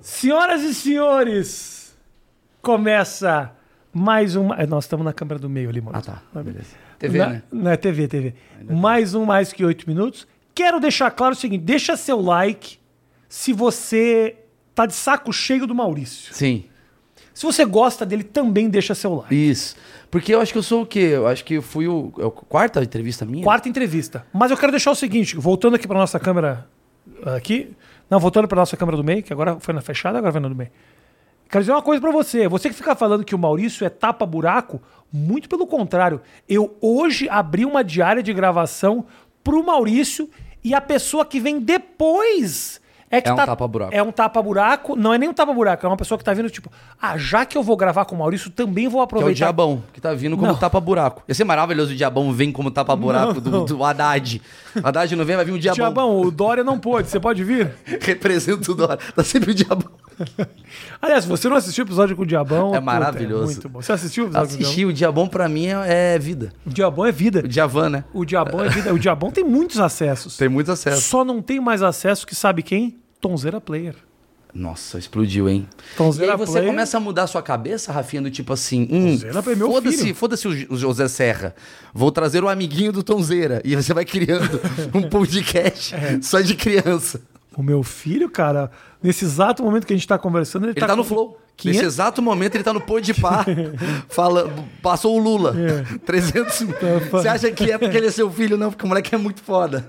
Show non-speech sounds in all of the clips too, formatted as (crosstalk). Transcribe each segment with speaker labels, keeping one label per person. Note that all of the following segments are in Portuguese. Speaker 1: Senhoras e senhores, começa mais um. Ah, Nós estamos na câmera do meio ali, mano.
Speaker 2: Ah, tá. Beleza.
Speaker 1: TV, na, é
Speaker 2: né?
Speaker 1: na TV, TV. Mais um Mais Que Oito Minutos. Quero deixar claro o seguinte: deixa seu like se você tá de saco cheio do Maurício.
Speaker 2: Sim.
Speaker 1: Se você gosta dele, também deixa seu like.
Speaker 2: Isso. Porque eu acho que eu sou o quê? Eu acho que eu fui o. É a quarta entrevista minha?
Speaker 1: Quarta entrevista. Mas eu quero deixar o seguinte, voltando aqui para nossa câmera ah, aqui, não voltando para nossa câmera do meio, que agora foi na fechada, agora vai na do meio. Quero dizer uma coisa para você, você que fica falando que o Maurício é tapa buraco, muito pelo contrário. Eu hoje abri uma diária de gravação pro Maurício e a pessoa que vem depois é que
Speaker 2: É um
Speaker 1: tá-
Speaker 2: tapa-buraco.
Speaker 1: É um tapa-buraco, não é nem um tapa-buraco, é uma pessoa que tá vindo tipo, ah, já que eu vou gravar com o Maurício, também vou
Speaker 2: Que é o
Speaker 1: aproveitar
Speaker 2: Diabão, que tá vindo como
Speaker 1: Não.
Speaker 2: tapa-buraco. Ia ser maravilhoso o Diabão vem como tapa-buraco do, do Haddad. O Haddad não vem, vai vir o Diabão.
Speaker 1: Diabão, o Dória não pôde, você pode vir?
Speaker 2: (laughs) Representa o Dora. Tá sempre o Diabão.
Speaker 1: Aliás, se você não assistiu o episódio com o Diabão.
Speaker 2: É
Speaker 1: puta,
Speaker 2: maravilhoso.
Speaker 1: muito bom. Você assistiu o episódio
Speaker 2: Assistir o Diabão pra mim é, é vida.
Speaker 1: com o Diabão? O Diabão é vida.
Speaker 2: O Diavan, né?
Speaker 1: O Diabão é vida. O Diabão tem muitos acessos.
Speaker 2: Tem muito acesso.
Speaker 1: Só não tem mais acesso que sabe quem? Tonzeira Player.
Speaker 2: Nossa, explodiu, hein? E
Speaker 1: Tonzeira
Speaker 2: aí você
Speaker 1: Player.
Speaker 2: começa a mudar sua cabeça, Rafinha, do tipo assim, hum,
Speaker 1: Tonzeira é meu
Speaker 2: foda-se
Speaker 1: filho.
Speaker 2: foda o José Serra, vou trazer o amiguinho do Tonzeira. E você vai
Speaker 1: (laughs)
Speaker 2: criando um podcast
Speaker 1: É.
Speaker 2: só de criança.
Speaker 1: O meu filho, cara, nesse exato momento que a gente tá conversando, ele,
Speaker 2: Ele tá, no
Speaker 1: com
Speaker 2: flow.
Speaker 1: 500
Speaker 2: Nesse exato momento ele tá no pôr de
Speaker 1: (laughs)
Speaker 2: pá. fala, passou o Lula.
Speaker 1: É.
Speaker 2: 300
Speaker 1: Tá
Speaker 2: Você acha que é porque ele é seu filho? Não, porque o moleque é muito foda.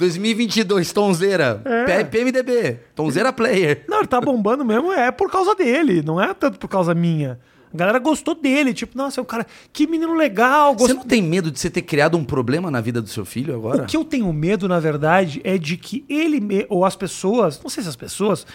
Speaker 2: 2022, Tonzeira.
Speaker 1: É.
Speaker 2: P- PMDB. Tonzeira Player.
Speaker 1: Não, ele tá bombando mesmo, é por causa dele, não é tanto por causa minha. A galera gostou dele, tipo, nossa, é um cara, que menino legal,
Speaker 2: Você
Speaker 1: gostou.
Speaker 2: não tem medo de você ter criado um problema na vida do seu filho agora?
Speaker 1: O que eu tenho medo, na verdade, é de que ele me- ou as pessoas, não sei se as pessoas,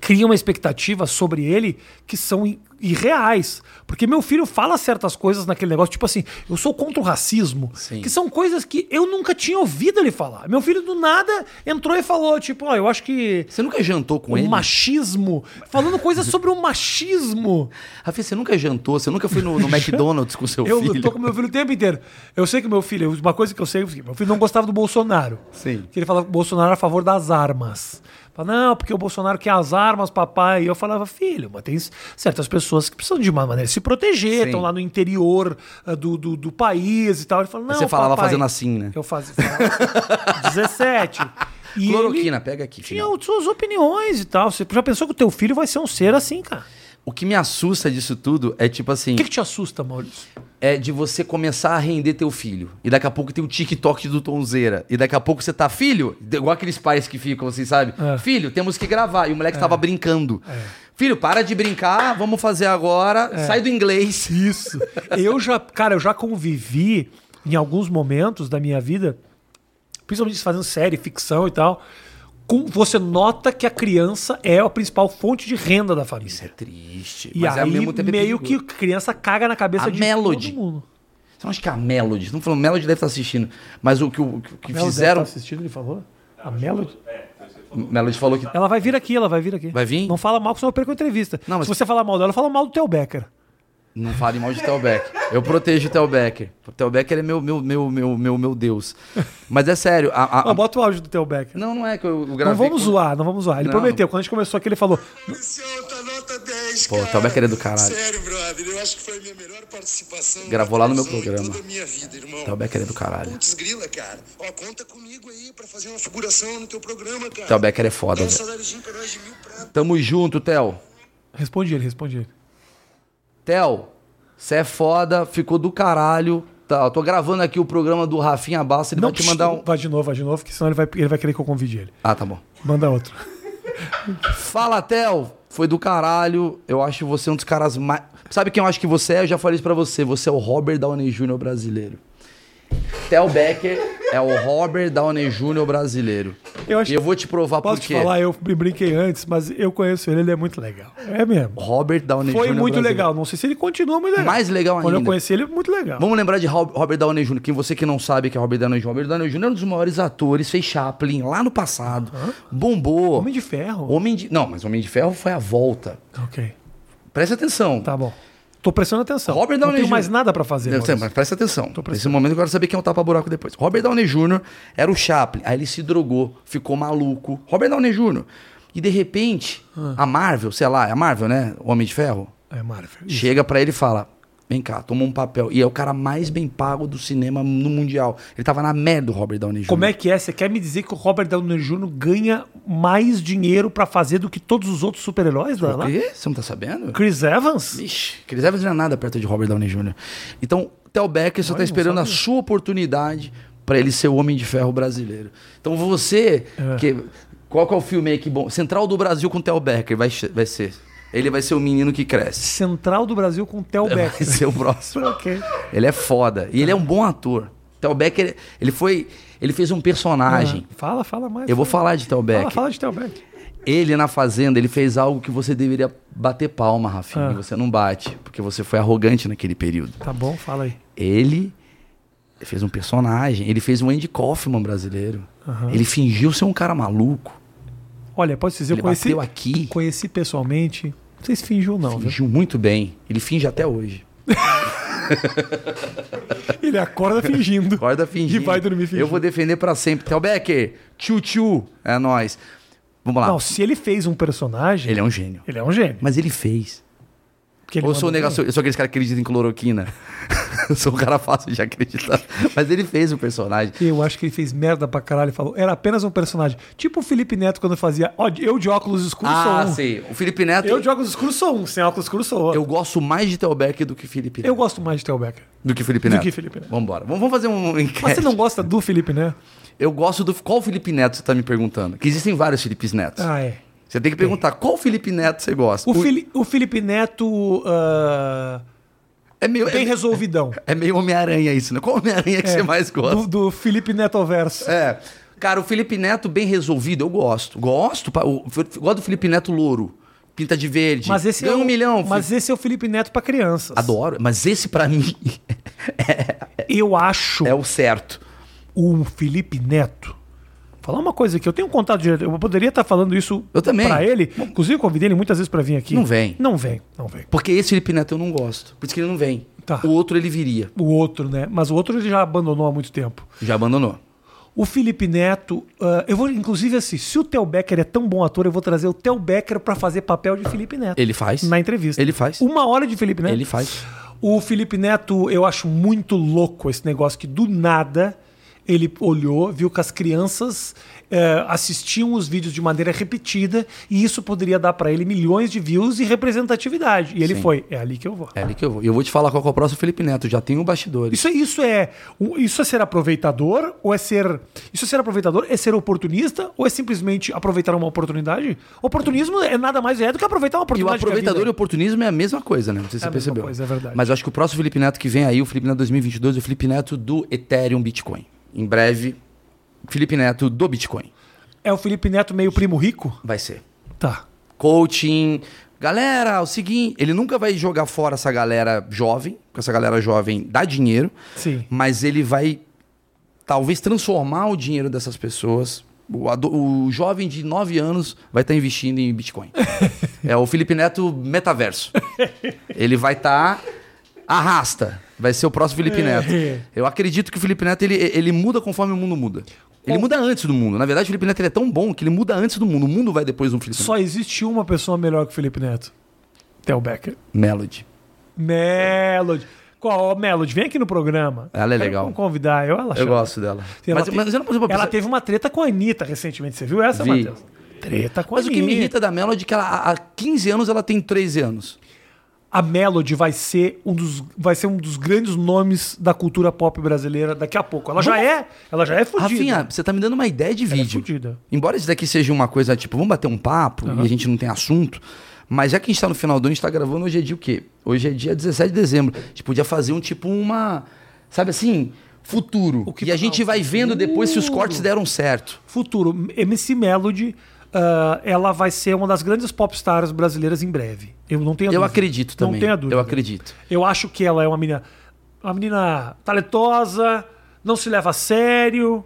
Speaker 1: criam uma expectativa sobre ele que são i- irreais. Porque meu filho fala certas coisas naquele negócio, tipo assim, eu sou contra o racismo,
Speaker 2: Sim.
Speaker 1: que são coisas que eu nunca tinha ouvido ele falar. Meu filho do nada entrou e falou, tipo, ó, eu acho que
Speaker 2: Você nunca jantou com
Speaker 1: o
Speaker 2: ele?
Speaker 1: machismo, falando coisas sobre o machismo.
Speaker 2: Rafinha, você nunca jantou? Você nunca foi
Speaker 1: (laughs)
Speaker 2: no, no McDonald's com seu
Speaker 1: Eu
Speaker 2: filho?
Speaker 1: tô com meu filho o tempo inteiro. Eu sei que meu filho, uma coisa que eu sei, é que meu filho não gostava do Bolsonaro.
Speaker 2: Sim.
Speaker 1: Que ele falava que o Bolsonaro era a favor das armas. Fala, não, porque o Bolsonaro quer as armas, papai. E eu falava, filho, mas tem certas pessoas que precisam de uma maneira de se proteger,
Speaker 2: Sim.
Speaker 1: estão lá no interior ah, do, do, do país e tal. Ele falou, não,
Speaker 2: Você falava
Speaker 1: papai.
Speaker 2: fazendo assim, né?
Speaker 1: Eu fazia.
Speaker 2: (laughs)
Speaker 1: falava 17. E ele
Speaker 2: Cloroquina, pega aqui.
Speaker 1: Tinha
Speaker 2: filhão.
Speaker 1: suas opiniões e tal. Você já pensou que o teu filho vai ser um ser assim, cara?
Speaker 2: O que me assusta disso tudo é tipo assim...
Speaker 1: O que, que te assusta, Maurício?
Speaker 2: é de você começar a render teu filho. E daqui a pouco tem o TikTok do Tonzeira. E daqui a pouco você tá, filho, igual aqueles pais que ficam assim, sabe?
Speaker 1: É.
Speaker 2: Filho, temos que gravar. E o moleque tava brincando. Filho, para de brincar, vamos fazer agora.
Speaker 1: É.
Speaker 2: Sai do inglês. (laughs)
Speaker 1: Isso. Eu já, cara, eu já convivi em alguns momentos da minha vida, principalmente fazendo série, ficção e tal, com você nota que a criança é a principal fonte de renda da família.
Speaker 2: Isso é triste.
Speaker 1: e
Speaker 2: é
Speaker 1: aí, meio que
Speaker 2: perigoso.
Speaker 1: a criança caga na cabeça
Speaker 2: A
Speaker 1: de
Speaker 2: Melody.
Speaker 1: todo mundo.
Speaker 2: Você não acha que a Melody? Não falando, Melody deve estar assistindo. Mas o que, o que- o que
Speaker 1: A Melody
Speaker 2: fizeram.
Speaker 1: tá assistindo, ele falou? A Melody?
Speaker 2: Melody falou que.
Speaker 1: Ela vai vir aqui, ela vai vir aqui.
Speaker 2: Vai vir?
Speaker 1: Não fala mal, que senão eu perco a entrevista.
Speaker 2: Não, mas-
Speaker 1: Se você falar mal dela, fala mal do teu Becker.
Speaker 2: Não fale mal de Tel Becker. Eu protejo o Tel Becker. O Tel Becker é meu, meu, meu, meu, meu, meu Deus. Mas é sério. a- a-
Speaker 1: Ah, bota o áudio do teu Becker.
Speaker 2: Não, não é que eu eu gravei.
Speaker 1: Não vamos
Speaker 2: com-
Speaker 1: zoar, não vamos zoar. Ele
Speaker 2: Não.
Speaker 1: prometeu. Quando a gente começou aqui, ele falou:
Speaker 3: Maurício, tá nota 10,
Speaker 2: Pô,
Speaker 3: cara.
Speaker 2: tá bem querendo do caralho.
Speaker 3: Sério, brother, eu acho que foi a minha melhor participação.
Speaker 2: Gravou lá no meu
Speaker 3: televisão em
Speaker 2: programa.
Speaker 3: toda a minha vida, irmão.
Speaker 2: Tá bem querendo do caralho.
Speaker 3: Putz, grila, cara. Ó, conta comigo aí pra fazer uma figuração no teu programa, cara.
Speaker 2: Theo Becker é foda,
Speaker 3: Dá um
Speaker 2: velho.
Speaker 3: saláriozinho pra nós de mil pratos.
Speaker 2: Tamo junto, Theo.
Speaker 1: responde ele, responde ele.
Speaker 2: Theo, você é foda, ficou do caralho. Tá, eu tô gravando aqui o programa do Rafinha Bassa, ele vai te mandar um.
Speaker 1: Vai de novo, vai de novo, que senão ele vai, ele vai querer que eu convide ele.
Speaker 2: Ah, tá bom.
Speaker 1: Manda outro.
Speaker 2: Fala, Theo! Foi do caralho. Eu acho você um dos caras mais. Sabe quem eu acho que você é? Eu já falei isso pra você. Você é o Robert Downey Jr. brasileiro. Theo Becker é o Robert Downey Jr. brasileiro.
Speaker 1: Eu acho-
Speaker 2: E eu vou te provar
Speaker 1: Posso
Speaker 2: por
Speaker 1: te
Speaker 2: quê.
Speaker 1: falar, eu me brinquei antes, mas eu conheço ele, ele é muito legal. É mesmo.
Speaker 2: Robert Downey Jr.
Speaker 1: Foi muito
Speaker 2: é brasileiro.
Speaker 1: legal. Não sei se ele continua muito legal.
Speaker 2: Mais legal
Speaker 1: Quando eu
Speaker 2: ainda.
Speaker 1: conheci ele, muito legal.
Speaker 2: Vamos lembrar de Rob- Robert Downey Jr., quem você que não sabe que é Robert Downey Jr. Robert Downey Jr. é um dos maiores atores, fez Chaplin lá no passado, bombou.
Speaker 1: Homem de Ferro.
Speaker 2: Homem de- Não, mas Homem de Ferro foi a volta.
Speaker 1: Ok.
Speaker 2: Presta atenção.
Speaker 1: Tá bom. Tô prestando atenção.
Speaker 2: Robert
Speaker 1: não
Speaker 2: Downey
Speaker 1: tenho
Speaker 2: Jr.
Speaker 1: mais nada pra fazer.
Speaker 2: Eu sei,
Speaker 1: Maurício.
Speaker 2: mas presta atenção.
Speaker 1: prestando.
Speaker 2: Nesse momento eu quero saber quem é o tapa-buraco depois. Robert Downey Jr. era o Chaplin, aí ele se drogou, ficou maluco. Robert Downey Jr. E de repente,
Speaker 1: Ah.
Speaker 2: a Marvel, sei lá, é a Marvel, né? O Homem de Ferro,
Speaker 1: É Marvel.
Speaker 2: chega pra ele e fala: Vem cá, toma um papel. E é o cara mais bem pago do cinema no mundial. Ele tava na merda do Robert Downey Jr.
Speaker 1: Como é que é? Você quer me dizer que o Robert Downey Jr. ganha mais dinheiro pra fazer do que todos os outros super-heróis da lá?
Speaker 2: O quê? Você não tá sabendo?
Speaker 1: Chris Evans?
Speaker 2: Vixe, Chris Evans não é nada perto de Robert Downey Jr. Então, Tel Becker só tá esperando a sua oportunidade pra ele ser o Homem de Ferro brasileiro. Então você, que, qual que é o filme aí que bom? Central do Brasil com Tel Becker vai, che- vai ser. Ele vai ser o menino que cresce. (laughs)
Speaker 1: Central do Brasil com Theo
Speaker 2: Vai
Speaker 1: Becker.
Speaker 2: ser o próximo.
Speaker 1: (laughs) Ok.
Speaker 2: Ele é foda e ele é um bom ator. Tel Becker, ele foi, ele fez um personagem.
Speaker 1: Ah, Fala, fala mais.
Speaker 2: Eu vou
Speaker 1: fala.
Speaker 2: falar de Tel
Speaker 1: Fala,
Speaker 2: Becker.
Speaker 1: fala de Theo Becker.
Speaker 2: Ele na fazenda, ele fez algo que você deveria bater palma, Rafinha.
Speaker 1: Ah.
Speaker 2: e Você não bate, porque você foi arrogante naquele período.
Speaker 1: Tá bom, fala aí.
Speaker 2: Ele fez um personagem, ele fez um Andy Kaufman brasileiro. Ele fingiu ser um cara maluco.
Speaker 1: Olha, posso dizer, eu
Speaker 2: Ele
Speaker 1: conheci,
Speaker 2: bateu aqui.
Speaker 1: conheci pessoalmente. Vocês fingem ou não, viu?
Speaker 2: Fingiu muito bem. Ele finge até hoje.
Speaker 1: Ele acorda
Speaker 2: (laughs)
Speaker 1: fingindo. (laughs)
Speaker 2: Acorda fingindo.
Speaker 1: E vai dormir fingindo.
Speaker 2: Eu vou defender pra sempre. Theo Becker, tchu tchu, é nóis. Vamos lá.
Speaker 1: Não, se ele fez um personagem,
Speaker 2: Ele é um gênio.
Speaker 1: ele é um gênio.
Speaker 2: Mas ele fez.
Speaker 1: Porque ele
Speaker 2: Ou eu sou um
Speaker 1: mandou bem.
Speaker 2: negacionista, eu sou aqueles caras que acreditam em cloroquina. (laughs) eu sou um cara fácil de acreditar. Mas ele fez o personagem.
Speaker 1: Eu acho que ele fez merda pra caralho e falou. Era apenas um personagem. Tipo o Felipe Neto quando fazia. Ó, eu de óculos escuros
Speaker 2: ah,
Speaker 1: sou um.
Speaker 2: sei. O Felipe Neto.
Speaker 1: Eu
Speaker 2: Eu,
Speaker 1: de óculos escuros sou um. Sem óculos escuros sou outro. Eu,
Speaker 2: gosto mais de Theo Becker do que Felipe Neto.
Speaker 1: gosto mais de Theo Becker.
Speaker 2: Do que Felipe
Speaker 1: Do
Speaker 2: Neto.
Speaker 1: que Felipe Neto.
Speaker 2: Vambora. Vamos vamos fazer um enquete.
Speaker 1: Mas você não gosta do Felipe Neto?
Speaker 2: Eu gosto do. Qual Felipe Neto você tá me perguntando? Que existem vários Felipes Netos.
Speaker 1: Ah, é.
Speaker 2: Você tem que perguntar qual Felipe Neto você gosta.
Speaker 1: O, Fili- o Felipe Neto. ah,
Speaker 2: É meio, é,
Speaker 1: bem
Speaker 2: (laughs)
Speaker 1: resolvidão.
Speaker 2: é meio Homem-Aranha isso, né? Qual Homem-Aranha que você mais gosta?
Speaker 1: É, Do, do Felipe Neto Verso.
Speaker 2: É. Cara, o Felipe Neto bem resolvido, eu gosto. Gosto. pa- o- f- Gosto do Felipe Neto louro. Pinta de verde.
Speaker 1: Mas esse
Speaker 2: Ganha
Speaker 1: é o,
Speaker 2: um milhão.
Speaker 1: Mas
Speaker 2: Felipe.
Speaker 1: esse é o Felipe Neto pra crianças.
Speaker 2: Adoro. Mas esse pra (laughs) mim
Speaker 1: Eu acho
Speaker 2: é o certo.
Speaker 1: o Felipe Neto. Falar uma coisa aqui, eu tenho um contato direto. Eu poderia estar falando isso
Speaker 2: Eu também.
Speaker 1: pra ele. Inclusive, eu convidei ele muitas vezes pra vir aqui.
Speaker 2: Não vem.
Speaker 1: Não vem, não vem.
Speaker 2: Porque esse Felipe Neto eu não gosto. Por isso que ele não vem.
Speaker 1: Tá.
Speaker 2: O outro ele viria.
Speaker 1: O outro, né? Mas o outro ele já abandonou há muito tempo.
Speaker 2: Já abandonou.
Speaker 1: O Felipe Neto, ah, eu vou, inclusive, assim, se o Theo Becker é tão bom ator, eu vou trazer o Theo Becker pra fazer papel de Felipe Neto.
Speaker 2: Ele faz.
Speaker 1: Na entrevista.
Speaker 2: Ele faz.
Speaker 1: Uma hora de Felipe Neto.
Speaker 2: Ele faz.
Speaker 1: O Felipe Neto, eu acho muito louco esse negócio que do nada ele olhou, viu que as crianças eh, assistiam os vídeos de maneira repetida e isso poderia dar pra ele milhões de views e representatividade. E ele foi, é ali que eu vou.
Speaker 2: É ali que eu vou. E eu vou te falar qual que é o próximo Felipe Neto. Já tem o bastidores.
Speaker 1: Isso, isso é um- isso é ser aproveitador ou é ser isso é ser aproveitador é ser oportunista ou é simplesmente aproveitar uma oportunidade? Oportunismo é nada mais é do que aproveitar uma
Speaker 2: E o
Speaker 1: oportunidade. que a
Speaker 2: aproveitador e o
Speaker 1: vida-
Speaker 2: oportunismo é a mesma coisa, né? Não sei se
Speaker 1: É a
Speaker 2: você
Speaker 1: mesma
Speaker 2: percebeu.
Speaker 1: coisa, é verdade.
Speaker 2: Mas eu acho que o próximo Felipe Neto que vem aí, o Felipe Neto 2022, é o Felipe Neto do Ethereum Bitcoin. Em breve, Felipe Neto do Bitcoin.
Speaker 1: é o Felipe Neto meio primo rico.
Speaker 2: Vai ser.
Speaker 1: Tá.
Speaker 2: Coaching. Galera, é o seguinte, ele nunca vai jogar fora essa galera jovem, porque essa galera jovem dá dinheiro,
Speaker 1: Sim.
Speaker 2: mas ele vai talvez transformar o dinheiro dessas pessoas. O, ado- o jovem de 9 anos vai estar investindo em Bitcoin. é o Felipe Neto metaverso. Ele vai estar arrasta. Vai ser o próximo Felipe Neto. Eu acredito que o Felipe Neto ele, ele muda conforme o mundo muda. Ele muda antes do mundo. Na verdade, o Felipe Neto ele é tão bom que ele muda antes do mundo. O mundo vai depois do Felipe Neto.
Speaker 1: Só existe uma pessoa melhor que o Felipe Neto. Theo Becker.
Speaker 2: Melody.
Speaker 1: Melody. Qual? Ó, Melody, vem aqui no programa.
Speaker 2: Ela é
Speaker 1: Quero
Speaker 2: legal.
Speaker 1: con- convidar. Eu, ela
Speaker 2: Eu
Speaker 1: chama.
Speaker 2: gosto dela.
Speaker 1: Ela,
Speaker 2: mas,
Speaker 1: te-
Speaker 2: mas eu não consigo
Speaker 1: ela teve uma treta com a Anitta recentemente. Você viu essa,
Speaker 2: Vi.
Speaker 1: Matheus? Treta com
Speaker 2: Mas
Speaker 1: a
Speaker 2: o
Speaker 1: Anitta.
Speaker 2: que me irrita da Melody é que ela, há há 15 anos ela tem 13 anos.
Speaker 1: A Melody vai ser, um dos, vai ser um dos grandes nomes da cultura pop brasileira daqui a pouco. Ela já é. Ela já é fodida.
Speaker 2: Rafinha, você tá me dando uma ideia de
Speaker 1: é
Speaker 2: vídeo.
Speaker 1: fudida.
Speaker 2: Embora isso daqui seja uma coisa tipo, vamos bater um papo e a gente não tem assunto. Mas já que a gente tá no final do ano, a gente tá gravando hoje é dia o quê? Hoje é dia 17 de dezembro. A gente podia fazer um tipo uma. Sabe assim? Futuro.
Speaker 1: O que
Speaker 2: e a
Speaker 1: tá-
Speaker 2: gente vai vendo depois se os cortes deram certo.
Speaker 1: Futuro. MC Melody, ah, ela vai ser uma das grandes popstars brasileiras em breve. Eu não tenho
Speaker 2: Eu
Speaker 1: dúvida.
Speaker 2: acredito também.
Speaker 1: Não tenho dúvida.
Speaker 2: Eu acredito.
Speaker 1: Eu acho que ela é uma menina. Uma menina talentosa, não se leva a sério,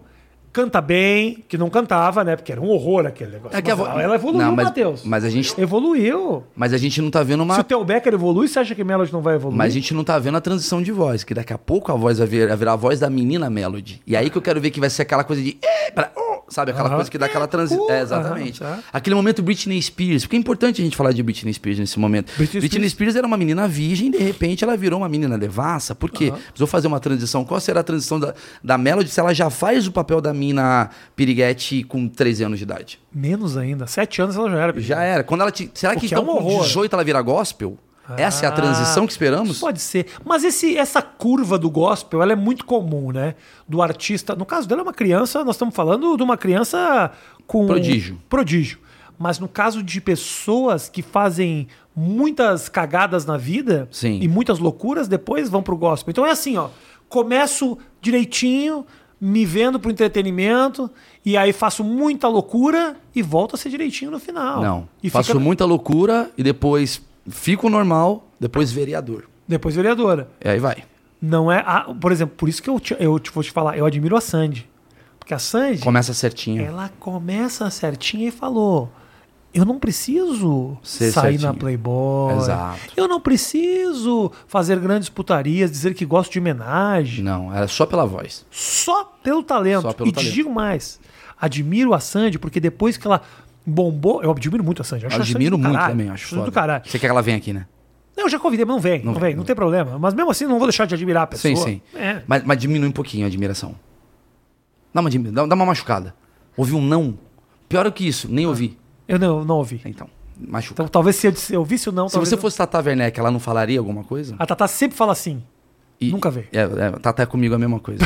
Speaker 1: canta bem, que não cantava, né? Porque era um horror aquele negócio.
Speaker 2: É que a
Speaker 1: Mas
Speaker 2: vo-
Speaker 1: ela, ela evoluiu,
Speaker 2: Não, mas-
Speaker 1: Matheus.
Speaker 2: mas a gente-
Speaker 1: Evoluiu.
Speaker 2: Mas a gente não tá vendo uma.
Speaker 1: Se o Theo Becker evolui, você acha que Melody não vai evoluir?
Speaker 2: Mas a gente não tá vendo a transição de voz, que daqui a pouco a voz vai vir- vai virar a voz da menina Melody. E aí que eu quero ver que vai ser aquela coisa de. "Eh", pra- "Oh", Sabe? Aquela
Speaker 1: Aham.
Speaker 2: coisa que dá aquela transição.
Speaker 1: Aham,
Speaker 2: É, exatamente.
Speaker 1: tá.
Speaker 2: Aquele momento Britney Spears. Porque é importante a gente falar de Britney Spears nesse momento.
Speaker 1: Britney
Speaker 2: Britney, Spears era uma menina virgem, de repente ela virou uma menina devassa. Por quê? Precisou fazer uma transição. Qual será a transição da, da Melody se ela já faz o papel da mina piriguete com 13 anos de idade?
Speaker 1: Menos ainda. Sete anos ela já era. bicho.
Speaker 2: Já era. Quando ela te-
Speaker 1: O
Speaker 2: Será que
Speaker 1: que é
Speaker 2: então,
Speaker 1: um
Speaker 2: com
Speaker 1: horror. Ah,
Speaker 2: 18 ela vira gospel? Essa é a transição que esperamos?
Speaker 1: Pode ser. Mas esse, essa curva do gospel, ela é muito comum, né? Do artista. No caso dela, é uma criança. Nós estamos falando de uma criança com.
Speaker 2: Prodígio.
Speaker 1: Prodígio. Mas no caso de pessoas que fazem muitas cagadas na vida
Speaker 2: Sim.
Speaker 1: e muitas loucuras, depois vão pro gospel. Então é assim, ó. Começo direitinho, me vendo pro entretenimento, e aí faço muita loucura e volto a ser direitinho no final.
Speaker 2: Não.
Speaker 1: E
Speaker 2: Faço
Speaker 1: fica
Speaker 2: muita loucura e depois fico normal, depois vereador.
Speaker 1: depois vereadora.
Speaker 2: E aí vai.
Speaker 1: Não é. a- por exemplo, por isso que eu te, eu te vou te falar, eu admiro a Sandy. Porque a Sandy,
Speaker 2: Começa certinho.
Speaker 1: ela começa certinha e falou: Eu não preciso
Speaker 2: Ser
Speaker 1: sair na
Speaker 2: certinho.
Speaker 1: Playboy.
Speaker 2: Exato.
Speaker 1: Eu não preciso fazer grandes putarias, dizer que gosto de homenagem.
Speaker 2: Não, era só pela voz.
Speaker 1: Só pelo talento.
Speaker 2: Hum. Só pelo
Speaker 1: e
Speaker 2: talento.
Speaker 1: te digo mais: admiro a Sandy, porque depois que ela bombou. Eu admiro muito a Sandy. eu acho a Sandy
Speaker 2: Admiro
Speaker 1: do
Speaker 2: muito
Speaker 1: caralho,
Speaker 2: também, acho
Speaker 1: Sandy
Speaker 2: foda.
Speaker 1: do caralho.
Speaker 2: Você quer que ela venha aqui, né?
Speaker 1: Não, eu já convidei, mas não vem. Não, vem, não tem problema. Mas mesmo assim, não vou deixar de admirar a pessoa.
Speaker 2: Sim, sim.
Speaker 1: É.
Speaker 2: Mas, mas diminui um pouquinho a admiração. Dá uma, dimi- dá dá uma machucada. Ouvi um não. Pior que isso, nem ouvi.
Speaker 1: Eu não, não ouvi.
Speaker 2: Então, machuca.
Speaker 1: Então, talvez se eu, disse- eu visse ou não,
Speaker 2: Se
Speaker 1: talvez
Speaker 2: você
Speaker 1: não-
Speaker 2: fosse Tata Werneck, ela não falaria alguma coisa?
Speaker 1: A Tatá sempre fala assim.
Speaker 2: E-
Speaker 1: Nunca vê.
Speaker 2: É, é, Tatá é comigo a mesma
Speaker 1: (laughs)
Speaker 2: coisa.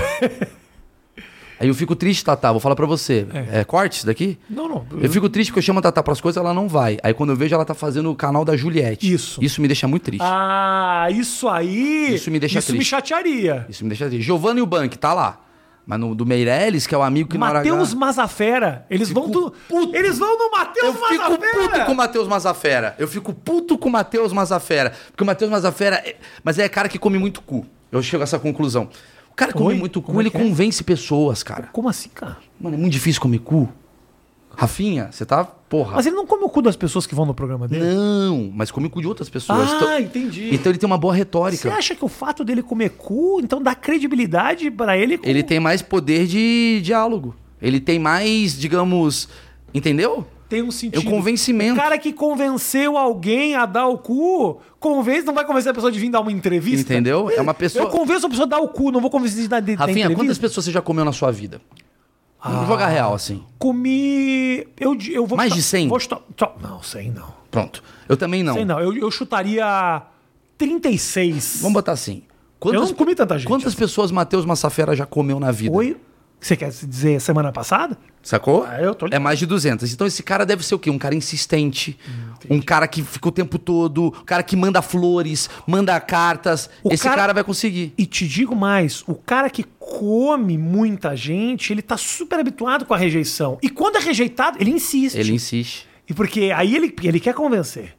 Speaker 2: Aí eu fico triste, Tatá, vou falar pra você. É, corte isso daqui?
Speaker 1: Não, não.
Speaker 2: Eu fico triste porque eu chamo a Tatá pras coisas, ela não vai. Aí quando eu vejo, ela tá fazendo o canal da Juliette.
Speaker 1: Isso.
Speaker 2: Isso me deixa muito triste.
Speaker 1: Ah, isso aí.
Speaker 2: Isso me deixa
Speaker 1: Isso me
Speaker 2: triste.
Speaker 1: chatearia.
Speaker 2: Isso me deixa triste. Giovanni e o Bank, tá lá. Mas no, do Meirelles, que é o amigo que na hora
Speaker 1: Matheus
Speaker 2: H-
Speaker 1: Mazafera. Eles vão do.
Speaker 2: puto.
Speaker 1: Eles vão no
Speaker 2: Eu
Speaker 1: Matheus Mazafera.
Speaker 2: fico puto com o Matheus Mazafera. Eu fico puto com o Matheus Mazafera. Porque o Matheus Mazafera. é- Mas é cara que come muito cu. Eu chego a essa conclusão. O cara que come
Speaker 1: Oi?
Speaker 2: muito cu,
Speaker 1: Como é
Speaker 2: ele
Speaker 1: que é?
Speaker 2: convence pessoas, cara.
Speaker 1: Como assim, cara?
Speaker 2: Mano, é muito difícil comer cu. Rafinha, você tá. Porra.
Speaker 1: Mas é- ele não come o cu das pessoas que vão no programa dele?
Speaker 2: Não, mas come cu de outras pessoas.
Speaker 1: Ah,
Speaker 2: Então-
Speaker 1: entendi.
Speaker 2: Então ele tem uma boa
Speaker 1: Você
Speaker 2: retórica.
Speaker 1: acha que o fato dele comer cu, então dá credibilidade pra ele? com-
Speaker 2: Ele tem mais poder de diálogo. Ele tem mais, digamos. Entendeu?
Speaker 1: Tem um sentido.
Speaker 2: É o convencimento.
Speaker 1: O cara que convenceu alguém a dar o cu, convence, não vai convencer a pessoa de vir dar uma entrevista.
Speaker 2: Entendeu? É uma pessoa-
Speaker 1: Eu convenço a pessoa a dar o cu, não vou convencer de dar, de, dar
Speaker 2: Rafinha,
Speaker 1: entrevista. Ah.
Speaker 2: quantas pessoas você já comeu na sua vida? Vamos jogar real, assim.
Speaker 1: Comi. Eu, di- eu vou
Speaker 2: Mais
Speaker 1: chutar-
Speaker 2: de 100?
Speaker 1: Vou chutar- só- não, 100 não.
Speaker 2: Pronto. Eu também não.
Speaker 1: 100 não. Eu, eu chutaria 36.
Speaker 2: Vamos botar assim.
Speaker 1: não comi tanta gente,
Speaker 2: Quantas pessoas Matheus Massafera já comeu na vida?
Speaker 1: Oi? Você quer dizer semana passada?
Speaker 2: Sacou?
Speaker 1: Ah, eu tô ligado. Hum,
Speaker 2: É mais de 200. Então esse cara deve ser o quê? Um cara insistente, um cara que fica o tempo todo, um cara que manda flores, manda cartas.
Speaker 1: O
Speaker 2: esse
Speaker 1: cara-
Speaker 2: cara... vai conseguir.
Speaker 1: E te digo mais, o cara que come muita gente, ele tá super habituado com a rejeição. E quando é rejeitado, ele insiste.
Speaker 2: Ele insiste.
Speaker 1: E porque aí ele, ele quer convencer.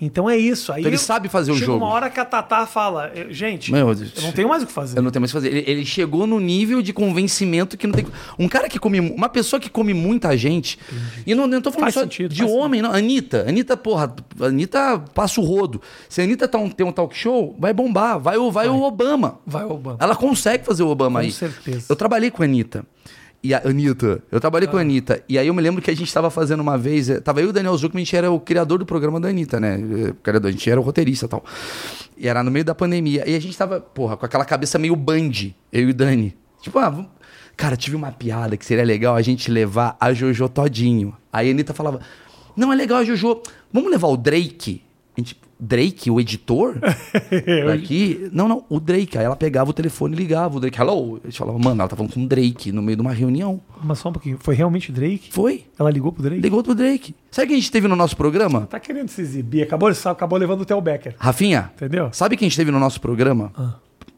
Speaker 1: Então é isso. Aí
Speaker 2: Então ele
Speaker 1: eu-
Speaker 2: sabe fazer o
Speaker 1: chega
Speaker 2: jogo.
Speaker 1: uma hora que a Tatá fala, "Eu- gente,
Speaker 2: Meu Deus.
Speaker 1: eu não tenho mais o que fazer.
Speaker 2: Eu não tenho mais o que fazer. Ele, ele chegou no nível de convencimento que não tem. Um cara que come. Uma pessoa que come muita gente. E não, não tô falando
Speaker 1: Faz
Speaker 2: só
Speaker 1: sentido,
Speaker 2: de
Speaker 1: faz
Speaker 2: homem, não. Anitta. Anitta, porra. Anitta passa o rodo. Se a Anitta tá um- tem um talk show, vai bombar. Vai, o- vai o Obama.
Speaker 1: Vai, Obama. (laughs)
Speaker 2: Ela consegue fazer o Obama
Speaker 1: Com
Speaker 2: aí.
Speaker 1: certeza. Ah.
Speaker 2: Eu trabalhei com a Anitta. E a Anitta. Eu trabalhei com a Anitta. E aí eu me lembro que a gente tava fazendo uma vez. eh, Tava eu e o Daniel Zuckerman, a gente era o criador do programa da Anitta, né? Eh, Criador, a gente era o roteirista e tal. E era no meio da pandemia. E a gente tava, porra, com aquela cabeça meio band, eu e o Dani. Tipo, ah, vamos... cara, tive uma piada que seria legal a gente levar a Jojo todinho. Aí a Anitta falava: Não, é legal a Jojo. Vamos levar o Drake? A gente, Drake,
Speaker 1: (laughs)
Speaker 2: o editor? Daqui. Não, não, o Drake. Aí ela pegava o telefone e ligava. O Drake, hello. A gente falava, mano, ela tá falando com o Drake no meio de uma reunião.
Speaker 1: Mas só um pouquinho, foi realmente Drake?
Speaker 2: Foi.
Speaker 1: Ela ligou pro Drake?
Speaker 2: Ligou pro Drake. Sabe quem a gente teve no nosso programa?
Speaker 1: Tá querendo se exibir, acabou, acabou levando o Theo Becker.
Speaker 2: Rafinha.
Speaker 1: Entendeu?
Speaker 2: Sabe quem a gente teve no nosso programa?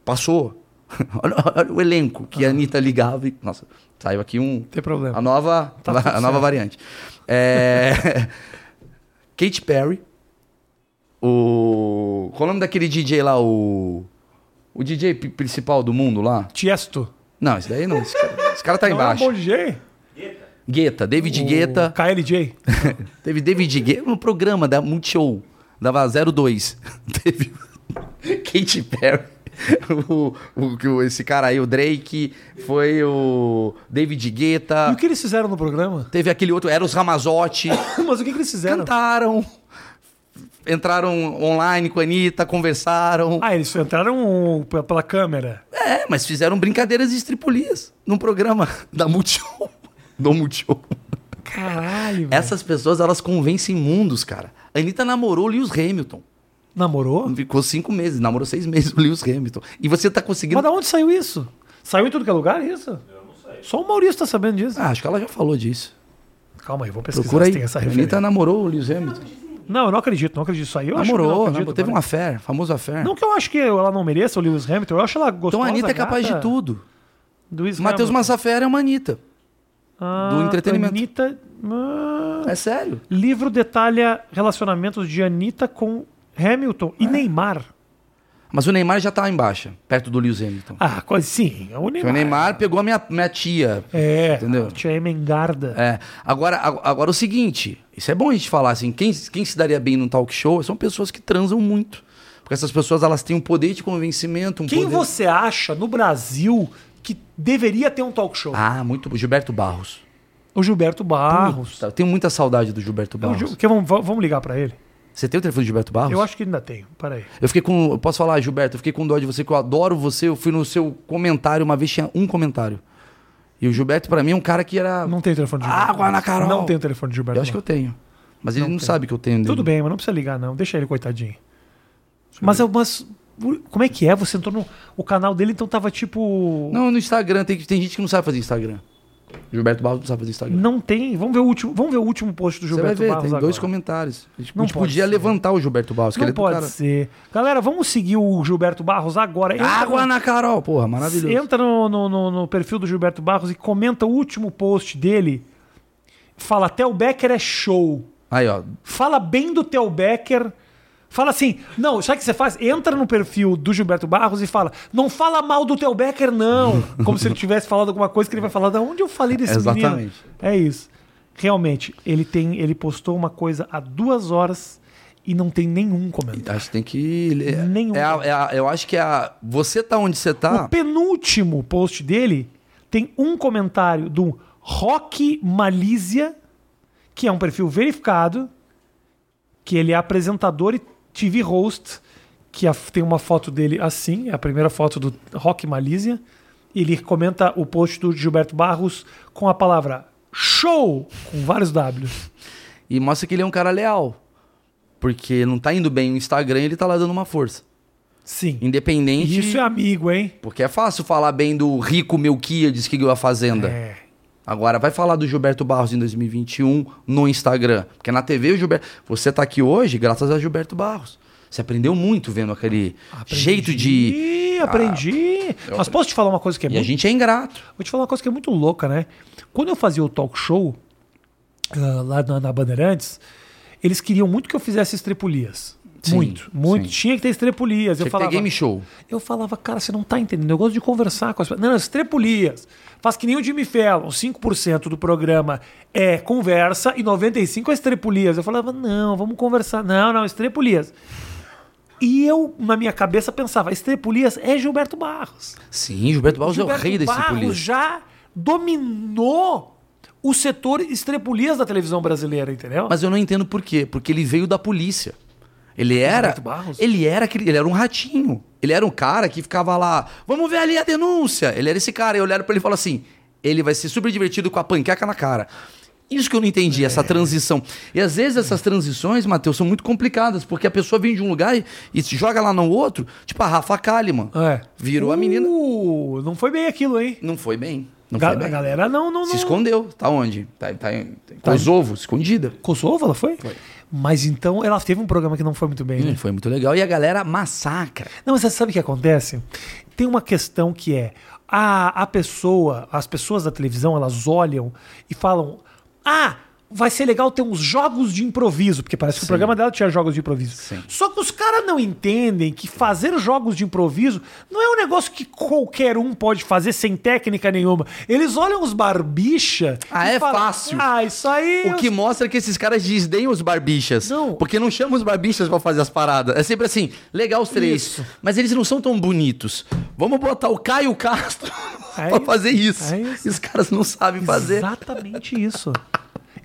Speaker 2: Passou. (laughs) olha, olha o elenco que a Anitta ligava e. Nossa, saiu aqui um.
Speaker 1: Ah. Tem problema.
Speaker 2: A nova,
Speaker 1: Tá tudo
Speaker 2: a nova
Speaker 1: certo.
Speaker 2: variante.
Speaker 1: (laughs)
Speaker 2: É... Katy Perry. O. Qual é o nome daquele DJ lá? O. O DJ pri- principal do mundo lá?
Speaker 1: Tiesto.
Speaker 2: Não, esse daí não. Esse cara, esse cara tá
Speaker 1: Não é era
Speaker 2: embaixo.
Speaker 1: Bogê?
Speaker 2: Guetta, David Guetta. (laughs)
Speaker 1: KLJ.
Speaker 2: Teve David Guetta um no (laughs) programa da Multishow. Dava 02. Teve Katy Perry. o, o, que o- esse cara aí, o Drake, foi o David
Speaker 1: E
Speaker 2: Guetta,
Speaker 1: o que eles fizeram no programa? (laughs)
Speaker 2: teve aquele outro, Eros Ramazotti.
Speaker 1: Mas o que, que eles fizeram?
Speaker 2: cantaram, entraram online com a Anitta, conversaram.
Speaker 1: Ah, eles entraram p- pela câmera.
Speaker 2: É, mas fizeram brincadeiras de estripulias num programa da Multishow. (laughs) Do Multishow.
Speaker 1: Caralho, velho.
Speaker 2: Essas pessoas, elas convencem mundos, cara. A Anitta namorou o Lewis Hamilton.
Speaker 1: Namorou?
Speaker 2: Ficou cinco meses, namorou seis (laughs) meses o Lewis Hamilton. E você tá
Speaker 1: Mas
Speaker 2: conseguindo...
Speaker 1: da onde saiu isso? Saiu em tudo que é lugar isso? Eu não sei. Só o Maurício tá sabendo disso.
Speaker 2: Ah, acho que ela já falou disso.
Speaker 1: Calma aí, vou pesquisar
Speaker 2: Procura
Speaker 1: se
Speaker 2: aí.
Speaker 1: tem essa
Speaker 2: A
Speaker 1: referência.
Speaker 2: Anitta namorou o Lewis Hamilton.
Speaker 1: Não, eu não acredito, não acredito. Isso aí eu acho que eu não
Speaker 2: namorou,
Speaker 1: acredito,
Speaker 2: namorou. Teve um
Speaker 1: cara.
Speaker 2: affair, famoso affair.
Speaker 1: Não que eu acho que ela não mereça o Lewis Hamilton, eu acho ela gostosa.
Speaker 2: então a Anitta é capaz de
Speaker 1: gata,
Speaker 2: tudo.
Speaker 1: do Lewis
Speaker 2: Matheus
Speaker 1: Hamilton.
Speaker 2: Massafera é uma Anitta.
Speaker 1: Ah,
Speaker 2: do entretenimento.
Speaker 1: Anitta. Ah.
Speaker 2: É sério.
Speaker 1: Livro detalha relacionamentos de Anitta com Hamilton e Neymar.
Speaker 2: Mas o Neymar já tá lá em baixa, perto do Lewis Hamilton.
Speaker 1: Ah, quase sim. É o
Speaker 2: Porque
Speaker 1: Neymar.
Speaker 2: o Neymar pegou a minha, minha tia.
Speaker 1: É,
Speaker 2: Entendeu?
Speaker 1: a tia Emengarda.
Speaker 2: É. Agora, ag- agora é o seguinte, isso é bom a gente falar assim, quem, quem se daria bem num talk show são pessoas que transam muito. Porque essas pessoas elas têm um poder de convencimento, um
Speaker 1: Quem
Speaker 2: poder...
Speaker 1: você acha no Brasil que deveria ter um talk show?
Speaker 2: Ah, muito bom. Gilberto Barros.
Speaker 1: O Gilberto Barros.
Speaker 2: Puta, Eu tenho muita saudade do Gilberto
Speaker 1: O
Speaker 2: Barros.
Speaker 1: Gil- que vamos, vamos ligar pra ele?
Speaker 2: Você tem o telefone do Gilberto Barros?
Speaker 1: Eu acho que ainda tenho. Peraí.
Speaker 2: Eu fiquei com. eu Posso falar, Gilberto? Eu fiquei com dó de você, que eu adoro você. Eu fui no seu comentário, uma vez tinha um comentário. E o Gilberto, pra mim, é um cara que era.
Speaker 1: Não tem o telefone de Gilberto.
Speaker 2: Água na Carol.
Speaker 1: Não tem o telefone de Gilberto.
Speaker 2: Eu acho que eu
Speaker 1: Barros.
Speaker 2: tenho. Mas ele não, sabe que eu tenho.
Speaker 1: Tudo
Speaker 2: dele.
Speaker 1: bem, mas não precisa ligar, não. Deixa ele, coitadinho. Mas, eu- mas como é que é? Você entrou no. O canal dele então tava tipo.
Speaker 2: Não, no Instagram. Tem, tem gente que não sabe fazer Instagram. Gilberto Barros não sabe fazer Instagram.
Speaker 1: Não tem. Vamos ver o último, vamos ver o último post do
Speaker 2: Você vai
Speaker 1: Gilberto
Speaker 2: ver,
Speaker 1: Barros
Speaker 2: tem
Speaker 1: agora.
Speaker 2: dois comentários. A gente,
Speaker 1: Não
Speaker 2: a gente
Speaker 1: pode
Speaker 2: podia
Speaker 1: ser.
Speaker 2: levantar o Gilberto Barros, que
Speaker 1: Não
Speaker 2: ele é do
Speaker 1: pode
Speaker 2: cara.
Speaker 1: ser. Galera, vamos seguir o Gilberto Barros agora. Entra
Speaker 2: Água
Speaker 1: no-
Speaker 2: na Carol, porra, maravilhoso.
Speaker 1: Entra no, no- no- no perfil do Gilberto Barros e comenta o último post dele. Fala, Theo Becker é show.
Speaker 2: Aí, ó.
Speaker 1: Fala bem do Theo Becker. Fala assim, não, sabe o que você faz? Entra no perfil do Gilberto Barros e fala, não fala mal do Theo Becker, não. Como se ele tivesse falado alguma coisa que ele vai falar, da onde eu falei desse menino?
Speaker 2: Exatamente.
Speaker 1: É isso. Realmente, ele tem, ele postou uma coisa há duas horas e não tem nenhum comentário.
Speaker 2: Acho que tem que. É,
Speaker 1: Nenhum.
Speaker 2: é a- é a- eu acho que é a. Você tá onde você
Speaker 1: O
Speaker 2: tá.
Speaker 1: penúltimo post dele tem um comentário do Rock Malícia, que é um perfil verificado, que ele é apresentador e TV host, que a- tem uma foto dele assim, é a primeira foto do Rock Malícia. Ele comenta o post do Gilberto Barros com a palavra show, com vários Ws.
Speaker 2: E mostra que ele é um cara leal. Porque não tá indo bem o Instagram, ele tá lá dando uma força.
Speaker 1: Sim.
Speaker 2: Independente.
Speaker 1: Isso é amigo, hein?
Speaker 2: Porque é fácil falar bem do rico Melquiades que ganhou a Fazenda.
Speaker 1: É.
Speaker 2: Agora, vai falar do Gilberto Barros em 2021 no Instagram. Porque na TV, o Gilberto. Você tá aqui hoje graças a Gilberto Barros. Você aprendeu muito vendo aquele jeito de. Ah,
Speaker 1: Ih, aprendi. Mas posso te falar uma coisa que é
Speaker 2: E a
Speaker 1: muito
Speaker 2: gente é ingrato.
Speaker 1: Vou te falar uma coisa que é muito louca, né? Quando eu fazia o talk show ah, lá na, na Bandeirantes, eles queriam muito que eu fizesse estrepulias.
Speaker 2: Sim,
Speaker 1: muito, muito.
Speaker 2: sim.
Speaker 1: Tinha que ter estrepulias.
Speaker 2: Tinha
Speaker 1: eu
Speaker 2: que ter
Speaker 1: falava,
Speaker 2: game show.
Speaker 1: eu falava, cara, você não tá entendendo. Eu gosto de conversar com as pessoas. Não, não, estrepulias. Faz que nem o Jimmy Fallon. 5% do programa é conversa e 95% é estrepulias. Eu falava, não, vamos conversar. Não, não, estrepulias. E eu, na minha cabeça, pensava, estrepulias é Gilberto Barros.
Speaker 2: Sim, Gilberto Barros é o
Speaker 1: Gilberto
Speaker 2: rei desse
Speaker 1: Barros
Speaker 2: polícia.
Speaker 1: já dominou o setor estrepulias da televisão brasileira, entendeu?
Speaker 2: Mas eu não entendo por quê. Porque ele veio da polícia. Ele era.
Speaker 1: Gilberto Barros?
Speaker 2: Ele era aquele. Ele era um ratinho. Ele era um cara que ficava lá. Vamos ver ali a denúncia. Ele era esse cara. Eu olhava pra ele e falava assim: ele vai ser super divertido com a panqueca na cara. Isso que eu não entendi,
Speaker 1: É.
Speaker 2: essa transição. E às vezes essas transições, Matheus, são muito complicadas, porque a pessoa vem de um lugar e, e se joga lá no outro, tipo a Rafa Kalimann.
Speaker 1: É.
Speaker 2: Virou a menina.
Speaker 1: Uh, não foi bem aquilo, hein?
Speaker 2: Não foi bem. Não
Speaker 1: Ga-
Speaker 2: foi
Speaker 1: a
Speaker 2: bem.
Speaker 1: galera não, não, não.
Speaker 2: Se escondeu. Tá onde? Tá, tá em tá em Kosovo, escondida.
Speaker 1: Kosovo, ela foi? Foi. Mas então ela teve um programa que não foi muito bem, né?
Speaker 2: Hum, Foi muito legal. E a galera massacra.
Speaker 1: Não, mas você sabe o que acontece? Tem uma questão que é a, a pessoa, as pessoas da televisão, elas olham e falam: Ah, vai ser legal ter uns jogos de improviso, porque parece que o programa dela tinha jogos de improviso. Só que os caras não entendem que fazer jogos de improviso não é um negócio que qualquer um pode fazer sem técnica nenhuma. Eles olham os barbicha.
Speaker 2: Ah,
Speaker 1: e
Speaker 2: é fácil.
Speaker 1: Ah, isso aí.
Speaker 2: O que mostra que esses caras desdenham os barbichas.
Speaker 1: Não.
Speaker 2: Porque não chamam os barbichas pra fazer as paradas. É sempre assim, legal os três.
Speaker 1: Isso.
Speaker 2: Mas eles não são tão bonitos. Vamos botar o Caio Castro (laughs)
Speaker 1: É
Speaker 2: pra
Speaker 1: isso.
Speaker 2: fazer isso.
Speaker 1: É isso.
Speaker 2: E os caras não sabem fazer.
Speaker 1: Exatamente isso.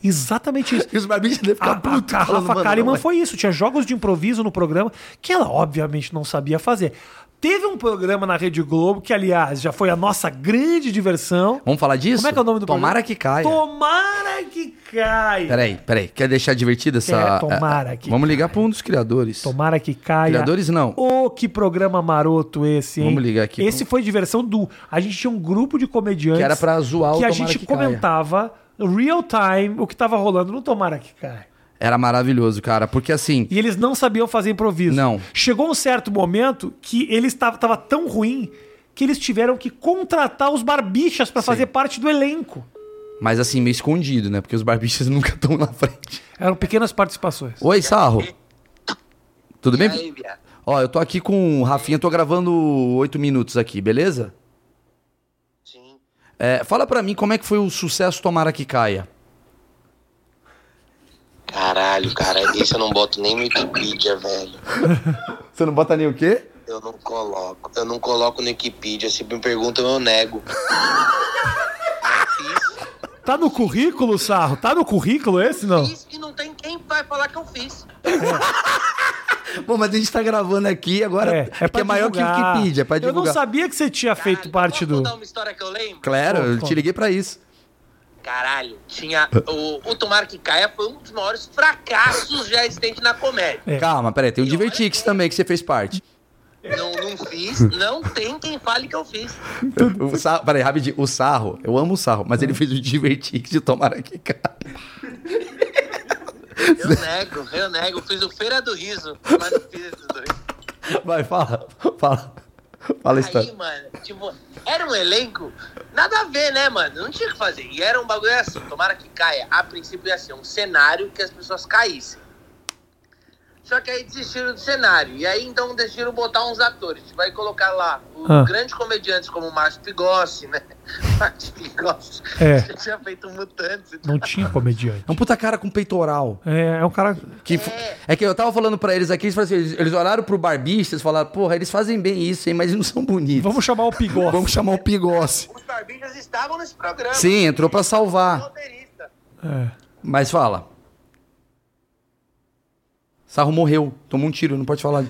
Speaker 1: Exatamente isso.
Speaker 2: E os barbichas devem
Speaker 1: A,
Speaker 2: ficar
Speaker 1: a,
Speaker 2: putos.
Speaker 1: a
Speaker 2: falando,
Speaker 1: Rafa
Speaker 2: "Mano, não é
Speaker 1: Kalimann
Speaker 2: vai."
Speaker 1: foi isso. Tinha jogos de improviso no programa que ela, obviamente, não sabia fazer. Teve um programa na Rede Globo que, aliás, já foi a nossa grande diversão.
Speaker 2: Vamos falar disso?
Speaker 1: Como é que é o nome do
Speaker 2: Tomara
Speaker 1: programa?
Speaker 2: que caia.
Speaker 1: Tomara que caia.
Speaker 2: Peraí, peraí. Quer deixar divertida essa...
Speaker 1: tomara que
Speaker 2: Vamos ligar pra um dos criadores.
Speaker 1: Tomara que caia.
Speaker 2: Criadores, não.
Speaker 1: Ô, que programa maroto esse, hein?
Speaker 2: Vamos ligar aqui.
Speaker 1: Esse foi diversão do. A gente tinha um grupo de comediantes.
Speaker 2: Que era pra zoar o
Speaker 1: Que a
Speaker 2: Tomara
Speaker 1: gente
Speaker 2: que Caia.
Speaker 1: comentava real time o que tava rolando no Tomara que caia.
Speaker 2: Era maravilhoso, cara. Porque assim...
Speaker 1: E eles não sabiam fazer improviso.
Speaker 2: Não.
Speaker 1: Chegou um certo momento que eles estava tava tão ruim que eles tiveram que contratar os barbichas pra fazer parte do elenco.
Speaker 2: Mas assim, meio escondido, né? Porque os barbichas (laughs) nunca estão na frente.
Speaker 1: Eram pequenas participações.
Speaker 2: Oi, Sarro. Tudo
Speaker 4: E
Speaker 2: bem?
Speaker 4: aí, viado?
Speaker 2: Ó, eu tô aqui com o Rafinha, tô gravando oito minutos aqui, beleza?
Speaker 4: Sim.
Speaker 2: É, fala pra mim como é que foi o sucesso Tomara que Caia.
Speaker 4: Caralho, cara, esse eu não boto nem no Wikipedia, velho.
Speaker 2: Você não bota nem o quê?
Speaker 4: Eu não coloco. Eu não coloco no Wikipedia. Se me perguntam, eu nego. Não
Speaker 1: Tá no currículo, Sarro? Tá no currículo esse, não?
Speaker 4: fiz. Fiz e não tem quem vai falar que eu fiz.
Speaker 2: Bom, mas a gente tá gravando aqui agora, é, que é maior que o
Speaker 1: divulgar.
Speaker 2: Wikipedia, é pra
Speaker 1: Eu não
Speaker 2: divulgar.
Speaker 1: sabia que você tinha feito
Speaker 4: Caralho,
Speaker 1: parte
Speaker 4: posso
Speaker 1: do...
Speaker 4: contar uma história que eu lembro?
Speaker 2: Claro,
Speaker 1: Pô,
Speaker 2: eu
Speaker 1: pô.
Speaker 2: te liguei pra isso.
Speaker 4: Caralho, tinha. O, o Tomara que Caia foi um dos maiores fracassos já existentes na comédia.
Speaker 1: É.
Speaker 2: Calma, peraí, tem o
Speaker 4: E olha
Speaker 2: Divertix
Speaker 4: que-
Speaker 2: também, que você fez parte.
Speaker 4: Não, não fiz, não tem quem fale que eu fiz.
Speaker 2: O sarro, peraí, rapidinho. O Sarro, eu amo o Sarro, mas ele fez o Divertix de Tomara que Caia. (laughs)
Speaker 4: Eu nego, eu nego. Eu fiz o Feira do Riso, mas não fiz esses dois.
Speaker 2: Vai, fala, fala. Fala a
Speaker 4: Aí,
Speaker 2: história.
Speaker 4: mano, tipo, era um elenco, nada a ver, né, mano? Não tinha o que fazer. E era um bagulho assim, tomara que caia. A princípio ia ser um cenário que as pessoas caíssem. Só que aí desistiram do cenário. E aí então decidiram botar uns atores. Tipo, aí colocar lá os
Speaker 1: Ah.
Speaker 4: grandes comediantes como o Márcio Pigossi, né? (laughs) Márcio Pigossi
Speaker 1: É.
Speaker 4: já tinha feito mutantes. e
Speaker 1: Não tinha comediante.
Speaker 2: É um puta cara com peitoral.
Speaker 1: É, é um cara...
Speaker 2: Que fo- é que eu tava falando pra eles aqui, eles, falaram assim, eles, eles olharam pro barbista, eles falaram, porra, eles fazem bem isso, hein, mas eles não são bonitos.
Speaker 1: Vamos chamar o Pigó.
Speaker 2: Vamos chamar o Pigossi.
Speaker 4: Os barbichas estavam nesse programa.
Speaker 2: Sim, entrou pra salvar.
Speaker 4: Roteirista.
Speaker 1: É.
Speaker 2: Mas fala. Sarro morreu, tomou um tiro, não pode falar.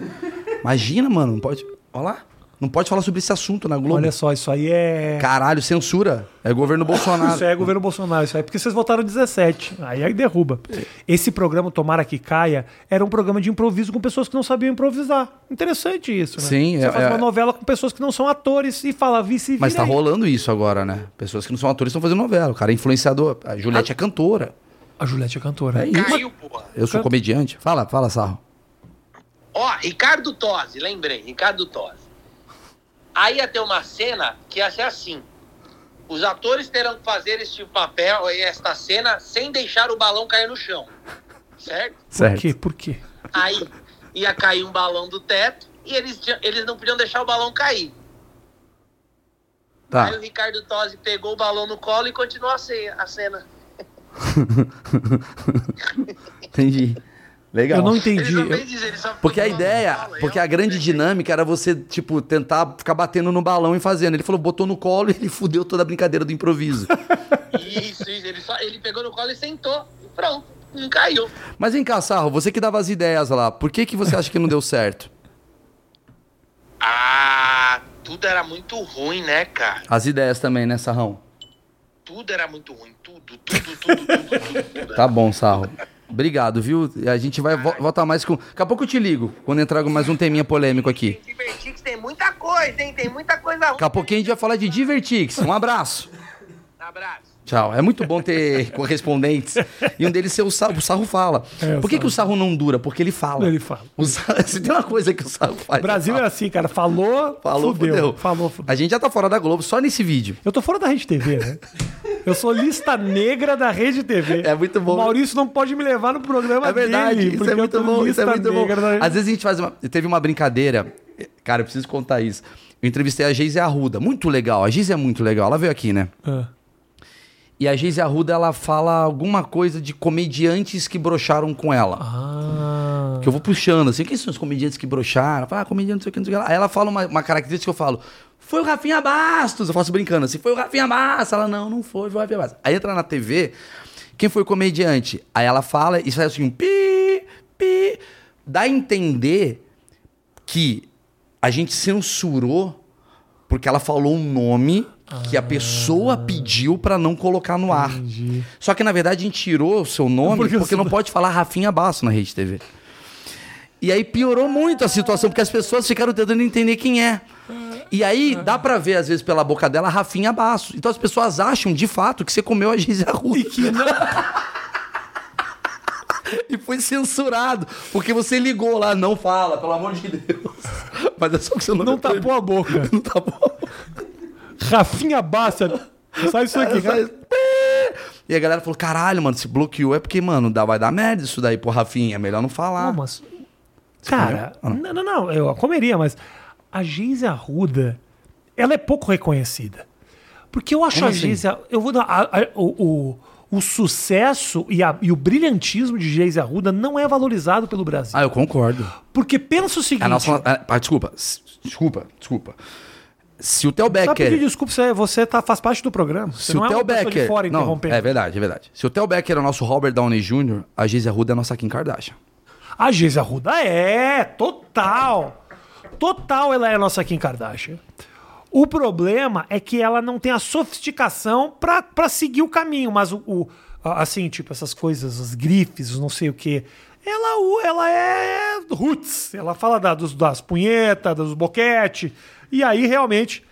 Speaker 2: Imagina, mano, não pode. Olha lá. Não pode falar sobre esse assunto na Globo.
Speaker 1: Olha só, isso aí é...
Speaker 2: Caralho, censura. É governo
Speaker 1: (laughs)
Speaker 2: Bolsonaro.
Speaker 1: Isso aí é governo Bolsonaro, isso aí é porque vocês votaram 17. Aí aí derruba. Esse programa Tomara que Caia era um programa de improviso com pessoas que não sabiam improvisar. Interessante isso, né?
Speaker 2: Sim,
Speaker 1: Você
Speaker 2: é-
Speaker 1: faz
Speaker 2: é-
Speaker 1: uma novela com pessoas que não são atores e fala vice
Speaker 2: Mas tá
Speaker 1: vira aí."
Speaker 2: rolando isso agora, né? Pessoas que não são atores estão fazendo novela. O cara é influenciador. A Juliette é cantora.
Speaker 1: A Juliette é cantora.
Speaker 2: É isso.
Speaker 4: Caiu, porra.
Speaker 2: Eu sou
Speaker 1: Canta.
Speaker 2: comediante. Fala, fala, Sarro.
Speaker 4: Ó, Ricardo Tosi, lembrei, Ricardo Tosi. Aí ia ter uma cena que ia ser assim. Os atores terão que fazer este papel, esta cena, sem deixar o balão cair no chão. Certo?
Speaker 1: Por quê? Por quê?
Speaker 4: Aí ia cair um balão do teto e eles, tinha- eles não podiam deixar o balão cair.
Speaker 2: Tá.
Speaker 4: Aí o Ricardo Tosi pegou o balão no colo e continuou a ce- a cena.
Speaker 2: Entendi. Legal.
Speaker 1: Eu não
Speaker 4: Ele
Speaker 1: entendi.
Speaker 4: não
Speaker 1: Eu-
Speaker 4: fez isso, ele só
Speaker 2: Porque a
Speaker 4: pegou o balão no
Speaker 2: ideia,
Speaker 4: colo,
Speaker 2: porque
Speaker 4: eu-
Speaker 2: a grande dinâmica era você, tipo, tentar ficar batendo no balão e fazendo. Ele falou, botou no colo e ele (laughs) fudeu toda a brincadeira do improviso.
Speaker 4: Isso, isso. Ele, só, ele pegou no colo e sentou. E pronto, não caiu.
Speaker 2: Mas vem cá, Sarro, você que dava as ideias lá, por que, que você acha que não deu certo?
Speaker 4: Ah, tudo era muito ruim, né, cara?
Speaker 2: As ideias também, né, Sarrão?
Speaker 4: Tudo era muito ruim. Tudo, tudo, tudo, tudo, tudo. (laughs) tudo.
Speaker 2: Tá bom, Sarro. Obrigado, viu? A gente vai vo- voltar mais com. Daqui a pouco eu te ligo, quando entrar mais um teminha polêmico aqui.
Speaker 4: Divertix tem muita coisa, hein? Tem muita coisa ruim.
Speaker 2: Daqui a pouquinho a gente vai falar de Divertix. Um abraço.
Speaker 4: Abraço.
Speaker 2: Tchau. É muito
Speaker 1: (laughs)
Speaker 2: bom ter correspondentes. E um deles ser o Sarro. O Sarro fala.
Speaker 1: É, o
Speaker 2: Por que, que o Sarro não dura? Porque ele fala.
Speaker 1: Ele fala.
Speaker 2: O Sarro- (laughs) Se tem uma coisa que o Sarro faz.
Speaker 1: O Brasil é assim, cara. Falou,
Speaker 2: Falou, fudeu.
Speaker 1: Falou, fudeu.
Speaker 2: A gente já tá fora da Globo só nesse vídeo.
Speaker 1: Eu tô fora da Rede TV, né? Eu sou lista negra da Rede TV.
Speaker 2: É muito bom.
Speaker 1: O Maurício não pode me levar no programa
Speaker 2: É verdade,
Speaker 1: dele,
Speaker 2: isso
Speaker 1: porque
Speaker 2: é
Speaker 1: eu
Speaker 2: muito
Speaker 1: tô
Speaker 2: bom, isso é
Speaker 1: lista
Speaker 2: muito bom.
Speaker 1: negra da-
Speaker 2: Às vezes a gente faz uma. Teve uma brincadeira. Cara, eu preciso contar isso. Eu entrevistei a Geise Arruda. Muito legal. A Geise é muito legal. Ela veio aqui, né?
Speaker 1: Ah.
Speaker 2: E a Geise Arruda, ela fala alguma coisa de comediantes que broxaram com ela.
Speaker 1: Ah.
Speaker 2: Que eu vou puxando, assim, quem são os comediantes que broxaram? Ela Fala, ah, comediante, não sei o que, não sei o que lá. Aí ela fala uma, uma característica que eu falo, foi o Rafinha Bastos. Eu faço brincando assim, foi o Rafinha Bastos. Ela, não, não foi, foi o Rafinha Bastos. Aí entra na TV, quem foi o comediante? Aí ela fala e sai assim, um pi, pi. Dá a entender que a gente censurou porque ela falou um nome que a
Speaker 1: Ah.
Speaker 2: pessoa pediu pra não colocar no ar. Só que na verdade a gente tirou o seu nome
Speaker 1: Porque
Speaker 2: porque,
Speaker 1: eu sou-
Speaker 2: não pode falar Rafinha Basso na Rede TV. E aí piorou muito a situação porque as pessoas ficaram tentando entender quem é. E aí dá pra ver às vezes pela boca dela Rafinha Basso. Então as pessoas acham de fato que você comeu a Gisele Arruda.
Speaker 1: E que não...
Speaker 2: (laughs) E foi censurado, porque você ligou lá, não fala, pelo amor de Deus. (laughs) Mas é só que você não
Speaker 1: Não tapou a boca.
Speaker 2: (laughs) Não tapou.
Speaker 1: Rafinha Bassa. Sai isso aqui, cara.
Speaker 2: E a galera falou: caralho, mano, se bloqueou é porque, mano, dá, vai dar merda isso daí pro Rafinha, é melhor não falar.
Speaker 1: Não, mas. Cara,
Speaker 2: Ah.
Speaker 1: não, não, não, eu comeria, mas a Geise Arruda, ela é pouco reconhecida. Porque eu acho
Speaker 2: Como
Speaker 1: a
Speaker 2: assim?
Speaker 1: Geise. Eu vou dar. a- a- o, o, o sucesso e, a- e o brilhantismo de Geise Arruda não é valorizado pelo Brasil.
Speaker 2: Ah, eu concordo.
Speaker 1: Porque pensa o seguinte.
Speaker 2: A nossa. a- ah, desculpa, s- desculpa, desculpa. Se o Theo
Speaker 1: Só pedir
Speaker 2: é Becker.
Speaker 1: desculpa, você, você tá, faz parte do programa. Você
Speaker 2: Se o
Speaker 1: não é
Speaker 2: Theo
Speaker 1: uma pessoa
Speaker 2: Becker.
Speaker 1: de fora
Speaker 2: não,
Speaker 1: interrompendo.
Speaker 2: é verdade, é verdade. Se o Theo Becker é o nosso Robert Downey Jr., a Geise Arruda é a nossa Kim Kardashian.
Speaker 1: Ah, A Geise Arruda é, total. Total ela é a nossa Kim Kardashian. O problema é que ela não tem a sofisticação pra, pra seguir o caminho, mas o, o- a- assim, tipo, essas coisas, os grifes, os não sei o quê. Ela, o- ela é roots. Ela fala da- dos, das punhetas, dos boquete. E aí, realmente,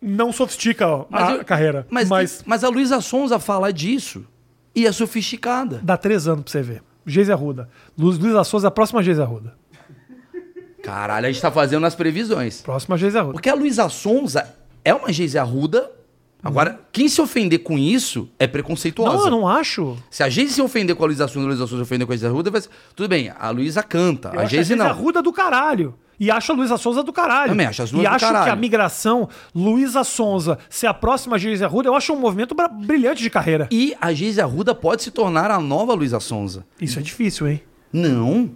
Speaker 1: não sofistica a
Speaker 2: eu-
Speaker 1: carreira.
Speaker 2: Mas,
Speaker 1: mas
Speaker 2: mas... a Luísa Sonza fala disso e é sofisticada.
Speaker 1: dá três anos pra você ver. Geise Arruda. Luiz, Luiz Souza, a próxima Geise Arruda.
Speaker 2: Caralho, a gente tá fazendo as previsões.
Speaker 1: Próxima Geise Arruda.
Speaker 2: Porque a Luísa Sonza é uma Geise Arruda. Agora, quem se ofender com isso é preconceituosa.
Speaker 1: Não, eu não acho.
Speaker 2: Se a Geise se ofender com a Luísa Sonza, a Luísa Sonza se ofender com a Geise Arruda, vai ser... tudo bem, a Luísa canta,
Speaker 1: Eu
Speaker 2: a
Speaker 1: acho
Speaker 2: Geise não.
Speaker 1: Arruda é do caralho. E acho a Luísa Sonza do caralho.
Speaker 2: Também acho as duas
Speaker 1: e
Speaker 2: do
Speaker 1: acho que
Speaker 2: caralho.
Speaker 1: a migração Luísa Sonza ser a próxima Geise Arruda, eu acho um movimento bra- brilhante de carreira.
Speaker 2: E a Geise Arruda pode se tornar a nova Luísa Sonza.
Speaker 1: Isso é difícil, hein?
Speaker 2: Não.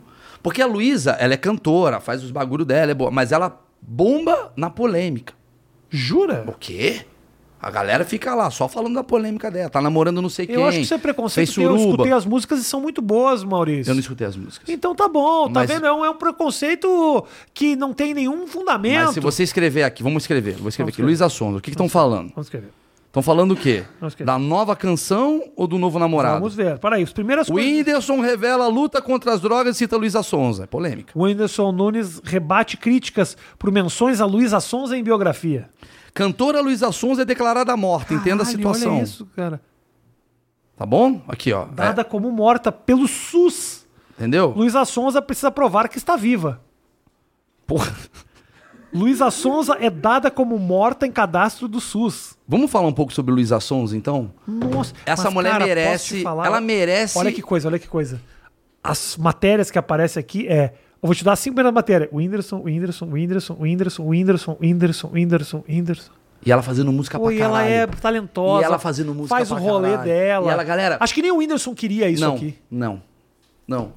Speaker 2: Porque a Luísa, ela é cantora, faz os bagulho dela, é boa, mas ela bomba na polêmica. O
Speaker 1: Jura?
Speaker 2: quê? A galera fica lá só falando da polêmica dela, tá namorando não sei quem.
Speaker 1: Eu acho que isso é preconceito.
Speaker 2: fez
Speaker 1: porque Eu
Speaker 2: suruba.
Speaker 1: escutei as músicas e são muito boas, Maurício.
Speaker 2: Eu não escutei as músicas.
Speaker 1: Então tá bom,
Speaker 2: Mas-
Speaker 1: tá vendo? É um, é um preconceito que não tem nenhum fundamento.
Speaker 2: Mas se você escrever aqui, vamos escrever, vou escrever
Speaker 1: Vamos
Speaker 2: aqui,
Speaker 1: escrever.
Speaker 2: Luísa Sonza, o que estão falando?
Speaker 1: Vamos escrever.
Speaker 2: Estão falando o quê?
Speaker 1: Vamos escrever.
Speaker 2: Da nova canção ou do novo namorado?
Speaker 1: Vamos ver. Peraí, os primeiros.
Speaker 2: O Whindersson revela a luta contra as drogas e cita Luísa Sonza. É polêmica.
Speaker 1: O Whindersson Nunes rebate críticas por menções a Luísa Sonza em biografia.
Speaker 2: Cantora Luísa Sonza é declarada morta, entenda a
Speaker 1: Caralho,
Speaker 2: situação.
Speaker 1: Olha isso, cara.
Speaker 2: Tá bom? Aqui, ó.
Speaker 1: Dada como morta pelo SUS.
Speaker 2: É, entendeu?
Speaker 1: Luísa Sonza precisa provar que está viva.
Speaker 2: Porra.
Speaker 1: Luísa Sonza é dada como morta em cadastro do SUS.
Speaker 2: Vamos falar um pouco sobre Luísa Sonza, então?
Speaker 1: Nossa.
Speaker 2: Essa mulher merece-
Speaker 1: posso te
Speaker 2: ela merece-
Speaker 1: Olha que coisa, olha que coisa. As matérias que aparecem aqui é. Eu vou te dar as cinco primeiras matérias. O Whindersson, o Whindersson, o Whindersson, o Whindersson, o Whindersson, o Whindersson, o Whindersson, o Whindersson.
Speaker 2: E ela fazendo música
Speaker 1: Pô,
Speaker 2: Tá pra
Speaker 1: e
Speaker 2: caralho.
Speaker 1: ela é talentosa.
Speaker 2: E ela fazendo música
Speaker 1: Faz
Speaker 2: pra
Speaker 1: o rolê
Speaker 2: caralho.
Speaker 1: dela.
Speaker 2: E ela, galera-
Speaker 1: Acho que nem o Whindersson queria isso
Speaker 2: não,
Speaker 1: aqui.
Speaker 2: não, não.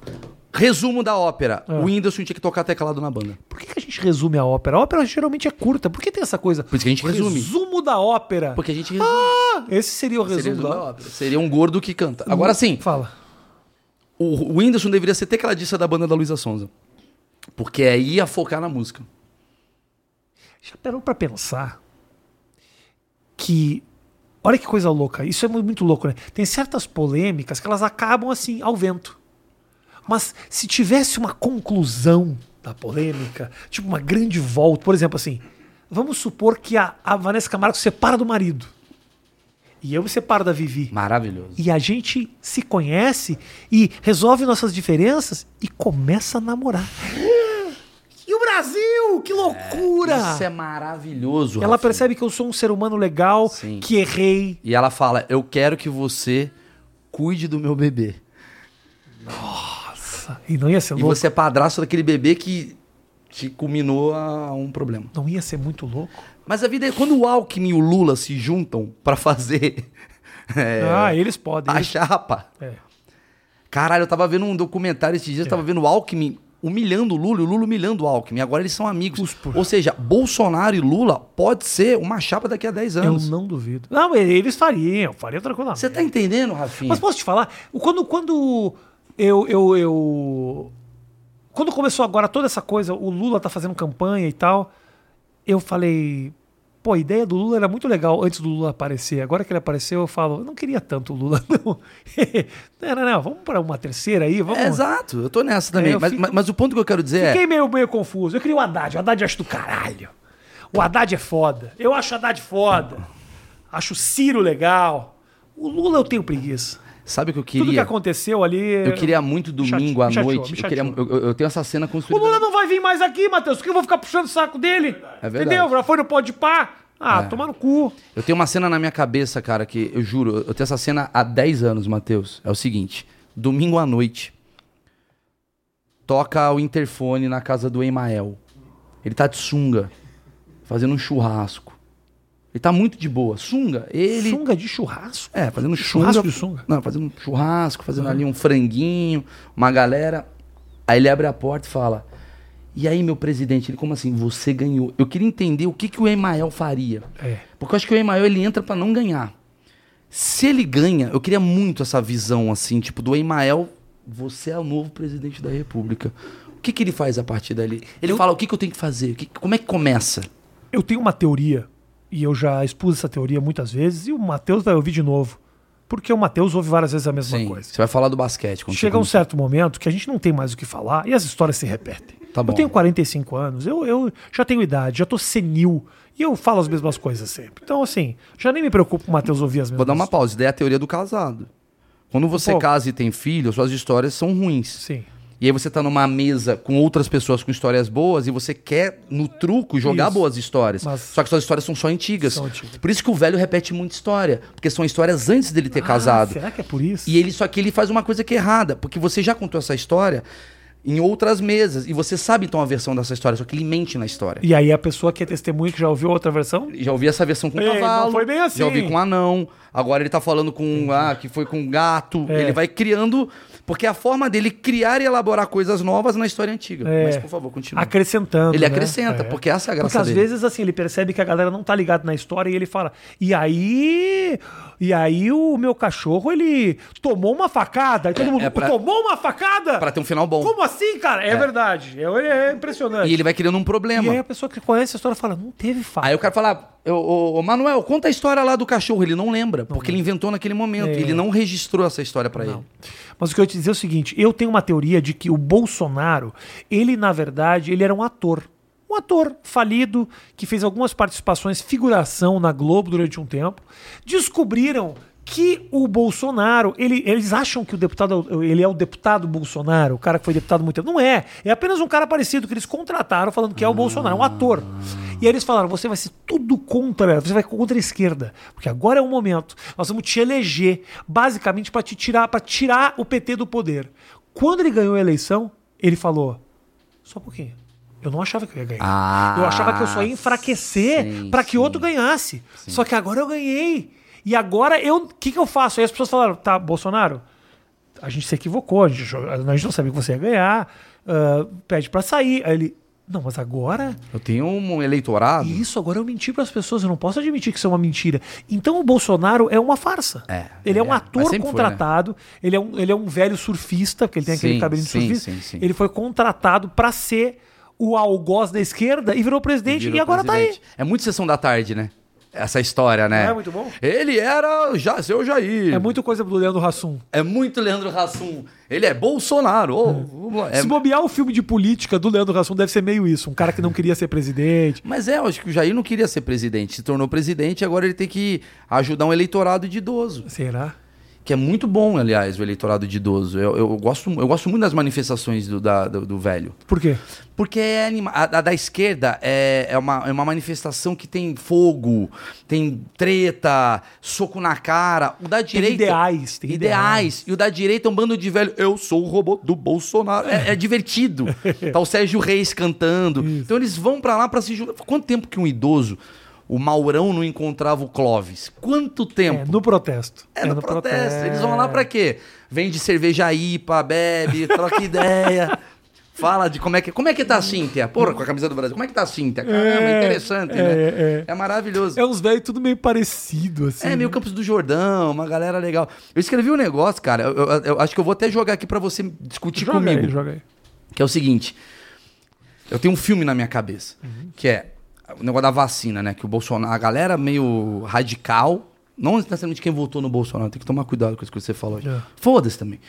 Speaker 2: Resumo da ópera.
Speaker 1: Ah.
Speaker 2: O Whindersson tinha que tocar teclado na banda.
Speaker 1: Por que, que a gente resume a ópera? A ópera geralmente é curta. Por que tem essa coisa? Por
Speaker 2: isso que a gente resume.
Speaker 1: Resumo da ópera.
Speaker 2: Porque a gente resume.
Speaker 1: Ah, esse seria o resumo,
Speaker 2: seria, resumo
Speaker 1: da Hum.
Speaker 2: da ópera. Seria um gordo que canta. Agora sim,
Speaker 1: Fala.
Speaker 2: o o Whindersson deveria ser tecladista da banda da Luísa Sonza. Porque aí ia focar na música.
Speaker 1: Já parou pra pensar que. Olha que coisa louca. Isso é mu- muito louco, né? Tem certas polêmicas que elas acabam assim, ao vento. Mas se tivesse uma conclusão da polêmica, tipo uma grande volta, por exemplo, assim, vamos supor que a, a Vanessa Camargo se separa do marido. E eu me separo da Vivi.
Speaker 2: Maravilhoso.
Speaker 1: e a gente se conhece e resolve nossas diferenças e começa a namorar. E o Brasil Brasil, que loucura!
Speaker 2: Isso é maravilhoso.
Speaker 1: Ela
Speaker 2: Rafinha.
Speaker 1: percebe que eu sou um ser humano legal,
Speaker 2: Sim.
Speaker 1: que errei.
Speaker 2: E ela fala: Eu quero que você cuide do meu bebê.
Speaker 1: E não ia ser
Speaker 2: E
Speaker 1: louco.
Speaker 2: você é padrasto daquele bebê que te culminou a um problema.
Speaker 1: Não ia ser muito louco.
Speaker 2: Mas a vida é quando o Alckmin e o Lula se juntam pra fazer (laughs) é,
Speaker 1: Ah, eles podem.
Speaker 2: a
Speaker 1: Eles...
Speaker 2: chapa.
Speaker 1: É.
Speaker 2: Caralho, eu tava vendo um documentário esses dias, eu tava vendo o Alckmin humilhando o Lula e o Lula humilhando o Alckmin. Agora eles são amigos. Ou seja, Bolsonaro e Lula pode ser uma chapa daqui a 10
Speaker 1: Eu
Speaker 2: anos.
Speaker 1: não duvido. Não, eles fariam, fariam tranquilamente.
Speaker 2: Você tá entendendo, Rafinha?
Speaker 1: Mas posso te falar? O- Quando, quando eu, eu, eu- Quando começou agora toda essa coisa, o Lula tá fazendo campanha e tal, eu falei. Pô, a ideia do Lula era muito legal antes do Lula aparecer. Agora que ele apareceu, eu falo, eu não queria tanto o Lula, (laughs) não. não, não, não, vamos pra uma terceira aí, vamos. É,
Speaker 2: É, exato, eu tô nessa também.
Speaker 1: eu
Speaker 2: mas,
Speaker 1: fico-
Speaker 2: mas- mas o ponto que eu quero dizer
Speaker 1: Fiquei
Speaker 2: é.
Speaker 1: meio, meio confuso. Eu queria o Haddad. O Haddad eu acho do caralho. O Haddad é foda. Eu acho o Haddad foda. Acho o Ciro legal. O Lula eu tenho preguiça.
Speaker 2: Sabe o que eu
Speaker 1: Tudo que
Speaker 2: queria?
Speaker 1: aconteceu ali.
Speaker 2: eu queria muito domingo à
Speaker 1: É, me chateou,
Speaker 2: noite.
Speaker 1: me
Speaker 2: eu, queria,
Speaker 1: chateou.
Speaker 2: eu, eu- eu tenho essa cena
Speaker 1: O
Speaker 2: construída.
Speaker 1: Lula não vai vir mais aqui, Matheus. Por que eu vou ficar puxando o saco dele?
Speaker 2: É verdade. É.
Speaker 1: Entendeu? Já foi no pó de pá. Ah, tomar no cu.
Speaker 2: Eu tenho uma cena na minha cabeça, cara, que eu juro, eu tenho essa cena há 10 anos, Matheus. É o seguinte: domingo à noite, toca o interfone na casa do Emael. Ele tá de sunga, fazendo um churrasco. Ele tá muito de boa. Sunga, ele.
Speaker 1: Sunga de churrasco?
Speaker 2: É, fazendo
Speaker 1: Churrasco
Speaker 2: sunga-
Speaker 1: de sunga? Uhum.
Speaker 2: Não, fazendo um churrasco, fazendo ali um franguinho, uma galera. Aí ele abre a porta e fala: E aí, meu presidente? Ele, como assim? Você ganhou. Eu queria entender o que, que o Emael faria.
Speaker 1: É.
Speaker 2: Porque eu acho que o Emael ele entra pra não ganhar. Se ele ganha, eu queria muito essa visão, assim, tipo, do Emael, você é o novo presidente da República. O que, que ele faz a partir dali? Ele fala o que, que eu tenho que fazer? O que- como é que começa?
Speaker 1: Eu tenho uma teoria, e eu já expus essa teoria muitas vezes, e o Matheus vai ouvir de novo. Porque o Matheus ouve várias vezes a mesma coisa.
Speaker 2: Você vai falar do basquete. quando
Speaker 1: Chega um
Speaker 2: você
Speaker 1: certo momento que a gente não tem mais o que falar e as histórias se repetem.
Speaker 2: Tá bom.
Speaker 1: Eu tenho 45 anos, eu, eu já tenho idade, já tô senil e eu falo as mesmas coisas sempre. Então, assim, já nem me preocupo com o Matheus ouvir as mesmas
Speaker 2: Vou dar uma pausa. Daí é a teoria do casado. Quando você
Speaker 1: Pô.
Speaker 2: casa e tem filho, suas histórias são ruins.
Speaker 1: Sim.
Speaker 2: E aí você tá numa mesa com outras pessoas com histórias boas e você quer, no truco, jogar
Speaker 1: Isso.
Speaker 2: boas histórias.
Speaker 1: Mas-
Speaker 2: Só que suas histórias são só antigas.
Speaker 1: São antigas.
Speaker 2: Por isso que o velho repete muita história. Porque são histórias antes dele ter casado.
Speaker 1: Ah, será que é por isso?
Speaker 2: E ele só que ele faz uma coisa que é errada, porque você já contou essa história em outras mesas e você sabe então a versão dessa história, só que ele mente na história.
Speaker 1: E aí a pessoa que é testemunha que já ouviu a outra versão?
Speaker 2: Já ouvi essa versão com
Speaker 1: Ei, não
Speaker 2: cavalo.
Speaker 1: foi bem assim.
Speaker 2: Já ouvi com anão. Agora ele tá falando com ah, que foi com gato. Ele vai criando porque é a forma dele criar e elaborar coisas novas na história antiga.
Speaker 1: É.
Speaker 2: Mas por favor, continua.
Speaker 1: Acrescentando.
Speaker 2: Ele
Speaker 1: né?
Speaker 2: acrescenta,
Speaker 1: É.
Speaker 2: porque essa é a graça
Speaker 1: Porque às
Speaker 2: dele.
Speaker 1: vezes, assim, ele percebe que a galera não tá ligada na história e ele fala. E aí. E aí o meu cachorro, ele tomou uma facada. E todo mundo.
Speaker 2: é pra-
Speaker 1: tomou uma facada?
Speaker 2: Pra ter um final bom.
Speaker 1: Como assim, cara? É, verdade. É, é impressionante.
Speaker 2: E ele vai criando um
Speaker 1: E é,
Speaker 2: problema.
Speaker 1: aí a pessoa que conhece a história fala, não teve fato.
Speaker 2: Aí o cara fala, ô, ô, ô, Manuel, conta a história lá do cachorro. Ele não lembra, porque ele inventou naquele momento.
Speaker 1: É.
Speaker 2: Ele não registrou essa história pra ele.
Speaker 1: Mas o que eu ia te dizer é o seguinte, eu tenho uma teoria de que o Bolsonaro, ele na verdade, ele era um ator. Um ator falido que fez algumas participações, figuração na Globo durante um tempo. Descobriram que o Bolsonaro, ele- eles acham que o deputado, é o- ele é o deputado Bolsonaro, o cara que foi deputado há muito tempo. Não é, é apenas um cara parecido que eles contrataram falando que é o Bolsonaro, é um ator. E aí eles falaram, você vai ser tudo contra, você vai contra a esquerda, porque agora é o momento. Nós vamos te eleger basicamente para te tirar, para tirar o PT do poder. Quando ele ganhou a eleição, ele falou: "Só um pouquinho. Eu não achava que eu ia ganhar.
Speaker 2: Ah,
Speaker 1: eu achava que eu só ia enfraquecer
Speaker 2: sim,
Speaker 1: para que
Speaker 2: sim.
Speaker 1: outro ganhasse. Só que agora eu ganhei. E agora eu, o que que eu faço? Aí as pessoas falaram: "Tá, Bolsonaro, a gente se equivocou, a gente, jogou- a gente não sabia que você ia ganhar, ah, pede pra sair. Aí ele, não, mas agora?
Speaker 2: Eu tenho um eleitorado.
Speaker 1: E isso, agora eu menti pras pessoas, eu não posso admitir que isso é uma mentira. Então o Bolsonaro é uma farsa.
Speaker 2: É,
Speaker 1: ele é, um
Speaker 2: é. Mas
Speaker 1: ator
Speaker 2: sempre foi,
Speaker 1: contratado, ele, é um, ele é um velho surfista, porque ele tem aquele
Speaker 2: Sim,
Speaker 1: cabelinho de
Speaker 2: sim,
Speaker 1: surfista.
Speaker 2: sim, sim.
Speaker 1: Ele foi contratado pra ser o algoz da esquerda e virou presidente e agora tá aí.
Speaker 2: É muito sessão da tarde, né? Essa história, né?
Speaker 1: Não é muito bom?
Speaker 2: Ele era o ja, seu Jair.
Speaker 1: É muito coisa do Leandro Hassum.
Speaker 2: É muito Leandro Hassum. Ele é Bolsonaro. Ô, vamos lá. É-
Speaker 1: Se bobear o filme de política do Leandro Hassum deve ser meio isso, um cara que não queria ser presidente.
Speaker 2: Mas é, eu acho que o Jair não queria ser presidente. Se tornou presidente, agora ele tem que ajudar um eleitorado de idoso.
Speaker 1: Será?
Speaker 2: que é muito bom, aliás, o eleitorado de idoso. Eu, eu gosto, eu gosto muito das manifestações do, da- do- do velho.
Speaker 1: Por quê?
Speaker 2: Porque é anima- a, a da esquerda é, é, uma, é uma manifestação que tem fogo, tem treta, soco na cara. O da direita.
Speaker 1: ideais, tem
Speaker 2: ideais. E o da direita é um bando de velho. Eu sou o robô do Bolsonaro. É,
Speaker 1: (laughs)
Speaker 2: é divertido. tá o Sérgio Reis cantando. Então eles vão pra lá pra se juntar. Quanto tempo que um idoso, o Maurão, não encontrava o Clóvis? Quanto tempo?
Speaker 1: É, no protesto.
Speaker 2: É, no, protesto. Eles vão lá pra quê? Vende cerveja IPA, bebe, troca ideia. Fala de como é que. Como é que tá a Cíntia? Porra, com a camisa do Brasil. Como é que tá a Cíntia? Caramba,
Speaker 1: É,
Speaker 2: interessante,
Speaker 1: é,
Speaker 2: né?
Speaker 1: é.
Speaker 2: É, maravilhoso.
Speaker 1: É uns velhos tudo meio parecido, assim.
Speaker 2: É, meio Campos do Jordão, uma galera legal. Eu escrevi um negócio, cara. Eu, eu- eu acho que eu vou até jogar aqui pra você discutir
Speaker 1: Joga
Speaker 2: comigo.
Speaker 1: aí, joga aí.
Speaker 2: Que é o seguinte. Eu tenho um filme na minha cabeça, que é o negócio da vacina, né? Que o Bolsonaro, a galera meio radical, não necessariamente quem votou no Bolsonaro, tem que tomar cuidado com isso que você falou. aí.
Speaker 1: É.
Speaker 2: Foda-se também.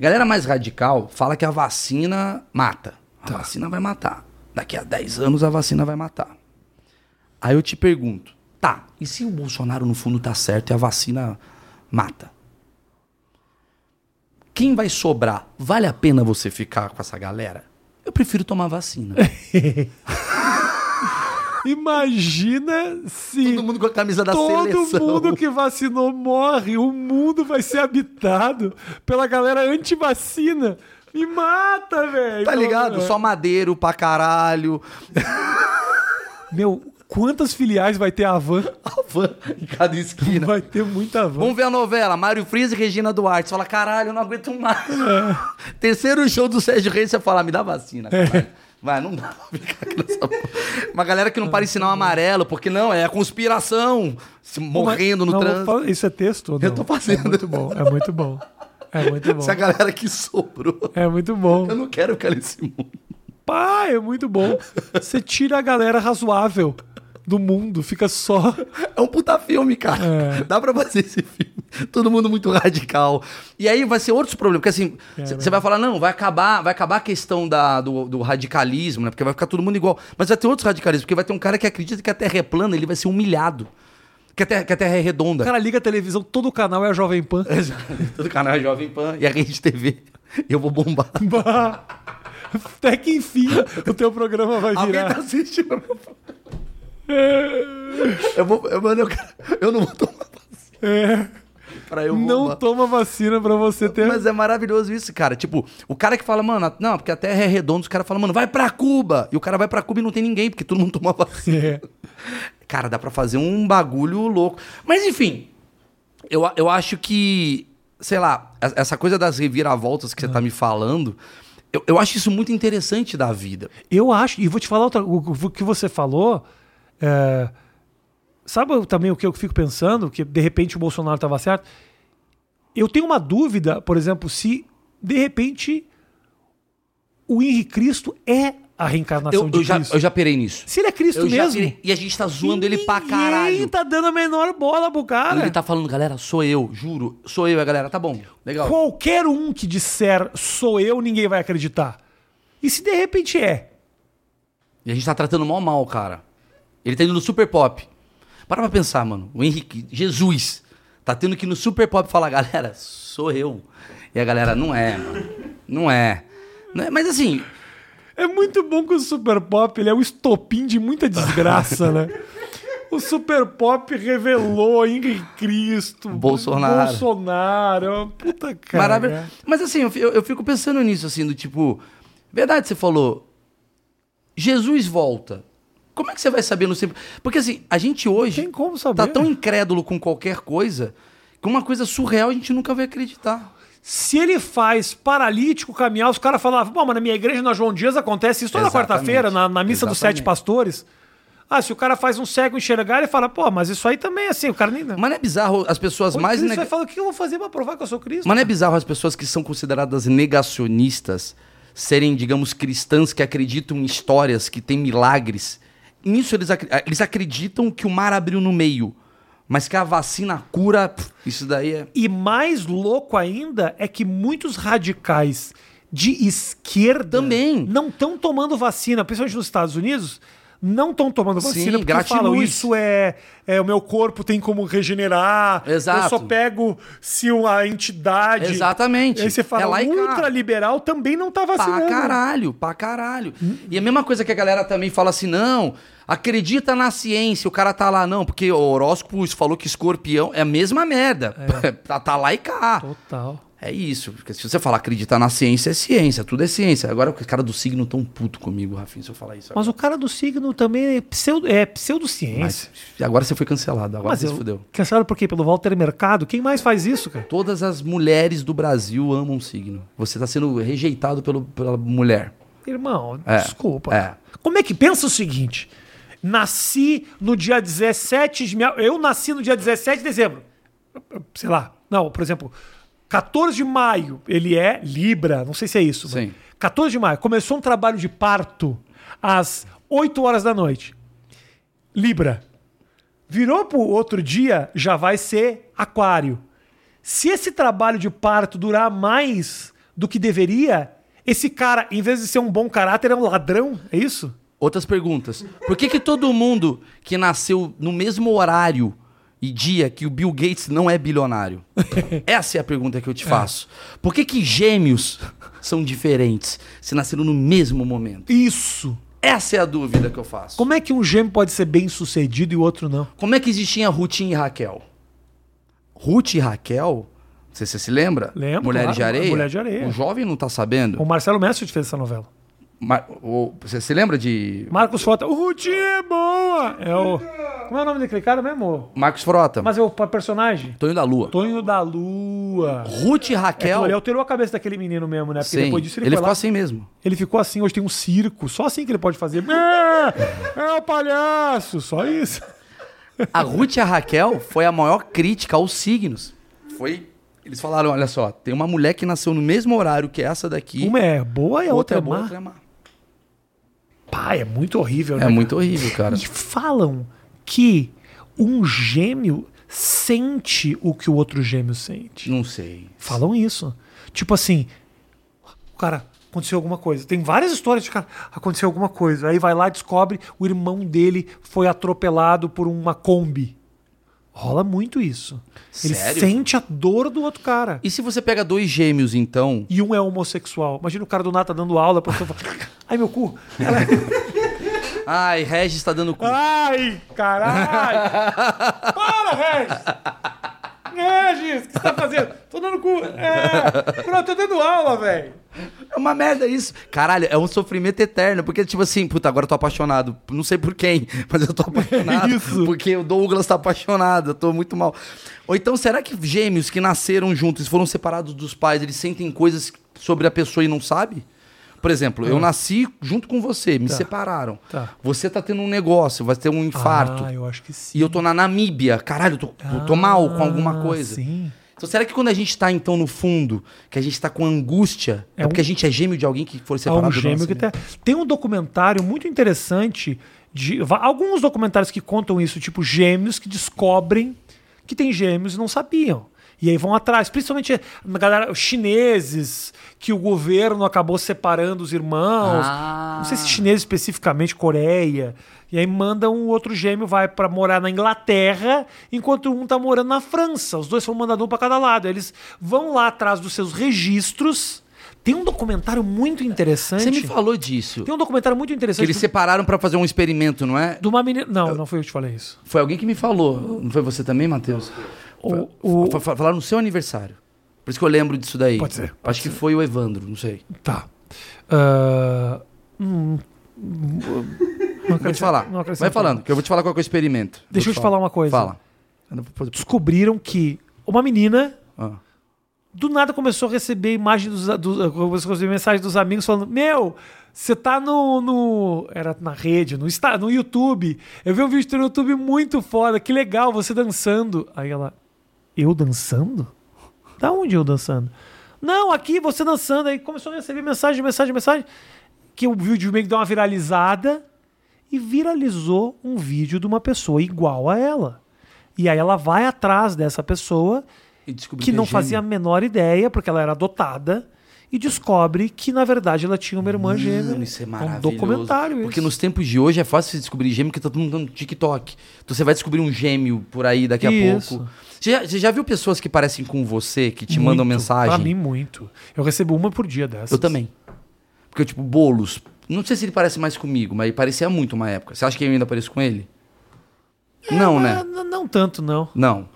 Speaker 2: A galera mais radical fala que a vacina mata. A vacina vai matar. Daqui a 10 anos a vacina vai matar. Aí eu te pergunto, tá, e se o Bolsonaro no fundo tá certo e a vacina mata? Quem vai sobrar? Vale a pena você ficar com essa galera? Eu prefiro tomar vacina.
Speaker 1: Imagina se
Speaker 2: Todo mundo com a camisa da
Speaker 1: todo
Speaker 2: seleção.
Speaker 1: mundo que vacinou morre, o mundo vai ser habitado pela galera anti-vacina. Me mata, velho.
Speaker 2: Tá
Speaker 1: né?
Speaker 2: ligado? Só madeiro pra caralho.
Speaker 1: Meu, quantas filiais vai ter a Van?
Speaker 2: Van em cada esquina.
Speaker 1: Vai ter muita Van.
Speaker 2: Vamos ver a novela. Mário Frias e Regina Duarte. Você fala, caralho, eu não aguento mais. (laughs) Terceiro show do Sérgio Reis, você fala, "Ah, me dá vacina.
Speaker 1: É.
Speaker 2: caralho. Vai, não dá pra ficar aqui nessa porra. Uma galera que não para em sinal amarelo, porque não, é a conspiração. Se morrendo no
Speaker 1: Não, vou
Speaker 2: trânsito.
Speaker 1: falar- Isso é texto? ou
Speaker 2: Eu
Speaker 1: não?
Speaker 2: tô fazendo.
Speaker 1: É muito bom, é muito bom. É muito bom.
Speaker 2: Essa galera que sobrou.
Speaker 1: É muito bom.
Speaker 2: Eu não quero ficar nesse mundo.
Speaker 1: Pá, é muito
Speaker 2: (laughs)
Speaker 1: bom. Você tira a galera razoável do mundo, fica
Speaker 2: (laughs)
Speaker 1: só.
Speaker 2: É um puta filme, cara.
Speaker 1: É.
Speaker 2: (laughs) Dá pra fazer esse filme. Todo mundo muito radical. E aí vai ser outros problemas. Porque assim,
Speaker 1: É,
Speaker 2: você vai falar, não, vai acabar, vai acabar a questão da, do, do radicalismo, né? Porque vai ficar todo mundo igual. Mas vai ter outros radicalismos, porque vai ter um cara que acredita que a Terra é plana, ele vai ser humilhado. Que a Terra, que a terra é redonda.
Speaker 1: O cara liga a televisão, todo o canal é a Jovem Pan.
Speaker 2: (laughs) Todo canal é Jovem Pan e a Rede TV. Eu vou bombar.
Speaker 1: Bah. (laughs) Até que enfim o teu programa vai
Speaker 2: Alguém tá
Speaker 1: virar.
Speaker 2: assistindo meu programa. Eu vou. Eu, mano, eu, quero- eu não vou tomar
Speaker 1: É.
Speaker 2: pra eu
Speaker 1: Não
Speaker 2: bombar.
Speaker 1: toma vacina pra você ter.
Speaker 2: Mas é maravilhoso isso, cara. Tipo, o cara que fala, mano, a- não, porque a terra é redonda, os caras falam, mano, vai pra Cuba. E o cara vai pra Cuba e não tem ninguém, porque todo mundo toma
Speaker 1: É.
Speaker 2: vacina. (laughs) Cara, dá pra fazer um bagulho louco. Mas enfim, eu, a- eu acho que, sei lá, a- essa coisa das reviravoltas que você tá me falando, eu, eu acho isso muito interessante da vida.
Speaker 1: Eu acho, e vou te falar outra, o, o que você falou. é, sabe também o que eu fico pensando? Que de repente o Bolsonaro estava certo. Eu tenho uma dúvida, por exemplo, se de repente o Henrique Cristo é a reencarnação
Speaker 2: Eu,
Speaker 1: de
Speaker 2: eu, já,
Speaker 1: Cristo.
Speaker 2: eu já pirei nisso.
Speaker 1: Se ele é Cristo
Speaker 2: Eu já
Speaker 1: mesmo.
Speaker 2: pirei. e a gente tá zoando ele pra
Speaker 1: ninguém
Speaker 2: caralho.
Speaker 1: tá dando a menor bola pro cara.
Speaker 2: Ele tá falando, galera, sou eu, juro, sou eu, a galera, tá bom, legal.
Speaker 1: Qualquer um que disser sou eu, ninguém vai acreditar. E se de repente é?
Speaker 2: E a gente tá tratando mal mal, cara. Ele tá indo no Super Pop. Para pra pensar, mano. O Henrique, Jesus, tá tendo que ir no Super Pop falar, galera, sou eu. E a galera, não é, mano. Não é. Não é. Mas assim,
Speaker 1: É muito bom que o Super Pop ele é o estopim de muita desgraça, né? O Super Pop revelou Henrique Cristo,
Speaker 2: Bolsonaro.
Speaker 1: Bolsonaro, é uma puta cara. né?
Speaker 2: maravilhoso. Mas assim, eu fi- eu, eu fico pensando nisso, assim, do tipo. Verdade, você falou. Jesus volta. Como é que você vai saber no sempre? Porque assim, a gente hoje
Speaker 1: Tem como saber.
Speaker 2: tá tão incrédulo com qualquer coisa que uma coisa surreal a gente nunca vai acreditar.
Speaker 1: Se ele faz paralítico caminhar, os caras falavam, pô, mas na minha igreja, na João Dias, acontece isso toda
Speaker 2: Exatamente.
Speaker 1: quarta-feira, na, na missa dos
Speaker 2: Exatamente.
Speaker 1: sete pastores. Ah, se o cara faz um cego enxergar, ele fala, pô, mas isso aí também é assim, o cara nem...
Speaker 2: Mas não é bizarro as pessoas
Speaker 1: Pô,
Speaker 2: mais.
Speaker 1: Cristo
Speaker 2: nega-
Speaker 1: vai falar, o que eu vou fazer pra provar que eu sou Cristo?
Speaker 2: Mas não é bizarro as pessoas que são consideradas negacionistas serem, digamos, cristãs que acreditam em histórias, que têm milagres. Nisso eles, acre- ah, eles acreditam que o mar abriu no meio, mas que a vacina cura. pff, Isso daí é.
Speaker 1: E mais louco ainda é que muitos radicais de esquerda
Speaker 2: Também.
Speaker 1: não estão tomando vacina, principalmente nos Estados Unidos. não estão tomando
Speaker 2: Sim,
Speaker 1: vacina porque
Speaker 2: gratiluz.
Speaker 1: falam isso é, é o meu corpo tem como regenerar. Eu
Speaker 2: Exato.
Speaker 1: só pego se a entidade.
Speaker 2: Exatamente.
Speaker 1: Aí você fala,
Speaker 2: É lá e cá.
Speaker 1: o ultraliberal também não tá vacinando.
Speaker 2: Pra caralho, pra caralho. E a mesma coisa que a galera também fala assim, não, acredita na ciência, o cara tá lá, não, porque o horóscopo falou que escorpião é a mesma merda. (laughs) tá, tá lá e cá.
Speaker 1: Total.
Speaker 2: É isso. Porque se você falar acreditar na ciência, é ciência, tudo é ciência. Agora o cara do signo tão puto comigo, Rafinha, se eu falar isso.
Speaker 1: Mas
Speaker 2: agora.
Speaker 1: o cara do signo também é, pseudo, é
Speaker 2: Mas
Speaker 1: pseudociência.
Speaker 2: agora você foi cancelado, agora
Speaker 1: Mas
Speaker 2: você
Speaker 1: eu.
Speaker 2: se fudeu.
Speaker 1: Cancelaram por quê? Pelo Walter Mercado? Quem mais faz isso, cara?
Speaker 2: Todas as mulheres do Brasil amam o signo. Você tá sendo rejeitado pelo, pela mulher.
Speaker 1: Irmão,
Speaker 2: É,
Speaker 1: desculpa.
Speaker 2: é.
Speaker 1: Como é que pensa o seguinte? Nasci no dia 17 de... mea- Eu nasci no dia 17 de dezembro. Sei lá. Não, por exemplo, 14 de maio, ele é Libra. Não sei se é isso. mas
Speaker 2: Sim.
Speaker 1: 14 de maio, começou um trabalho de parto às 8 horas da noite. Libra. Virou pro outro dia, já vai ser aquário. Se esse trabalho de parto durar mais do que deveria, esse cara, em vez de ser um bom caráter, é um ladrão? É isso?
Speaker 2: Outras perguntas. Por que, que todo mundo que nasceu no mesmo horário e dia que o Bill Gates não
Speaker 1: (laughs)
Speaker 2: é bilionário? Essa é a pergunta que eu te faço. Por que, que gêmeos (laughs) são diferentes se nasceram no mesmo momento?
Speaker 1: Isso!
Speaker 2: Essa é a dúvida que eu faço. Como,
Speaker 1: Como é que um gêmeo pode ser bem sucedido e o outro não?
Speaker 2: é que existia Ruth e Raquel? Ruth e Raquel, não sei se você se lembra?
Speaker 1: Lembro,
Speaker 2: Mulheres
Speaker 1: claro,
Speaker 2: de Areia?
Speaker 1: Mulher de Areia. Um-
Speaker 2: O jovem não tá sabendo.
Speaker 1: O Marcelo Mestre fez essa novela.
Speaker 2: Mar- o- Você se lembra de
Speaker 1: Marcos Frota. O Rutinho é boa! É o. Como é o nome daquele cara mesmo?
Speaker 2: Marcos Frota?
Speaker 1: Mas é o personagem?
Speaker 2: Tonho da Lua.
Speaker 1: Tonho da Lua.
Speaker 2: Ruth e Raquel.
Speaker 1: É, Aquilo ali alterou a cabeça daquele menino mesmo, né? Porque
Speaker 2: É Sim.
Speaker 1: depois disso ele,
Speaker 2: ele
Speaker 1: foi
Speaker 2: ficou
Speaker 1: lá,
Speaker 2: assim mesmo.
Speaker 1: Ele ficou assim, hoje tem um circo. Só assim que ele pode fazer. (laughs) É, é o palhaço, só isso.
Speaker 2: A Ruth e a Raquel foi a maior crítica aos signos. Foi. Eles falaram: olha só, tem uma mulher que nasceu no mesmo horário que essa daqui.
Speaker 1: Uma é boa e a outra, é má.
Speaker 2: outra é má.
Speaker 1: Pá, é muito horrível, né?
Speaker 2: É muito horrível, cara.
Speaker 1: E falam que um gêmeo sente o que o outro gêmeo sente.
Speaker 2: Não sei.
Speaker 1: Falam isso. Tipo assim, o cara, aconteceu alguma coisa. Tem várias histórias de cara, aconteceu alguma coisa. Aí vai lá, descobre, o irmão dele foi atropelado por uma Kombi. Rola muito isso. Ele
Speaker 2: Sério?
Speaker 1: sente a dor do outro cara.
Speaker 2: E se você pega dois gêmeos, então.
Speaker 1: E um é homossexual. Imagina o cara do nada tá dando aula, a professora fala, ai meu cu. Ela-
Speaker 2: Ai, Regis tá dando cu.
Speaker 1: Ai, caralho! Para, Regis! Regis, o que você tá fazendo? Tô dando cu. É, pronto, tô dando aula, velho.
Speaker 2: É uma merda isso. Caralho, é um sofrimento eterno. Porque, tipo assim, puta, agora eu tô apaixonado. Não sei por quem, (laughs) mas eu tô apaixonado.
Speaker 1: Isso.
Speaker 2: Porque o Douglas tá apaixonado. Eu tô muito mal. Ou então, será que gêmeos que nasceram juntos e foram separados dos pais, eles sentem coisas sobre a pessoa e não sabe? Por exemplo, eu nasci junto com você, me separaram.
Speaker 1: Hum. Tá.
Speaker 2: Você tá tendo um negócio, vai ter um infarto.
Speaker 1: Ah, eu acho que sim.
Speaker 2: E eu tô na Namíbia. Caralho, eu tô, eu Tipo, tô mal com alguma
Speaker 1: Ah,
Speaker 2: coisa.
Speaker 1: Sim.
Speaker 2: Então, será que quando a gente tá, então, no fundo, que a gente tá com angústia, é,
Speaker 1: É um-
Speaker 2: porque a gente é gêmeo de alguém que for
Speaker 1: Há
Speaker 2: separado
Speaker 1: um
Speaker 2: do né?
Speaker 1: gêmeo que
Speaker 2: nascimento?
Speaker 1: tem. Tem um documentário muito interessante de. va- Alguns documentários que contam isso, tipo gêmeos que descobrem que tem gêmeos e não sabiam. E aí vão atrás, principalmente a galera, os chineses, que o governo acabou separando os irmãos.
Speaker 2: Ah.
Speaker 1: Não sei se chineses especificamente, Coreia. E aí mandam o outro gêmeo, vai pra morar na Inglaterra, enquanto um tá morando na França. Os dois foram mandados um pra cada lado. Aí Eles vão lá atrás dos seus registros. Tem um documentário muito interessante.
Speaker 2: Você me falou disso.
Speaker 1: Tem um documentário muito
Speaker 2: Que
Speaker 1: interessante
Speaker 2: eles separaram pra fazer um experimento, não é?
Speaker 1: de uma menina. Não, não foi eu que te falei isso.
Speaker 2: Foi alguém que me falou. Não foi você também, Matheus?
Speaker 1: O- o-
Speaker 2: Foi- foi- Falaram no seu aniversário. Por isso que eu lembro disso daí.
Speaker 1: Pode ser,
Speaker 2: Acho que foi o Evandro, não sei.
Speaker 1: Tá. Ah,
Speaker 2: Vou te falar.
Speaker 1: não acrescenta.
Speaker 2: Vai falando, que eu vou te falar qual que é o experimento.
Speaker 1: Deixa
Speaker 2: Vou
Speaker 1: eu te falar uma coisa.
Speaker 2: Fala. Eu não vou fazer-
Speaker 1: descobriram que uma menina
Speaker 2: Ah.
Speaker 1: do nada começou a receber imagem dos, dos- começou a receber mensagem dos amigos falando: Meu, você tá no, no- Era na rede, no, Insta- no YouTube. Eu vi um vídeo teu no YouTube muito foda, que legal, você dançando. Aí ela, eu dançando? Da onde eu dançando? Não, aqui você dançando. Aí começou a receber mensagem, mensagem, mensagem. Que o vídeo meio que deu uma viralizada e viralizou um vídeo de uma pessoa igual a ela. E aí ela vai atrás dessa pessoa
Speaker 2: E descobri
Speaker 1: que não
Speaker 2: é gêmeo.
Speaker 1: fazia a menor ideia, porque ela era adotada. e descobre que, na verdade, ela tinha uma irmã gêmea.
Speaker 2: Mano, isso é
Speaker 1: um
Speaker 2: maravilhoso.
Speaker 1: documentário.
Speaker 2: Porque
Speaker 1: isso.
Speaker 2: nos tempos de hoje é fácil você descobrir gêmeo porque tá todo mundo no TikTok. Então você vai descobrir um gêmeo por aí daqui a
Speaker 1: Isso.
Speaker 2: pouco. Você já, você já viu pessoas que parecem com você, que te
Speaker 1: Muito.
Speaker 2: mandam mensagem?
Speaker 1: Pra mim, muito. Eu recebo uma por dia dessas.
Speaker 2: Eu também. Porque, tipo, bolos. Não sei se ele parece mais comigo, mas ele parecia muito uma época. Você acha que eu ainda pareço com ele? não,
Speaker 1: Ah,
Speaker 2: né?
Speaker 1: n- não tanto, não.
Speaker 2: Não.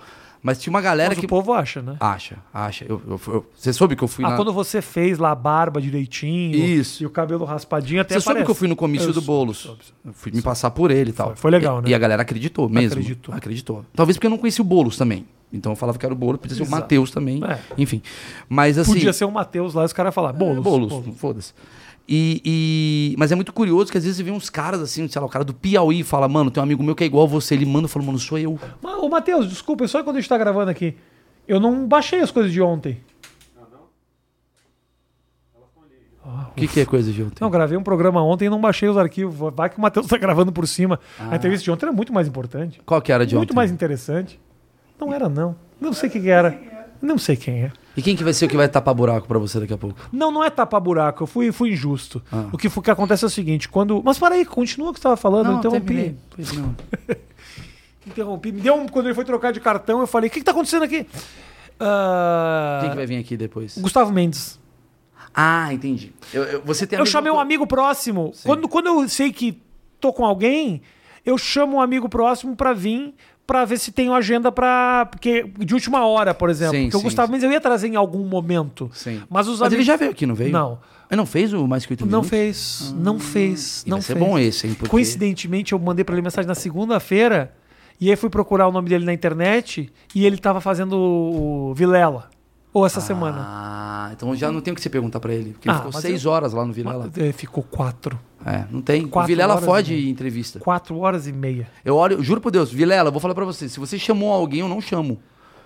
Speaker 2: Mas tinha uma galera
Speaker 1: Mas
Speaker 2: que.
Speaker 1: o povo acha, né?
Speaker 2: Acha, acha. Eu, eu- eu- Você soube que eu fui
Speaker 1: Ah,
Speaker 2: na.
Speaker 1: quando você fez lá a barba direitinho
Speaker 2: Isso.
Speaker 1: e o cabelo raspadinho até
Speaker 2: Você soube
Speaker 1: parece.
Speaker 2: que eu fui no comício
Speaker 1: Eu
Speaker 2: do
Speaker 1: soube,
Speaker 2: Boulos.
Speaker 1: soube, soube.
Speaker 2: Eu fui me passar por ele e tal.
Speaker 1: Foi- foi legal,
Speaker 2: e,
Speaker 1: né?
Speaker 2: E a galera acreditou mesmo.
Speaker 1: Acreditou.
Speaker 2: Acreditou. Talvez porque eu não conhecia o Boulos também. Então eu falava que era o Boulos, podia ser o
Speaker 1: Exato.
Speaker 2: Matheus também.
Speaker 1: É.
Speaker 2: Enfim. Mas assim.
Speaker 1: Podia ser o Matheus lá e os caras
Speaker 2: É,
Speaker 1: falar Boulos.
Speaker 2: Boulos,
Speaker 1: Boulos.
Speaker 2: foda-se. E, e- Mas é muito curioso que às vezes você vê uns caras assim, sei lá, o cara do Piauí fala, mano, tem um amigo meu que é igual a você. Ele manda e fala, mano, sou eu.
Speaker 1: Mas, ô, Matheus, desculpa, é só quando a gente tá gravando aqui. Eu não baixei as coisas de ontem.
Speaker 2: O que, que é coisa de ontem?
Speaker 1: Não, gravei um programa ontem e não baixei os arquivos. Vai que o Matheus tá gravando por cima. A entrevista de ontem era muito mais importante.
Speaker 2: Qual que era Ah. de
Speaker 1: muito
Speaker 2: ontem?
Speaker 1: mais interessante. Não era, não. Não sei o que que era. Não sei quem é.
Speaker 2: E quem que vai ser o que vai tapar buraco pra você daqui a pouco?
Speaker 1: Não, não é tapar buraco. Eu fui, fui injusto.
Speaker 2: Ah.
Speaker 1: O, que, o que acontece é o seguinte: quando. Mas para aí, continua o que você estava falando. então eu interrompi.
Speaker 2: terminei. Pois não.
Speaker 1: Interrompi. Me deu um. Quando ele foi trocar de cartão, eu falei: o que está acontecendo aqui? Ah,
Speaker 2: Quem que vai vir aqui depois?
Speaker 1: Gustavo Mendes.
Speaker 2: Ah, entendi. Eu, eu- você tem a
Speaker 1: Eu
Speaker 2: mesma
Speaker 1: chamei um
Speaker 2: coisa.
Speaker 1: amigo próximo. Quando, quando eu sei que tô com alguém, eu chamo um amigo próximo pra vir pra ver se tenho agenda pra. Porque de última hora, por exemplo.
Speaker 2: Sim,
Speaker 1: porque o
Speaker 2: sim,
Speaker 1: Gustavo
Speaker 2: sim.
Speaker 1: Mendes eu ia trazer em algum momento.
Speaker 2: Sim.
Speaker 1: Mas os
Speaker 2: Mas ele
Speaker 1: amigos-
Speaker 2: já veio aqui, não veio?
Speaker 1: Não.
Speaker 2: Ele não fez o mais que oito
Speaker 1: Não
Speaker 2: minutos?
Speaker 1: fez, não fez,
Speaker 2: E
Speaker 1: não
Speaker 2: vai ser
Speaker 1: fez.
Speaker 2: bom esse, hein, porque-
Speaker 1: Coincidentemente, eu mandei pra ele mensagem na segunda-feira e aí fui procurar o nome dele na internet e ele tava fazendo o Vilela. Ou essa semana.
Speaker 2: Ah, então já não tem o que você perguntar pra ele. Porque
Speaker 1: Ah,
Speaker 2: ele ficou
Speaker 1: mas
Speaker 2: seis
Speaker 1: eu-
Speaker 2: horas lá no Vilela.
Speaker 1: Mas, eh, Ficou quatro.
Speaker 2: É, não tem. O
Speaker 1: Quatro
Speaker 2: Vilela
Speaker 1: horas,
Speaker 2: fode
Speaker 1: né?
Speaker 2: em entrevista.
Speaker 1: Quatro horas e meia.
Speaker 2: Eu olho, juro por Deus, Vilela, eu vou falar pra você. Se você chamou alguém, eu não chamo.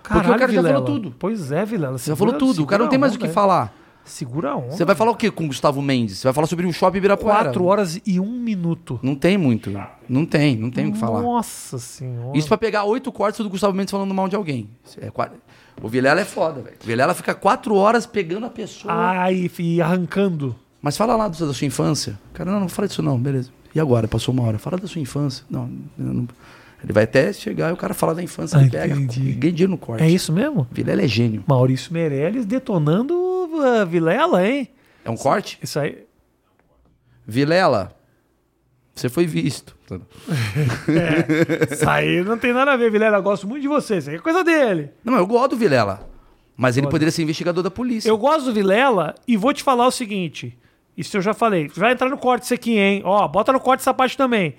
Speaker 2: porque o
Speaker 1: Caralho,
Speaker 2: cara já
Speaker 1: Vilela.
Speaker 2: falou tudo.
Speaker 1: Pois é, Vilela.
Speaker 2: Já falou tudo. O cara não tem mais o que falar.
Speaker 1: Segura a onda.
Speaker 2: Você vai falar o que com o Gustavo Mendes? Você vai falar sobre o Shopping Ibirapuera.
Speaker 1: Quatro horas e um minuto.
Speaker 2: Não tem muito. Não tem, não tem o que falar.
Speaker 1: Nossa senhora.
Speaker 2: Isso pra pegar oito cortes do Gustavo Mendes falando mal de alguém. Isso É, qua- o Vilela é foda, velho. O Vilela fica quatro horas pegando a pessoa.
Speaker 1: Ai, e arrancando.
Speaker 2: Mas fala lá do- da sua infância. Cara, não, não fala disso não, beleza. E agora? Passou uma hora. Fala da sua infância. Não, eu não- ele vai até chegar e o cara fala da infância.
Speaker 1: Ah,
Speaker 2: ele pega,
Speaker 1: entendi.
Speaker 2: ganha dinheiro no corte.
Speaker 1: É isso mesmo?
Speaker 2: Vilela é gênio.
Speaker 1: Maurício Meirelles detonando uh, Vilela, hein?
Speaker 2: É um corte?
Speaker 1: Isso aí.
Speaker 2: Vilela, você foi visto.
Speaker 1: Isso aí não tem nada a ver, Vilela. Eu gosto muito de você. Isso aí é coisa dele.
Speaker 2: Não, eu gosto do Vilela. Mas ele poderia ser investigador da polícia.
Speaker 1: Eu gosto do Vilela e vou te falar o seguinte. Isso eu já falei. Vai entrar no corte isso aqui, hein? Ó, bota no corte essa parte também.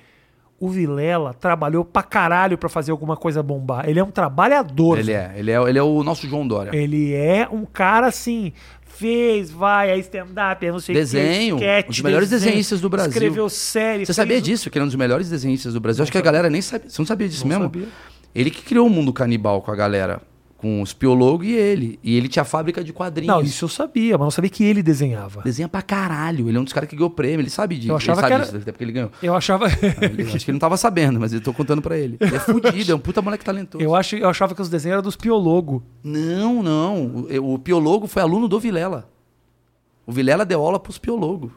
Speaker 1: O Vilela trabalhou pra caralho pra fazer alguma coisa bombar. Ele é um trabalhador.
Speaker 2: Ele é, ele é, ele é o nosso João Dória.
Speaker 1: Ele é um cara assim. Fez, vai, aí stand-up, aí não sei o quê,
Speaker 2: Desenho,
Speaker 1: esquete,
Speaker 2: um dos melhores
Speaker 1: desenho,
Speaker 2: desenhistas do Brasil.
Speaker 1: Escreveu série.
Speaker 2: Você
Speaker 1: fez
Speaker 2: sabia
Speaker 1: o-
Speaker 2: disso? Que ele é um dos melhores desenhistas do Brasil. Acho que a galera nem sabia. Você não sabia disso
Speaker 1: Não
Speaker 2: mesmo?
Speaker 1: sabia.
Speaker 2: Ele que criou o mundo canibal com a galera. Com os piologos e ele. E ele tinha a fábrica de quadrinhos.
Speaker 1: Não, isso eu sabia, mas não sabia que ele desenhava.
Speaker 2: Desenha pra caralho. Ele é um dos caras que ganhou prêmio. Ele sabe disso.
Speaker 1: Eu achava
Speaker 2: ele sabe
Speaker 1: que era-
Speaker 2: disso, até porque ele ganhou.
Speaker 1: Eu achava. (laughs)
Speaker 2: Ele- acho que ele não tava sabendo, mas eu tô contando pra ele. Ele é fudido, é um puta moleque talentoso.
Speaker 1: Eu, acho, eu achava que os desenhos eram dos piologos.
Speaker 2: Não, não. O, o piologo foi aluno do Vilela. O Vilela deu aula pros piologos.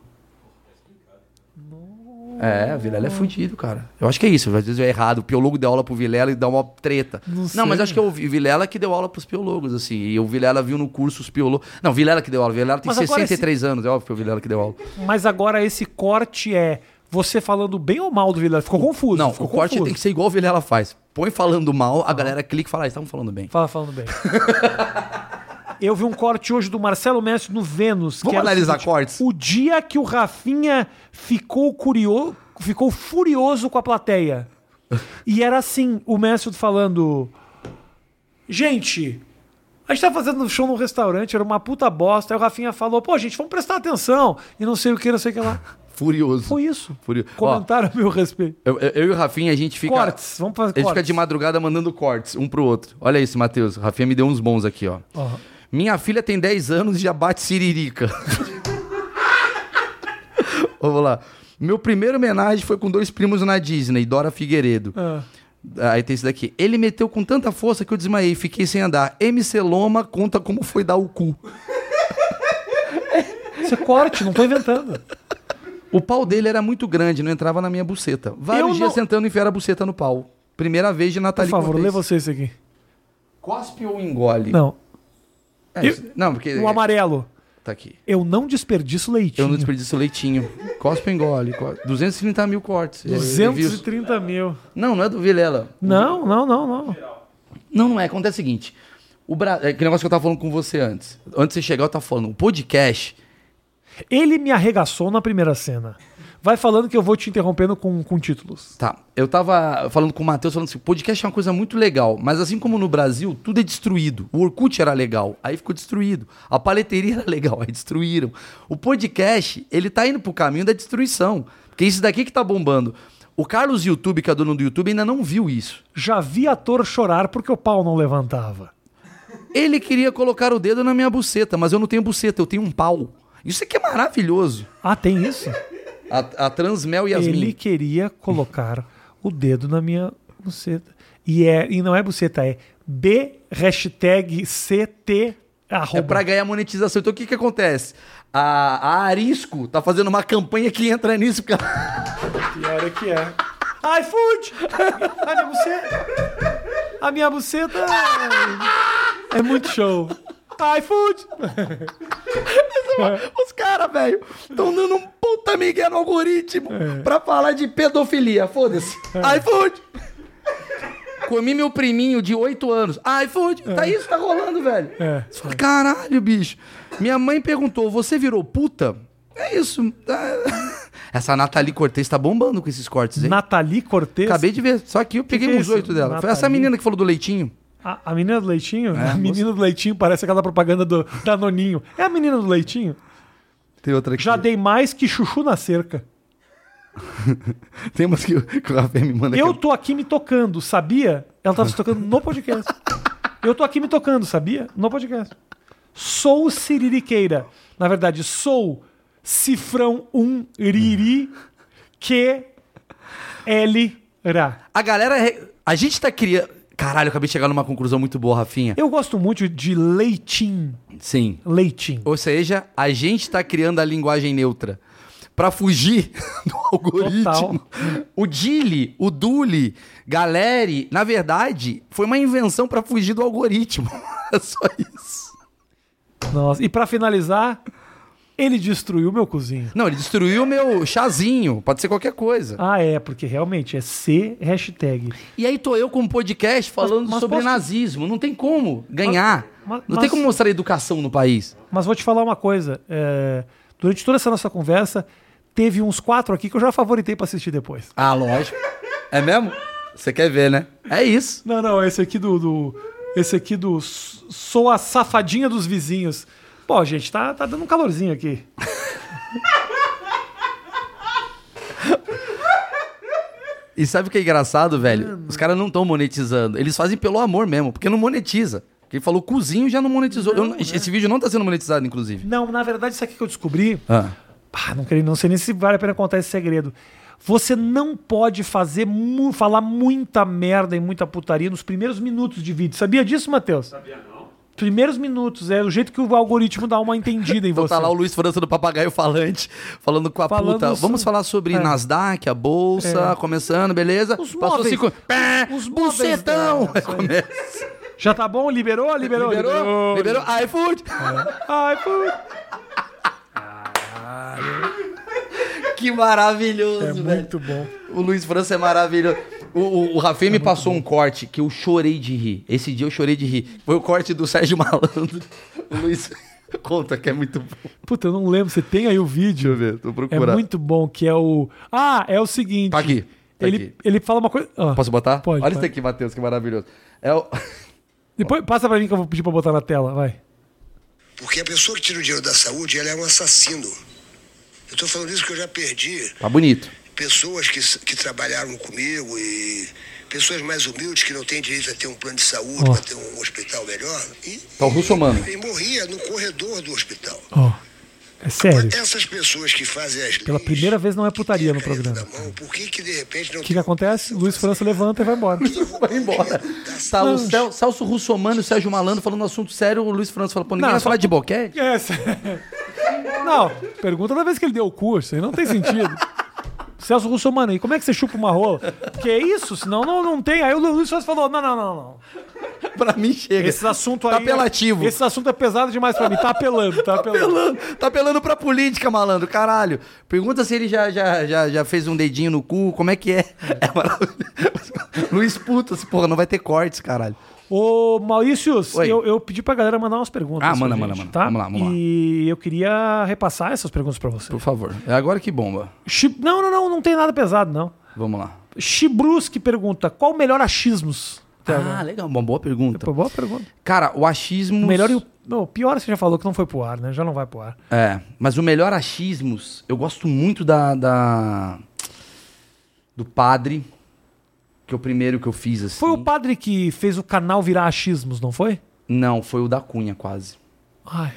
Speaker 2: É, o Vilela é fudido, cara. Eu acho que é isso. Às vezes é errado. O piologo deu aula pro Vilela e dá uma treta. Não,
Speaker 1: sei.
Speaker 2: mas acho que é o Vi- Vilela que deu aula pros piologos, assim. E o Vilela viu no curso os piologos. Não, Vilela que deu aula. Vilela tem
Speaker 1: Mas agora
Speaker 2: 63 anos. É óbvio que foi o Vilela que deu aula.
Speaker 1: Mas agora esse corte é você falando bem ou mal do Vilela. Ficou confuso.
Speaker 2: Não,
Speaker 1: ficou
Speaker 2: o corte
Speaker 1: confuso. Tá.
Speaker 2: tem que ser igual o Vilela faz. Põe falando mal, a galera clica e fala, ah, estavam falando bem.
Speaker 1: Fala falando
Speaker 2: (laughs)
Speaker 1: bem. Eu vi um corte hoje do Marcelo Mestre no Vênus. que
Speaker 2: Vamos
Speaker 1: era o
Speaker 2: analisar cortes?
Speaker 1: O dia que o Rafinha ficou curioso, ficou furioso com a plateia. E era assim, o Mestre falando... Gente, a gente tava fazendo show num restaurante, era uma puta bosta. Aí o Rafinha falou, pô, gente, vamos prestar atenção. E não sei o que, não sei o que lá.
Speaker 2: Furioso.
Speaker 1: Foi isso.
Speaker 2: Furioso. Ó,
Speaker 1: Comentaram a meu respeito.
Speaker 2: Eu, eu- eu e o Rafinha, a gente fica.
Speaker 1: Cortes, vamos fazer
Speaker 2: A gente fica
Speaker 1: cortes.
Speaker 2: de madrugada mandando cortes um pro outro. Olha isso, Matheus. O Rafinha me deu uns bons aqui, ó.
Speaker 1: Ó.
Speaker 2: Minha filha tem 10 anos e já bate siririca. (laughs) Vamos lá. Meu primeiro homenagem foi com dois primos na Disney, Dora Figueiredo.
Speaker 1: Ah.
Speaker 2: Aí tem esse daqui. Ele meteu com tanta força que eu desmaiei, fiquei sem andar. MC Loma conta como foi dar o cu.
Speaker 1: Isso é corte, não tô
Speaker 2: (laughs)
Speaker 1: inventando.
Speaker 2: O pau dele era muito grande, não entrava na minha buceta. Vários
Speaker 1: Eu
Speaker 2: dias
Speaker 1: não-
Speaker 2: tentando enfiar a buceta no pau. Primeira vez de
Speaker 1: Por
Speaker 2: Nathalie
Speaker 1: favor,
Speaker 2: Cortez.
Speaker 1: lê você isso aqui.
Speaker 2: Cospe ou engole?
Speaker 1: Não. Um
Speaker 2: É,
Speaker 1: Eu-
Speaker 2: Não, porque...
Speaker 1: O amarelo.
Speaker 2: Tá aqui.
Speaker 1: Eu não desperdiço leitinho.
Speaker 2: Eu não desperdiço leitinho. Cospe ou engole? Co- 230 mil cortes. Eu- eu vi os-
Speaker 1: 230 mil.
Speaker 2: Não, não é do Vilela.
Speaker 1: Não, não, não, não.
Speaker 2: Não, não é. Acontece o seguinte. O Bra... É aquele negócio que eu tava falando com você antes. Antes de você chegar, eu tava falando. O podcast...
Speaker 1: Ele me arregaçou na primeira cena. Vai falando que eu vou te interrompendo com, com títulos.
Speaker 2: Tá, eu tava falando com o Matheus, falando assim, podcast é uma coisa muito legal, mas assim como no Brasil, tudo é destruído. O Orkut era legal, aí ficou destruído. A paleteria (laughs) era legal, aí destruíram. O podcast, ele tá indo pro caminho da destruição, porque isso daqui que tá bombando. O Carlos YouTube, que é dono do YouTube, ainda não viu isso.
Speaker 1: Já vi ator chorar porque o pau não levantava.
Speaker 2: Ele queria colocar o dedo na minha buceta, mas eu não tenho buceta, eu tenho um pau. Isso aqui é maravilhoso.
Speaker 1: Ah, tem isso?
Speaker 2: A, a Transmel e as
Speaker 1: Ele queria colocar o dedo na minha buceta. E, é, e não é buceta, é B hashtag CT
Speaker 2: É
Speaker 1: arroba.
Speaker 2: pra ganhar monetização. Então o que que acontece? A, a Arisco tá fazendo uma campanha que entra nisso. porque (laughs) ela-
Speaker 1: Pior é que é. iFood! A minha buceta. A minha buceta. é- É muito show. iFood!
Speaker 2: Os caras, velho, estão dando um puta migué no algoritmo
Speaker 1: É.
Speaker 2: pra falar de pedofilia. Foda-se. iFood! Comi meu priminho de 8 anos. iFood! Tá isso, tá rolando, velho.
Speaker 1: É.
Speaker 2: Você fala, caralho, bicho. Minha mãe perguntou, você virou puta? É isso. É. (laughs) Essa Nathalie Cortez tá bombando com esses cortes, hein?
Speaker 1: Nathalie Cortez.
Speaker 2: Acabei de ver. Só que eu peguei
Speaker 1: que é
Speaker 2: uns
Speaker 1: isso?
Speaker 2: oito dela. Foi essa
Speaker 1: Nathalie?
Speaker 2: menina que falou do leitinho.
Speaker 1: A, a menina do leitinho? a menina do leitinho parece aquela propaganda do Danoninho. É a menina do leitinho?
Speaker 2: Tem outra aqui.
Speaker 1: Já dei mais que chuchu na cerca.
Speaker 2: Tem umas que, o- que o Rafael me manda
Speaker 1: Eu
Speaker 2: que
Speaker 1: tô aqui me tocando, sabia? Ela tava se tocando no podcast. Eu tô aqui me tocando, sabia? No podcast. Sou siririqueira. Na verdade, sou cifrão um riri que l ra.
Speaker 2: A galera. re- A gente tá criando. Caralho, eu acabei de chegar numa conclusão muito boa, Rafinha.
Speaker 1: Eu gosto muito de leitim.
Speaker 2: Sim.
Speaker 1: Leitim.
Speaker 2: Ou seja, a gente tá criando a linguagem neutra. Pra fugir (laughs) do algoritmo.
Speaker 1: Total.
Speaker 2: O Dili, o Duli, Galeri, na verdade, foi uma invenção pra fugir do algoritmo. (laughs) É só isso.
Speaker 1: Nossa. E pra finalizar, ele destruiu meu cozinho.
Speaker 2: Não, ele destruiu o meu chazinho. Pode ser qualquer coisa.
Speaker 1: Ah, é, porque realmente é C hashtag.
Speaker 2: E aí tô eu com um podcast falando
Speaker 1: Mas- mas
Speaker 2: sobre
Speaker 1: posso-
Speaker 2: nazismo. Não tem como ganhar.
Speaker 1: Mas-
Speaker 2: não
Speaker 1: mas-
Speaker 2: tem como mostrar educação no país.
Speaker 1: Mas vou te falar uma coisa. é, durante toda essa nossa conversa, teve uns quatro aqui que eu já favoritei pra assistir depois.
Speaker 2: Ah, lógico. É mesmo? Você quer ver, né? É isso.
Speaker 1: Não, não, esse aqui do. do- esse aqui do. S- Sou a safadinha dos vizinhos. Pô, gente, tá, tá dando um calorzinho aqui.
Speaker 2: E sabe o que é engraçado, velho? Os caras não estão monetizando. Eles fazem pelo amor mesmo, porque não monetiza. Quem falou cozinho já não monetizou. Eu não- Esse
Speaker 1: é.
Speaker 2: vídeo não tá sendo monetizado, inclusive.
Speaker 1: Não, na verdade, isso aqui que eu descobri.
Speaker 2: Ah.
Speaker 1: Ah, não queria, não sei nem se vale a pena contar esse segredo. Você não pode fazer mu- falar muita merda e muita putaria nos primeiros minutos de vídeo. Sabia disso, Matheus? Sabia não. Primeiros minutos, é o jeito que o algoritmo dá uma entendida em
Speaker 2: Então
Speaker 1: você.
Speaker 2: tá lá o Luiz França do Papagaio Falante, falando com a
Speaker 1: Falando
Speaker 2: puta.
Speaker 1: sobre-
Speaker 2: Vamos falar sobre
Speaker 1: É.
Speaker 2: Nasdaq, a bolsa, começando, beleza?
Speaker 1: Os
Speaker 2: Passou
Speaker 1: móveis.
Speaker 2: cinco... Pé,
Speaker 1: Os móveis
Speaker 2: bucetão!
Speaker 1: dela,
Speaker 2: (laughs) Aí
Speaker 1: isso aí.
Speaker 2: começa.
Speaker 1: É Já tá bom? Liberou? Liberou?
Speaker 2: Liberou? Liberou? Ah, iFood?
Speaker 1: Ai, putz.
Speaker 2: (laughs) Que maravilhoso,
Speaker 1: É
Speaker 2: velho.
Speaker 1: muito É bom.
Speaker 2: O Luiz França é maravilhoso. O, o, o Rafinha me passou um corte que eu chorei de rir. Esse dia eu chorei de rir. Foi o corte do Sérgio Malandro. O Luiz (laughs) conta que é muito bom.
Speaker 1: Puta, eu não lembro. Você tem aí o vídeo?
Speaker 2: ver, tô
Speaker 1: É muito bom, que é o... Ah, é o seguinte.
Speaker 2: Tá aqui, tá
Speaker 1: ele,
Speaker 2: aqui.
Speaker 1: ele fala uma coisa... Ah,
Speaker 2: Posso botar?
Speaker 1: Pode,
Speaker 2: Olha
Speaker 1: pode.
Speaker 2: isso aqui, Matheus, que maravilhoso. É o... (laughs)
Speaker 1: Depois passa pra mim que eu vou pedir pra botar na tela, vai.
Speaker 3: Porque a pessoa que tira o dinheiro da saúde, ela é um assassino. Eu tô falando isso que eu já perdi
Speaker 2: Tá bonito.
Speaker 3: pessoas que, s- que trabalharam comigo e pessoas mais humildes que não têm direito a ter um plano de saúde,
Speaker 1: Ó.
Speaker 3: para ter um hospital melhor. E,
Speaker 2: Tá o russomano.
Speaker 3: e morria no corredor do hospital.
Speaker 1: Ó, é sério.
Speaker 3: Essas pessoas que fazem as
Speaker 1: Pela
Speaker 3: leis,
Speaker 1: primeira vez não é putaria no
Speaker 3: que tiram a
Speaker 1: programa.
Speaker 3: caneta da mão, por que que de repente não
Speaker 1: O que, que acontece? Luiz França levanta e vai embora.
Speaker 2: Vai embora. Tá o
Speaker 1: Não.
Speaker 2: Cel- Celso Russomano e o Sérgio Malandro falando um assunto sério. O Luiz França fala, pô, ninguém
Speaker 1: (laughs) Não,
Speaker 2: vai
Speaker 1: só-
Speaker 2: falar de boquete?
Speaker 1: É, sé- É, Não, pergunta da vez que ele deu o curso, aí não tem sentido. Celso Russo, mano, e como é que você chupa uma rola? Que é isso? Senão não, não tem. Aí o Luiz Souza falou: não, não, não, não.
Speaker 2: (laughs) pra mim chega.
Speaker 1: Esse assunto aí. é
Speaker 2: Tá apelativo.
Speaker 1: Esse assunto é pesado demais pra mim. Tá apelando, tá
Speaker 2: Tá
Speaker 1: apelando.
Speaker 2: apelando, tá apelando pra política, malandro, caralho. Pergunta se ele já, já, já, já fez um dedinho no cu, como é que é? é maravilhoso. Luiz puta, se porra, não vai ter cortes, caralho.
Speaker 1: Ô, Maurícios,
Speaker 2: Oi.
Speaker 1: eu, eu pedi pra galera mandar umas perguntas.
Speaker 2: Ah, manda,
Speaker 1: pra
Speaker 2: manda,
Speaker 1: gente,
Speaker 2: manda.
Speaker 1: Tá?
Speaker 2: Vamos lá, vamos lá.
Speaker 1: E eu queria repassar essas perguntas pra você.
Speaker 2: Por favor, é agora que bomba.
Speaker 1: Chi- Não, não, não, não tem nada pesado, não.
Speaker 2: Vamos lá.
Speaker 1: Chibruski pergunta: qual o melhor achismos? até
Speaker 2: Ah,
Speaker 1: agora?
Speaker 2: legal, uma boa pergunta.
Speaker 1: Pô, boa pergunta.
Speaker 2: Cara, o achismo.
Speaker 1: O melhor e o. não, o pior você já falou que não foi pro ar, né? Já não vai pro ar.
Speaker 2: É, mas o melhor achismos, eu gosto muito da, da- do padre, que é o primeiro que eu fiz assim.
Speaker 1: Foi o padre que fez o canal virar achismos, não foi?
Speaker 2: Não, foi o da Cunha quase.
Speaker 1: Ai.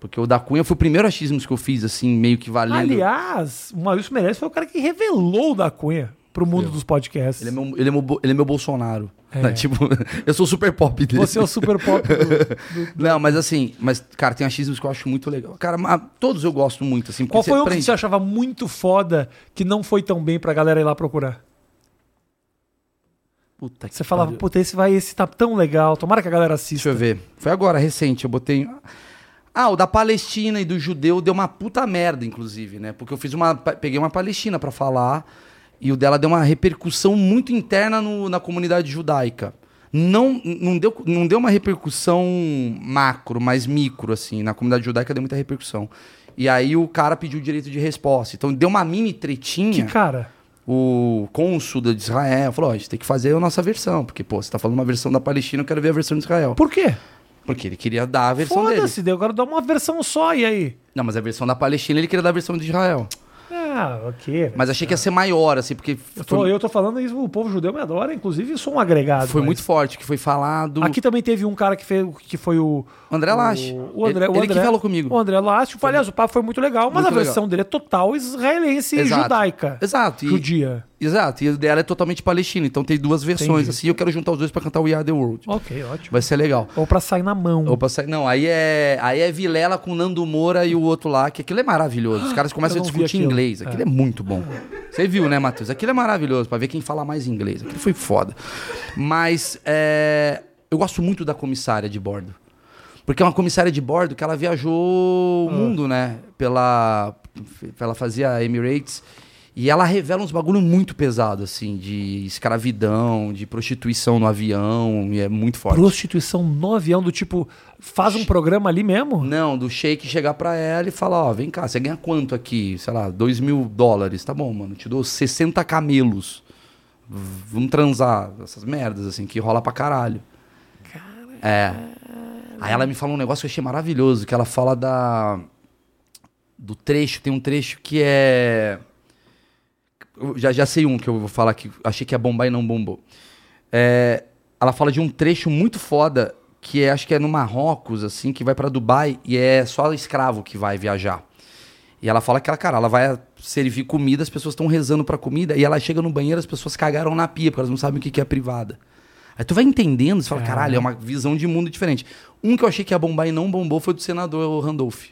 Speaker 2: Porque o da Cunha foi o primeiro achismos que eu fiz assim, meio que valendo.
Speaker 1: Aliás, o Maurício Meirelles foi o cara que revelou o da Cunha pro mundo dos podcasts.
Speaker 2: Ele é meu, ele é meu, bo- ele é meu Bolsonaro.
Speaker 1: É.
Speaker 2: Né? (laughs) Tipo, eu sou o super pop dele.
Speaker 1: Você é o super pop. do-
Speaker 2: (laughs) Não, mas assim, mas cara, tem achismos que eu acho muito legal. Cara, ma- todos eu gosto muito assim. porque
Speaker 1: Qual foi o que
Speaker 2: prende.
Speaker 1: você achava muito foda que não foi tão bem pra galera ir lá procurar?
Speaker 2: Puta que
Speaker 1: Você falava,
Speaker 2: pariu.
Speaker 1: puta, esse vai, esse tá tão legal, tomara que a galera
Speaker 2: Deixa
Speaker 1: assista.
Speaker 2: eu ver. Foi agora, recente. Eu botei. Ah, o da Palestina e do judeu deu uma puta merda, inclusive, né? Porque eu fiz uma. Peguei uma Palestina pra falar e o dela deu uma repercussão muito interna no- na comunidade judaica. Não, não, deu, não deu uma repercussão macro, mas micro, assim. Na comunidade judaica deu muita repercussão. E aí o cara pediu direito de resposta. Então deu uma mini tretinha
Speaker 1: Que cara.
Speaker 2: o cônsul de Israel falou: ó, a gente tem que fazer a nossa versão, porque, pô, você tá falando uma versão da Palestina, eu quero ver a versão de Israel.
Speaker 1: Por quê?
Speaker 2: Porque ele queria dar a versão dele.
Speaker 1: Foda-se, deu agora dá uma versão só, e aí?
Speaker 2: Não, mas a versão da Palestina ele queria dar a versão de Israel.
Speaker 1: Ah, ok.
Speaker 2: Mas achei que ia ser maior, assim, porque
Speaker 1: Eu tô,
Speaker 2: foi,
Speaker 1: eu tô falando isso, o povo judeu me adora, inclusive sou um agregado.
Speaker 2: foi
Speaker 1: mas-
Speaker 2: muito forte, que foi falado.
Speaker 1: Aqui também teve um cara que, fez, que foi o.
Speaker 2: O André Lache.
Speaker 1: O, o André,
Speaker 2: Ele-
Speaker 1: o
Speaker 2: ele que
Speaker 1: André-
Speaker 2: falou comigo.
Speaker 1: O André Lache. Foi, aliás, o papo foi muito legal, mas
Speaker 2: Muito
Speaker 1: a versão dele é total israelense e
Speaker 2: Exato.
Speaker 1: judaica.
Speaker 2: Exato. E,
Speaker 1: Judia.
Speaker 2: exato. E o dela é totalmente palestina, então tem duas versões,
Speaker 1: Entendi.
Speaker 2: assim. Eu quero juntar os dois pra cantar We Are the World.
Speaker 1: Ok, ótimo.
Speaker 2: Vai ser legal.
Speaker 1: Ou pra sair na mão.
Speaker 2: Opa, sai- não, aí é, aí é Vilela com Nando Moura e o outro lá, que aquilo é maravilhoso. Os caras começam
Speaker 1: Ah, eu
Speaker 2: a
Speaker 1: não vi
Speaker 2: discutir
Speaker 1: aquilo.
Speaker 2: inglês, aquilo é. muito bom. Você viu, né, Matheus? Aquilo é maravilhoso, pra ver quem fala mais inglês. Aquilo foi foda. Mas é, eu gosto muito da comissária de bordo. Porque é uma comissária de bordo que ela
Speaker 1: Ah.
Speaker 2: viajou o mundo, né? Pela, ela fazia Emirates. E ela revela uns bagulho muito pesado, assim, de escravidão, de prostituição no avião, e é muito forte.
Speaker 1: Prostituição no avião, do tipo, faz um programa ali mesmo?
Speaker 2: Não, do shake chegar pra ela e falar, ó, vem cá, você ganha quanto aqui? Sei lá, 2 mil dólares. Tá bom, mano, te dou 60 camelos. V- Vamos transar. Essas merdas, assim, que rola pra caralho. É. Aí ela me fala um negócio que eu achei maravilhoso, que ela fala da... Do trecho, tem um trecho que é... Eu já, já sei um que eu vou falar que achei que ia bombar e não bombou. É, ela fala de um trecho muito foda que é, acho que é no Marrocos, assim, que vai pra Dubai e é só escravo que vai viajar. E ela fala que ela, cara, ela vai servir comida, as pessoas estão rezando pra comida e ela chega no banheiro, as pessoas cagaram na pia porque elas não sabem o que que é privada. Aí tu vai entendendo, você fala, caralho, é uma visão de mundo diferente. Um que eu achei que ia bombar e não bombou foi do senador Randolph.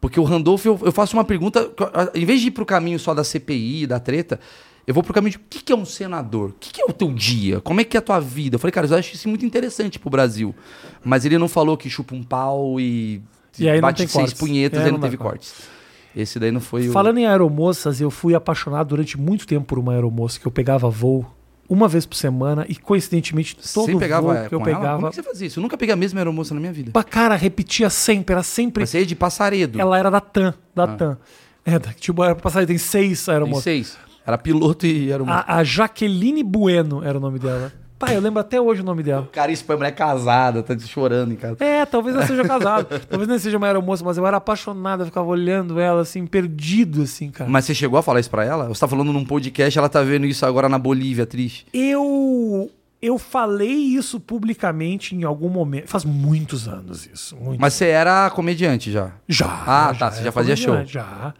Speaker 2: Porque o Randolph, eu, eu faço uma pergunta, que eu- em vez de ir pro caminho só da CPI, da treta, eu vou pro caminho de o que, que é um senador? O que, que é o teu dia? Como é que é a tua vida? Eu falei, cara, eu acho isso muito interessante pro Brasil. Mas ele não falou que chupa um pau e,
Speaker 1: E aí não
Speaker 2: bate
Speaker 1: tem
Speaker 2: seis
Speaker 1: cortes.
Speaker 2: punhetas,
Speaker 1: É,
Speaker 2: ele
Speaker 1: não
Speaker 2: não
Speaker 1: dá
Speaker 2: teve
Speaker 1: cortes.
Speaker 2: cortes. Esse daí não foi o.
Speaker 1: Falando em aeromoças, eu fui apaixonado durante muito tempo por uma aeromoça que eu pegava voo uma vez por semana e coincidentemente todo
Speaker 2: Você pegava é,
Speaker 1: voo que eu
Speaker 2: com ela? Como
Speaker 1: pegava.
Speaker 2: que você fazia isso? Eu nunca peguei a mesma aeromoça na minha vida.
Speaker 1: Pra cara, repetia sempre, era sempre.
Speaker 2: Mas você ia de passaredo.
Speaker 1: Ela era da TAM, da TAM. É, da, tipo, era pra sair, tem seis
Speaker 2: Ah. Tem
Speaker 1: aeromoças.
Speaker 2: seis. né? Era piloto e aeromoça.
Speaker 1: A, a Jaqueline Bueno era o nome dela. Tá, eu lembro até hoje o nome dela.
Speaker 2: O cara, isso foi mulher casada, tá chorando em casa.
Speaker 1: É, talvez eu seja
Speaker 2: (laughs)
Speaker 1: casado, talvez não seja uma aeromoça, mas eu era apaixonado, eu ficava olhando ela assim, perdido assim, cara.
Speaker 2: Mas você chegou a falar isso pra ela? Você tá falando num podcast, ela tá vendo isso agora na Bolívia, triste.
Speaker 1: Eu eu falei isso publicamente em algum momento. Faz muitos anos isso. Muito.
Speaker 2: Mas você era comediante já.
Speaker 1: já.
Speaker 2: Ah, tá, você já
Speaker 1: era
Speaker 2: fazia show.
Speaker 1: comediante, Já.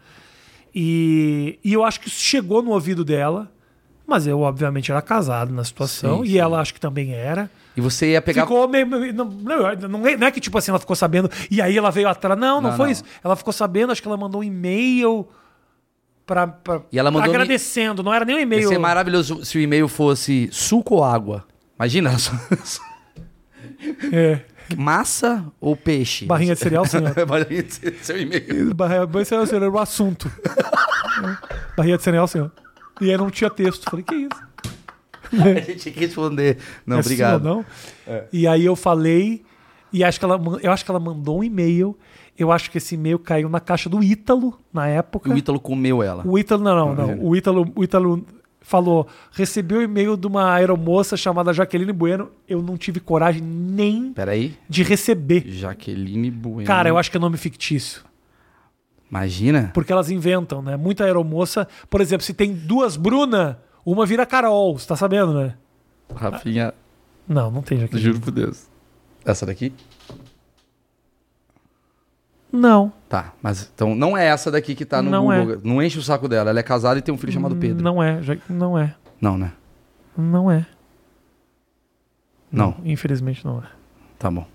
Speaker 1: E, e eu acho que isso chegou no ouvido dela, mas eu, obviamente, era casado na situação,
Speaker 2: Sim,
Speaker 1: e
Speaker 2: sim.
Speaker 1: ela acho que também era.
Speaker 2: E você ia pegar.
Speaker 1: Ficou meio. meio- Não, não, não é não é que tipo assim, ela ficou sabendo e aí ela veio atrás. Não, não,
Speaker 2: Não,
Speaker 1: foi
Speaker 2: não.
Speaker 1: isso. Ela ficou sabendo, acho que ela mandou um e-mail pra, pra-
Speaker 2: E ela mandou um e-
Speaker 1: agradecendo. Não era nem um
Speaker 2: Ia
Speaker 1: e-mail.
Speaker 2: ser maravilhoso se o e-mail fosse suco ou água. Imagina. (laughs) só- só-
Speaker 1: É.
Speaker 2: Massa ou peixe? (laughs)
Speaker 1: Barrinha de cereal, sim. ó.
Speaker 2: Barrinha de cereal, seu e-mail.
Speaker 1: Barrinha de cereal, sim, era o
Speaker 2: (laughs)
Speaker 1: assunto. Barrinha de cereal, senhor. E aí não tinha texto. Falei, que isso?
Speaker 2: A gente tinha que responder. Não,
Speaker 1: É sim
Speaker 2: obrigado. É.
Speaker 1: ou não? E aí eu falei, e acho que ela, man- eu acho que ela mandou um e-mail. Eu acho que esse e-mail caiu na caixa do Ítalo, na época.
Speaker 2: E o Ítalo comeu ela.
Speaker 1: O Ítalo, não, não,
Speaker 2: Ah, é.
Speaker 1: não. O Ítalo, o Ítalo falou: recebeu e-mail de uma aeromoça chamada Jaqueline Bueno. Eu não tive coragem nem
Speaker 2: Peraí.
Speaker 1: de receber.
Speaker 2: Jaqueline Bueno.
Speaker 1: Cara, eu acho que é nome fictício.
Speaker 2: Imagina.
Speaker 1: Porque elas inventam, né? Muita aeromoça. Por exemplo, se tem duas Bruna, uma vira Carol. Você tá sabendo, né?
Speaker 2: Rafinha,
Speaker 1: Não, não tem Jaqueline.
Speaker 2: juro por Deus. Essa daqui?
Speaker 1: Não.
Speaker 2: Tá, mas então não é essa daqui que tá no
Speaker 1: Não
Speaker 2: Google. Não enche o saco dela. Ela é casada e tem um filho chamado Pedro.
Speaker 1: Não é. Ja- Não é.
Speaker 2: Não, né?
Speaker 1: Não é.
Speaker 2: Não.
Speaker 1: Infelizmente não é.
Speaker 2: Tá bom.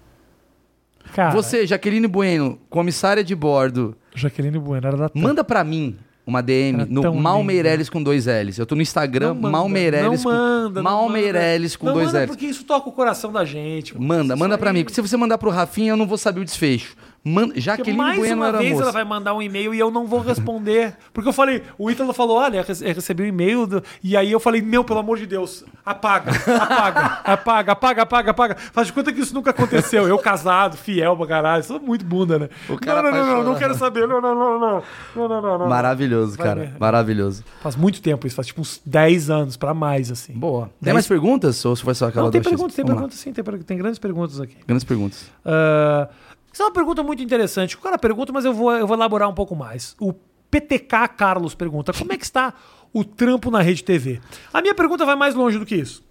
Speaker 1: Cara,
Speaker 2: Você, Jaqueline Bueno, comissária de bordo,
Speaker 1: Jaqueline Bueno era da
Speaker 2: manda pra mim uma DM
Speaker 1: Era
Speaker 2: no
Speaker 1: tão
Speaker 2: Mal
Speaker 1: lindo.
Speaker 2: Meirelles com dois L's. Eu tô no Instagram,
Speaker 1: manda,
Speaker 2: É Mal Meirelles
Speaker 1: não
Speaker 2: com,
Speaker 1: manda, não
Speaker 2: Mal
Speaker 1: manda.
Speaker 2: Meirelles com
Speaker 1: não
Speaker 2: dois
Speaker 1: manda
Speaker 2: L's.
Speaker 1: porque isso toca o coração da gente. mano.
Speaker 2: Manda,
Speaker 1: Isso
Speaker 2: manda pra
Speaker 1: aí- é
Speaker 2: mim. Porque se você mandar pro Rafinha, eu não vou saber o desfecho. Man...
Speaker 1: Porque
Speaker 2: Jaqueline
Speaker 1: mais
Speaker 2: Bueno
Speaker 1: uma
Speaker 2: era
Speaker 1: vez
Speaker 2: moça.
Speaker 1: ela vai mandar um e-mail e eu não vou responder. Porque eu falei, o Ítalo falou, olha, rece- eu recebi um e-mail. do- E aí eu falei, meu, pelo amor de Deus, apaga, apaga, (laughs) apaga, apaga, apaga, apaga. Faz de conta que isso nunca aconteceu. Eu casado, fiel pra caralho, sou muito bunda, né?
Speaker 2: O cara
Speaker 1: não, não, não, não, não
Speaker 2: apaixonado.
Speaker 1: quero saber. Não, não, não, não, não, não, não, não.
Speaker 2: Maravilhoso,
Speaker 1: Vai
Speaker 2: cara.
Speaker 1: ver.
Speaker 2: Maravilhoso.
Speaker 1: Faz muito tempo isso, faz tipo uns 10 anos pra mais, assim.
Speaker 2: Boa. Tem
Speaker 1: Dez-
Speaker 2: mais perguntas? Ou se foi só aquela
Speaker 1: Não, tem
Speaker 2: da X?
Speaker 1: perguntas, tem
Speaker 2: Vamos lá.
Speaker 1: perguntas sim, tem, per- tem grandes perguntas aqui.
Speaker 2: Grandes perguntas.
Speaker 1: Ah, isso é uma pergunta muito interessante. O cara pergunta, mas eu vou, eu vou elaborar um pouco mais. O PTK Carlos pergunta: como é que está o trampo na Rede TV? A minha pergunta vai mais longe do que isso.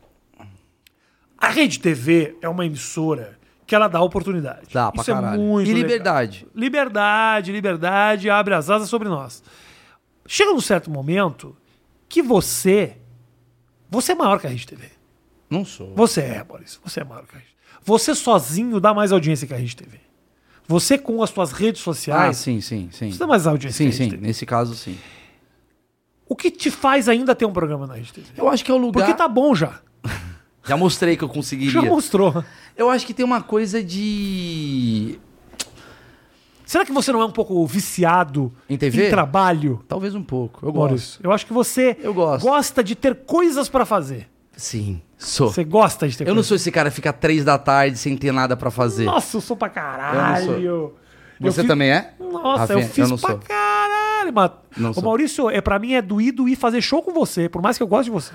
Speaker 1: A Rede TV é uma emissora que ela dá oportunidade.
Speaker 2: Dá pra
Speaker 1: isso
Speaker 2: caralho.
Speaker 1: É muito
Speaker 2: e
Speaker 1: legal.
Speaker 2: liberdade.
Speaker 1: Liberdade, liberdade, abre as asas sobre nós. Chega num certo momento que você. Você é maior que a Rede TV.
Speaker 2: Não sou.
Speaker 1: Você é, Maurício. Você é maior que a Rede. Você sozinho dá mais audiência que a Rede TV. Você com as suas redes
Speaker 2: Ah,
Speaker 1: sociais.
Speaker 2: sim, sim, sim.
Speaker 1: Você dá mais audiência
Speaker 2: Sim,
Speaker 1: que a Rede
Speaker 2: sim.
Speaker 1: TV.
Speaker 2: Nesse caso, sim.
Speaker 1: O que te faz ainda ter um programa na Rede TV?
Speaker 2: Eu acho que é o lugar.
Speaker 1: Porque tá bom já.
Speaker 2: Já mostrei que eu conseguiria.
Speaker 1: Já mostrou.
Speaker 2: Eu acho que tem uma coisa de.
Speaker 1: Será que você não é um pouco viciado
Speaker 2: Em TV?
Speaker 1: trabalho?
Speaker 2: Talvez um pouco. Eu gosto.
Speaker 1: Maurício, eu acho que você
Speaker 2: Eu gosto.
Speaker 1: gosta de ter coisas pra fazer.
Speaker 2: Sim, sou.
Speaker 1: Você gosta de ter
Speaker 2: Eu não
Speaker 1: coisas.
Speaker 2: sou esse cara que fica três da tarde sem ter nada pra fazer.
Speaker 1: Nossa, eu sou pra caralho.
Speaker 2: Eu
Speaker 1: Eu
Speaker 2: Você
Speaker 1: fiz-
Speaker 2: também é?
Speaker 1: Nossa,
Speaker 2: Rafinha,
Speaker 1: eu fiz
Speaker 2: não
Speaker 1: pra
Speaker 2: sou.
Speaker 1: caralho, mano.
Speaker 2: Não
Speaker 1: Ô,
Speaker 2: sou.
Speaker 1: Maurício, é, pra mim é doído ir doí fazer show com você, por mais que eu goste de você.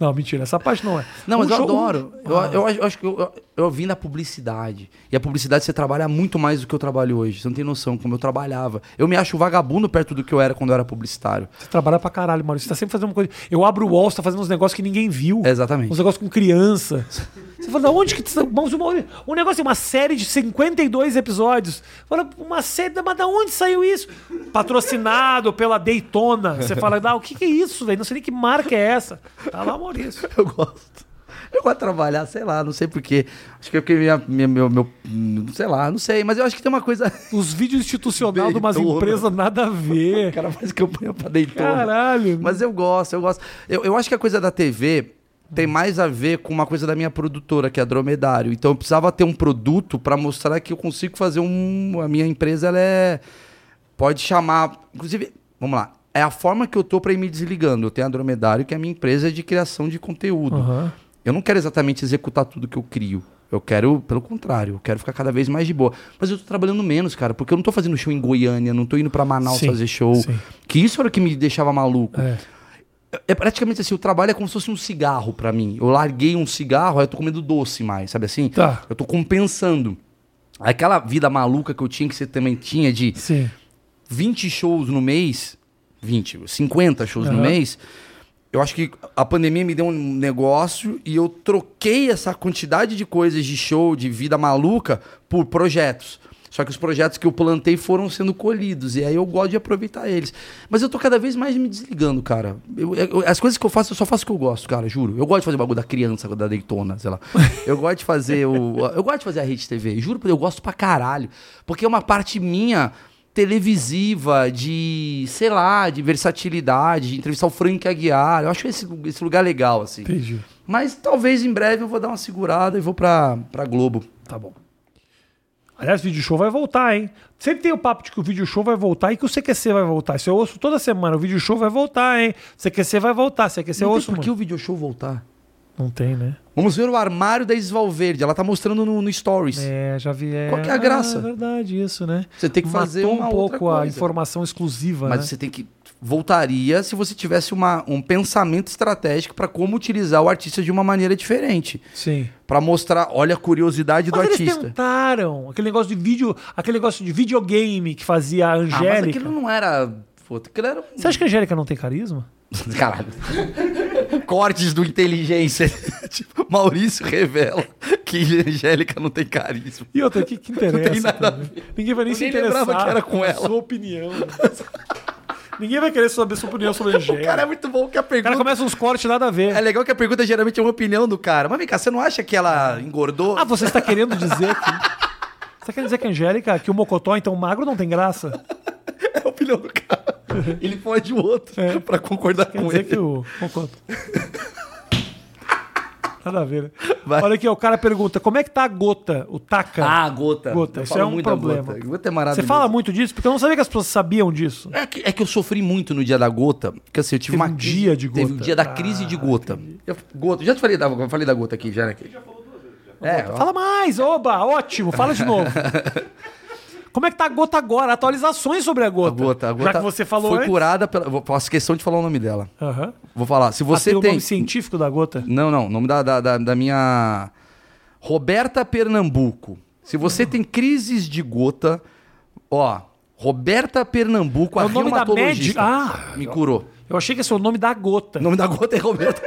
Speaker 1: Não, mentira, essa parte não é.
Speaker 2: Não, mas
Speaker 1: Um
Speaker 2: eu
Speaker 1: show-
Speaker 2: adoro.
Speaker 1: um-
Speaker 2: Eu, eu acho- eu acho que eu, eu, eu vim da publicidade. E a publicidade você trabalha muito mais do que eu trabalho hoje. Você não tem noção como eu trabalhava. Eu me acho vagabundo perto do que eu era quando eu era publicitário.
Speaker 1: Você trabalha pra caralho, Maurício. Você tá sempre fazendo uma coisa. Eu abro o wall, você tá fazendo uns negócios que ninguém viu.
Speaker 2: É, Exatamente.
Speaker 1: Uns negócios com criança. Você fala, da onde que. você- Mas o Maurício. Um negócio, uma série de 52 episódios. Fala, uma série, mas da onde saiu isso? Patrocinado pela Daytona. Você fala, ah, o que, que é isso, velho? Não sei nem que marca é essa. Tá lá, Maurício.
Speaker 2: Eu gosto. Eu gosto de trabalhar, sei lá, não sei porquê. Acho que é porque minha, minha- meu, meu. Sei lá, não sei, mas eu acho que tem uma coisa. (laughs)
Speaker 1: Os vídeos institucional de umas
Speaker 2: Daytona.
Speaker 1: empresas nada a
Speaker 2: O
Speaker 1: ver.
Speaker 2: (laughs) cara faz campanha pra Daytona.
Speaker 1: Caralho.
Speaker 2: Mas eu gosto, eu gosto. Eu, eu acho que a coisa da TV tem
Speaker 1: Hum.
Speaker 2: mais a ver com uma coisa da minha produtora, que é a Dromedário. Então eu precisava ter um produto pra mostrar que eu consigo fazer um. A minha empresa, ela é. Pode chamar. Inclusive, vamos lá. É a forma que eu tô pra ir me desligando. Eu tenho a Dromedário, que é a minha empresa de criação de conteúdo.
Speaker 1: Aham.
Speaker 2: Eu não quero exatamente executar tudo que eu crio. Eu quero, pelo contrário, eu quero ficar cada vez mais de boa. Mas eu tô trabalhando menos, cara, porque eu não tô fazendo show em Goiânia, não tô indo pra Manaus
Speaker 1: Sim,
Speaker 2: fazer show.
Speaker 1: sim.
Speaker 2: Que isso era o que me deixava maluco.
Speaker 1: É.
Speaker 2: É praticamente assim, o trabalho é como se fosse um cigarro pra mim. Eu larguei um cigarro, aí eu tô comendo doce mais, sabe assim?
Speaker 1: Tá.
Speaker 2: Eu tô compensando. Aquela vida maluca que eu tinha, que você também tinha, de
Speaker 1: Sim.
Speaker 2: 20 shows no mês, 20, 50 shows no
Speaker 1: Aham.
Speaker 2: mês, eu acho que a pandemia me deu um negócio e eu troquei essa quantidade de coisas de show, de vida maluca, por projetos. Só que os projetos que eu plantei foram sendo colhidos. E aí eu gosto de aproveitar eles. Mas eu tô cada vez mais me desligando, cara. Eu- eu- as coisas que eu faço, eu só faço o que eu gosto, cara, juro. Eu gosto de fazer o bagulho da criança, da Daytona, sei lá. Eu gosto de fazer o. Eu gosto de fazer a rede TV. Juro, eu gosto pra caralho. Porque é uma parte minha televisiva, de, sei lá, de versatilidade, de entrevistar o Frank Aguiar. Eu acho esse, esse lugar legal, assim.
Speaker 1: Entendi.
Speaker 2: Mas talvez em breve eu vou dar uma segurada e vou pra, pra Globo. Tá bom.
Speaker 1: Aliás, vídeo show vai voltar, hein? Sempre tem o papo de que o vídeo show vai voltar e que o CQC vai voltar. Isso eu ouço toda semana. O vídeo show vai voltar, hein? CQC vai voltar. CQC eu
Speaker 2: Não tem
Speaker 1: ouço
Speaker 2: por que
Speaker 1: muito.
Speaker 2: o video show voltar.
Speaker 1: Não tem, né?
Speaker 2: Vamos ver o armário da Isis Valverde. Ela tá mostrando no, no Stories.
Speaker 1: É, já vi. É...
Speaker 2: Qual que é a graça?
Speaker 1: Ah, É verdade, isso, né?
Speaker 2: Você tem que fazer
Speaker 1: Matou
Speaker 2: uma
Speaker 1: um
Speaker 2: outra
Speaker 1: pouco a
Speaker 2: coisa.
Speaker 1: informação exclusiva,
Speaker 2: Mas
Speaker 1: né?
Speaker 2: você tem que. Voltaria se você tivesse uma, um pensamento estratégico pra como utilizar o artista de uma maneira diferente.
Speaker 1: Sim.
Speaker 2: Pra mostrar, olha a curiosidade é do
Speaker 1: Mas eles um
Speaker 2: artista.
Speaker 1: tentaram. Aquele negócio de vídeo, aquele negócio de videogame que fazia a
Speaker 2: Ah,
Speaker 1: um Angélica.
Speaker 2: mas aquilo não era. Pô, aquilo era. um-
Speaker 1: Você acha que a Angélica não tem carisma?
Speaker 2: Caralho. Cortes do inteligência. (laughs) tipo, Maurício revela que Angélica não tem carisma.
Speaker 1: E outra, que, (laughs) que interessa?
Speaker 2: Não tem nada a
Speaker 1: também? Ninguém vai nem
Speaker 2: Eu
Speaker 1: se
Speaker 2: nem
Speaker 1: interessar.
Speaker 2: lembrava que era com ela.
Speaker 1: Sua opinião. (laughs) Ninguém vai querer saber sua opinião (laughs) sobre a
Speaker 2: O cara é
Speaker 1: Angélica.
Speaker 2: muito bom que a
Speaker 1: O cara
Speaker 2: pergunta.
Speaker 1: começa uns cortes nada a ver.
Speaker 2: É legal que a pergunta geralmente é uma opinião do cara. Mas vem cá, você não acha que ela engordou?
Speaker 1: Ah, você está querendo dizer que. Você está querendo dizer que a Angélica, que o Mocotó, então magro, não tem graça?
Speaker 2: (laughs) É a opinião do cara. Ele pode o outro pra concordar
Speaker 1: É. Quer
Speaker 2: com
Speaker 1: dizer
Speaker 2: ele.
Speaker 1: que o. Mocotó. Nada a ver, né?
Speaker 2: Vai.
Speaker 1: Olha aqui, ó, o cara pergunta: como é que tá a gota, o taca?
Speaker 2: Ah, gota.
Speaker 1: Gota,
Speaker 2: Eu
Speaker 1: isso
Speaker 2: falo
Speaker 1: é um
Speaker 2: muito da
Speaker 1: problema.
Speaker 2: Gota. Gota é
Speaker 1: Você
Speaker 2: maravilhoso.
Speaker 1: fala muito disso? Porque eu não sabia que as pessoas sabiam disso.
Speaker 2: É que, é que eu sofri muito no dia da gota, porque assim, eu tive
Speaker 1: Teve
Speaker 2: uma
Speaker 1: um
Speaker 2: crise-
Speaker 1: dia de
Speaker 2: Teve um
Speaker 1: gota.
Speaker 2: dia da
Speaker 1: Ah,
Speaker 2: crise de gota. Eu, gota, já te falei da, eu falei da gota aqui, já, né? Já falou duas vezes. É, ó.
Speaker 1: Fala mais, oba, ótimo, fala de
Speaker 2: (laughs)
Speaker 1: novo. Como é que tá a gota agora? Atualizações sobre a
Speaker 2: a
Speaker 1: gota.
Speaker 2: gota, a gota
Speaker 1: Já que você falou
Speaker 2: foi
Speaker 1: antes.
Speaker 2: curada pela. vou- Faço questão de falar o nome dela.
Speaker 1: Aham.
Speaker 2: Vou falar. Se
Speaker 1: Ah,
Speaker 2: você
Speaker 1: tem o
Speaker 2: tem.
Speaker 1: nome científico da gota?
Speaker 2: Não, não. O nome da, da, da, da minha. Roberta Pernambuco. Se
Speaker 1: (laughs)
Speaker 2: você tem crises de gota, ó. Roberta Pernambuco,
Speaker 1: É
Speaker 2: a
Speaker 1: o nome da
Speaker 2: reumatologista.
Speaker 1: médica? Ah!
Speaker 2: me curou.
Speaker 1: Eu achei que esse é o nome da gota.
Speaker 2: O nome da gota é
Speaker 1: (laughs)
Speaker 2: Roberta.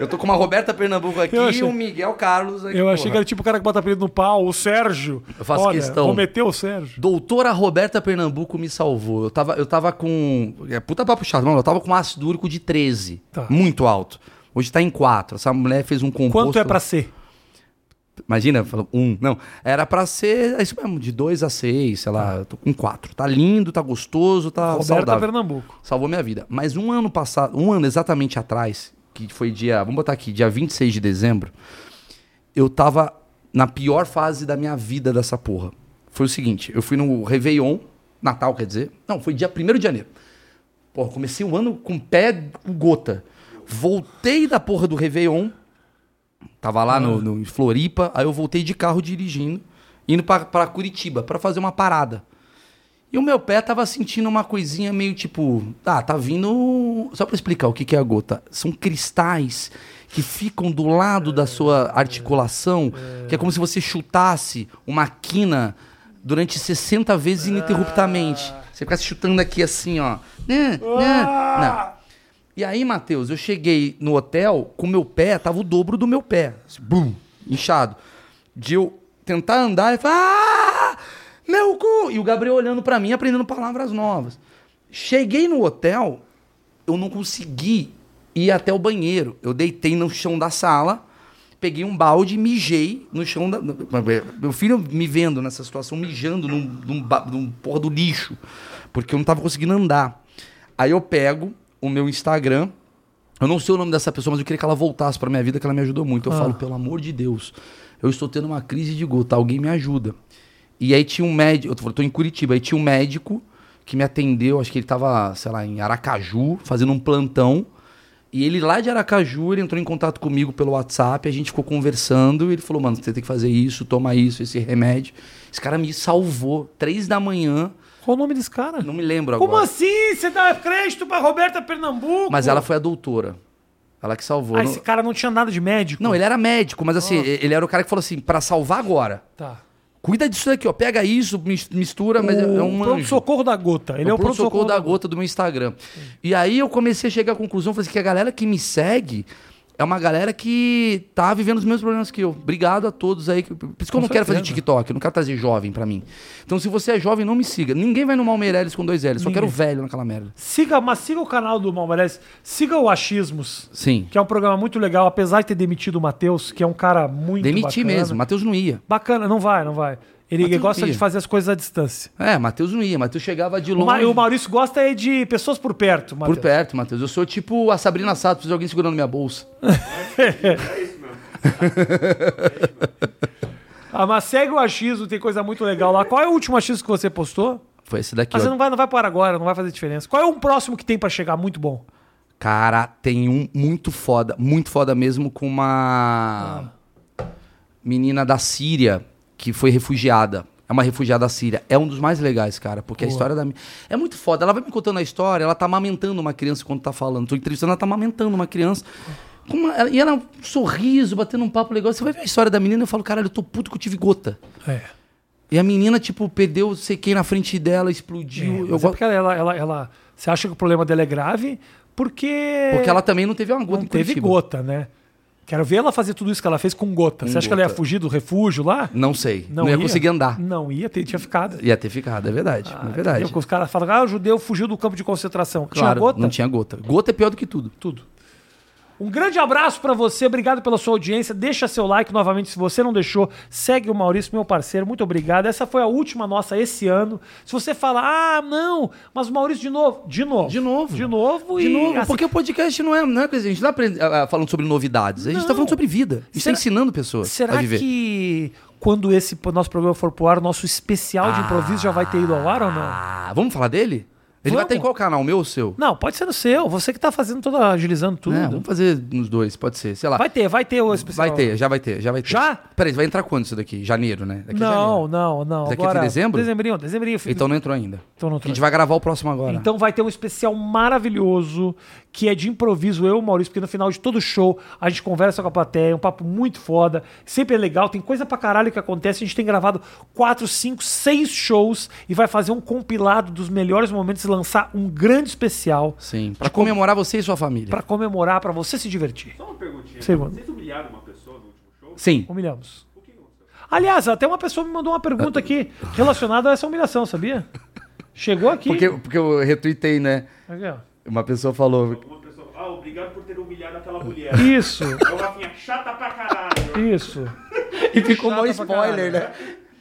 Speaker 2: Eu tô com uma Roberta Pernambuco aqui
Speaker 1: Eu achei-
Speaker 2: e um Miguel Carlos aqui.
Speaker 1: Eu achei que
Speaker 2: porra.
Speaker 1: era tipo o cara que bota apelido no pau, o Sérgio.
Speaker 2: Eu faço
Speaker 1: Olha,
Speaker 2: questão.
Speaker 1: Vou meter o Sérgio.
Speaker 2: Doutora Roberta Pernambuco me salvou. Eu tava, eu tava com. É puta papo chato, não. Eu tava com ácido úrico de 13.
Speaker 1: Tá.
Speaker 2: Muito alto. Hoje tá em 4. Essa mulher fez um composto.
Speaker 1: Quanto é pra ser?
Speaker 2: Imagina, falou um. Não, era pra ser é isso mesmo, de 2 a 6, sei lá, eu tô com 4. Tá lindo, tá gostoso, tá
Speaker 1: Roberta
Speaker 2: saudável.
Speaker 1: Pernambuco.
Speaker 2: Salvou minha vida. Mas um ano passado, um ano exatamente atrás, que foi dia, vamos botar aqui, dia 26 de dezembro, eu tava na pior fase da minha vida dessa porra. Foi o seguinte, eu fui no Réveillon, Natal quer dizer, não, foi dia 1 de janeiro. Porra, comecei o ano com o pé com gota. Voltei da porra do Réveillon, tava lá no, no- em Floripa, aí eu voltei de carro dirigindo, indo pra- pra Curitiba, pra fazer uma parada. E o meu pé tava sentindo uma coisinha meio tipo. Ah, tá vindo. Só pra explicar o que, que é a gota. São cristais que ficam do lado da sua articulação, que é como se você chutasse uma quina durante 60 vezes ininterruptamente. Você ficasse chutando aqui assim, ó. Né, né, não. E aí, Matheus, eu cheguei no hotel com meu pé, tava o dobro do meu pé. Assim, bum, inchado. De eu tentar andar e falar. Ah! Meu cu! E o Gabriel olhando pra mim, aprendendo palavras novas. Cheguei no hotel, eu não consegui ir até o banheiro. Eu deitei no chão da sala, peguei um balde e mijei no chão da. Meu filho me vendo nessa situação, mijando num, num, ba- num porra do lixo, porque eu não tava conseguindo andar. Aí eu pego o meu Instagram. Eu não sei o nome dessa pessoa, mas eu queria que ela voltasse pra minha vida, que ela me ajudou muito.
Speaker 1: Ah.
Speaker 2: Eu falo, pelo amor de Deus, eu estou tendo uma crise de gota, alguém me ajuda. E aí tinha um médico, eu tô- tô em Curitiba, aí tinha um médico que me atendeu, acho que ele tava, sei lá, em Aracaju, fazendo um plantão. E ele lá de Aracaju, ele entrou em contato comigo pelo WhatsApp, a gente ficou conversando, e ele falou, mano, você tem que fazer isso, toma isso, esse remédio. Esse cara me salvou, três da manhã,
Speaker 1: Qual o nome desse cara?
Speaker 2: não me lembro
Speaker 1: Como
Speaker 2: agora.
Speaker 1: assim? Você dá crédito pra Roberta Pernambuco?
Speaker 2: Mas ela foi a doutora, ela que salvou.
Speaker 1: Ah,
Speaker 2: Não-
Speaker 1: esse cara não tinha nada de médico.
Speaker 2: Não, ele é era médico, mas
Speaker 1: Ah.
Speaker 2: assim, ele era o cara que falou assim, pra salvar agora.
Speaker 1: Tá.
Speaker 2: Cuida disso daqui, ó. Pega isso, mis- mistura, mas é é um
Speaker 1: O
Speaker 2: anjo.
Speaker 1: pronto-socorro da gota. Ele é o
Speaker 2: pronto-socorro
Speaker 1: pronto-socorro
Speaker 2: da gota do meu Instagram. E aí eu comecei a chegar à conclusão, falei assim, que a galera que me segue é uma galera que tá vivendo os mesmos problemas que eu. Obrigado a todos aí. que- Por isso que eu não quero fazer TikTok, eu não quero trazer jovem pra meireles Então, se você é jovem, não me siga. Ninguém vai no Mal Meirelles com dois L's, só quero velho naquela merda.
Speaker 1: Siga, mas siga o canal do Malmarés, siga o Achismos,
Speaker 2: Sim.
Speaker 1: que é um programa muito legal, apesar de ter demitido o Matheus, que é um cara muito
Speaker 2: Demiti
Speaker 1: bacana.
Speaker 2: mesmo, Matheus não ia.
Speaker 1: Bacana, não vai, não vai. Ele
Speaker 2: Matheus
Speaker 1: gosta de
Speaker 2: ia.
Speaker 1: fazer as coisas à distância.
Speaker 2: É, Matheus não ia, Matheus chegava de
Speaker 1: O, Ma-
Speaker 2: longe.
Speaker 1: o Maurício gosta é de pessoas por perto,
Speaker 2: Por
Speaker 1: Matheus.
Speaker 2: perto, Matheus. Eu sou tipo a Sabrina Sato, preciso de alguém segurando minha bolsa.
Speaker 1: Ah, mas segue o achismo, tem coisa muito legal lá. Qual é o último achismo que você postou?
Speaker 2: Foi esse daqui,
Speaker 1: Ah, você
Speaker 2: ó.
Speaker 1: não vai, não vai para agora, não vai fazer diferença. Qual é um próximo que tem pra chegar muito bom?
Speaker 2: Cara, tem um muito foda, muito foda mesmo com uma
Speaker 1: Ah.
Speaker 2: menina da Síria que foi refugiada. É uma refugiada síria. É um dos mais legais, cara, porque a história da mi- é muito foda. Ela vai me contando a história, ela tá amamentando uma criança quando tá falando. Tô entrevistando, ela tá amamentando uma criança. Com uma- ela- E ela um sorriso, batendo um papo legal. Você vai ver a história da menina, eu falo, caralho, eu tô puto que eu tive gota.
Speaker 1: É.
Speaker 2: E a menina, tipo, perdeu sei quem na frente dela, explodiu. eu
Speaker 1: mas é
Speaker 2: go-
Speaker 1: porque ela, ela, ela, ela- Você acha que o problema dela é grave? Porque.
Speaker 2: Porque ela também não teve uma gota
Speaker 1: não
Speaker 2: em
Speaker 1: teve
Speaker 2: Curitiba.
Speaker 1: gota, né? Quero ver ela fazer tudo isso que ela fez com gota. você acha que ela ia
Speaker 2: gota.
Speaker 1: fugir do refúgio lá?
Speaker 2: Não sei. Não, ia, conseguir andar.
Speaker 1: Não ia, ter, tinha ficado.
Speaker 2: Ia ter ficado, é verdade. é verdade.
Speaker 1: Entendeu? Os caras falam, ah, o judeu fugiu do campo de concentração.
Speaker 2: Claro,
Speaker 1: tinha gota?
Speaker 2: não tinha gota. Gota é pior do que tudo.
Speaker 1: tudo. Um grande abraço pra você, obrigado pela sua audiência. Deixa seu like novamente se você não deixou. Segue o Maurício, meu parceiro, muito obrigado. Essa foi a última nossa esse ano. Se você fala, ah, não, mas o Maurício de novo, de novo.
Speaker 2: De novo.
Speaker 1: De novo
Speaker 2: De
Speaker 1: e
Speaker 2: novo,
Speaker 1: assim,
Speaker 2: porque o podcast não é, não é coisa. A gente não tá aprend- ah, ah, falando sobre novidades, a gente tá falando sobre vida. A gente
Speaker 1: Será-
Speaker 2: tá ensinando pessoas a
Speaker 1: Será
Speaker 2: viver.
Speaker 1: que quando esse po- nosso programa for pro ar, o nosso especial de improviso já vai ter ido ao ar ou não?
Speaker 2: Ah, vamos falar dele? Ele vai
Speaker 1: Vamos.
Speaker 2: ter em qual canal? Meu ou seu?
Speaker 1: Não, pode ser no seu. Você que tá fazendo toda, agilizando tudo.
Speaker 2: É, vamos fazer nos dois, pode ser. Sei lá.
Speaker 1: Vai ter, vai ter o especial.
Speaker 2: Vai ter, já vai ter, já vai ter.
Speaker 1: Já?
Speaker 2: Peraí, vai entrar quando isso daqui? Janeiro, né? Daqui é
Speaker 1: Não,
Speaker 2: janeiro.
Speaker 1: não, não.
Speaker 2: Daqui é de dezembro?
Speaker 1: Dezembrinho, dezembrinho.
Speaker 2: Então não entrou ainda.
Speaker 1: Então não entrou
Speaker 2: A gente vai gravar o próximo agora.
Speaker 1: Então vai ter um especial maravilhoso, que é de improviso, eu e o Maurício, porque no final de todo show a gente conversa com a plateia, é um papo muito foda, sempre é legal, tem coisa pra caralho que acontece, a gente tem gravado 4, 5, 6 shows e vai fazer um compilado dos melhores momentos e lançar um grande especial
Speaker 2: Sim, pra comemorar você e sua família.
Speaker 1: tipo, pra comemorar, pra você se divertir.
Speaker 5: Só uma perguntinha.
Speaker 1: Segundo.
Speaker 5: Vocês humilharam uma pessoa no último show?
Speaker 2: Sim.
Speaker 1: Humilhamos.
Speaker 5: O que aconteceu?
Speaker 1: Aliás, até uma pessoa me mandou uma pergunta aqui relacionada a essa humilhação, sabia? Chegou aqui.
Speaker 2: Porque, porque eu retuitei, né?
Speaker 1: Aqui, ó.
Speaker 2: Uma pessoa falou.
Speaker 5: Uma pessoa, ah, obrigado por ter humilhado aquela mulher.
Speaker 1: Isso,
Speaker 5: É uma Rafinha chata pra caralho.
Speaker 1: isso.
Speaker 2: E ficou mó
Speaker 1: Chata pra
Speaker 2: spoiler, né?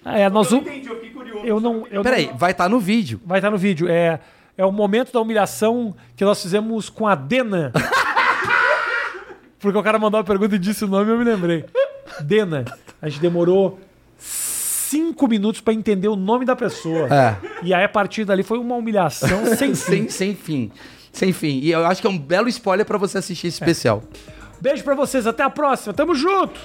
Speaker 1: Ah, É, nós
Speaker 5: Eu
Speaker 1: um...
Speaker 5: entendi, eu fiquei curioso.
Speaker 1: Eu não. Eu
Speaker 2: Peraí,
Speaker 1: não-
Speaker 2: vai estar no vídeo.
Speaker 1: vai estar no vídeo. É, é o momento da humilhação que nós fizemos com a Dena. Porque o cara mandou uma pergunta e disse o nome e eu me lembrei. Dena. A gente demorou cinco minutos pra entender o nome da pessoa.
Speaker 2: É.
Speaker 1: E aí, a partir dali, foi uma humilhação sem fim.
Speaker 2: Sem, sem fim. Sem fim. E eu acho que é um belo spoiler
Speaker 1: É.
Speaker 2: pra você assistir esse especial.
Speaker 1: Beijo pra vocês, até a próxima. Tamo junto!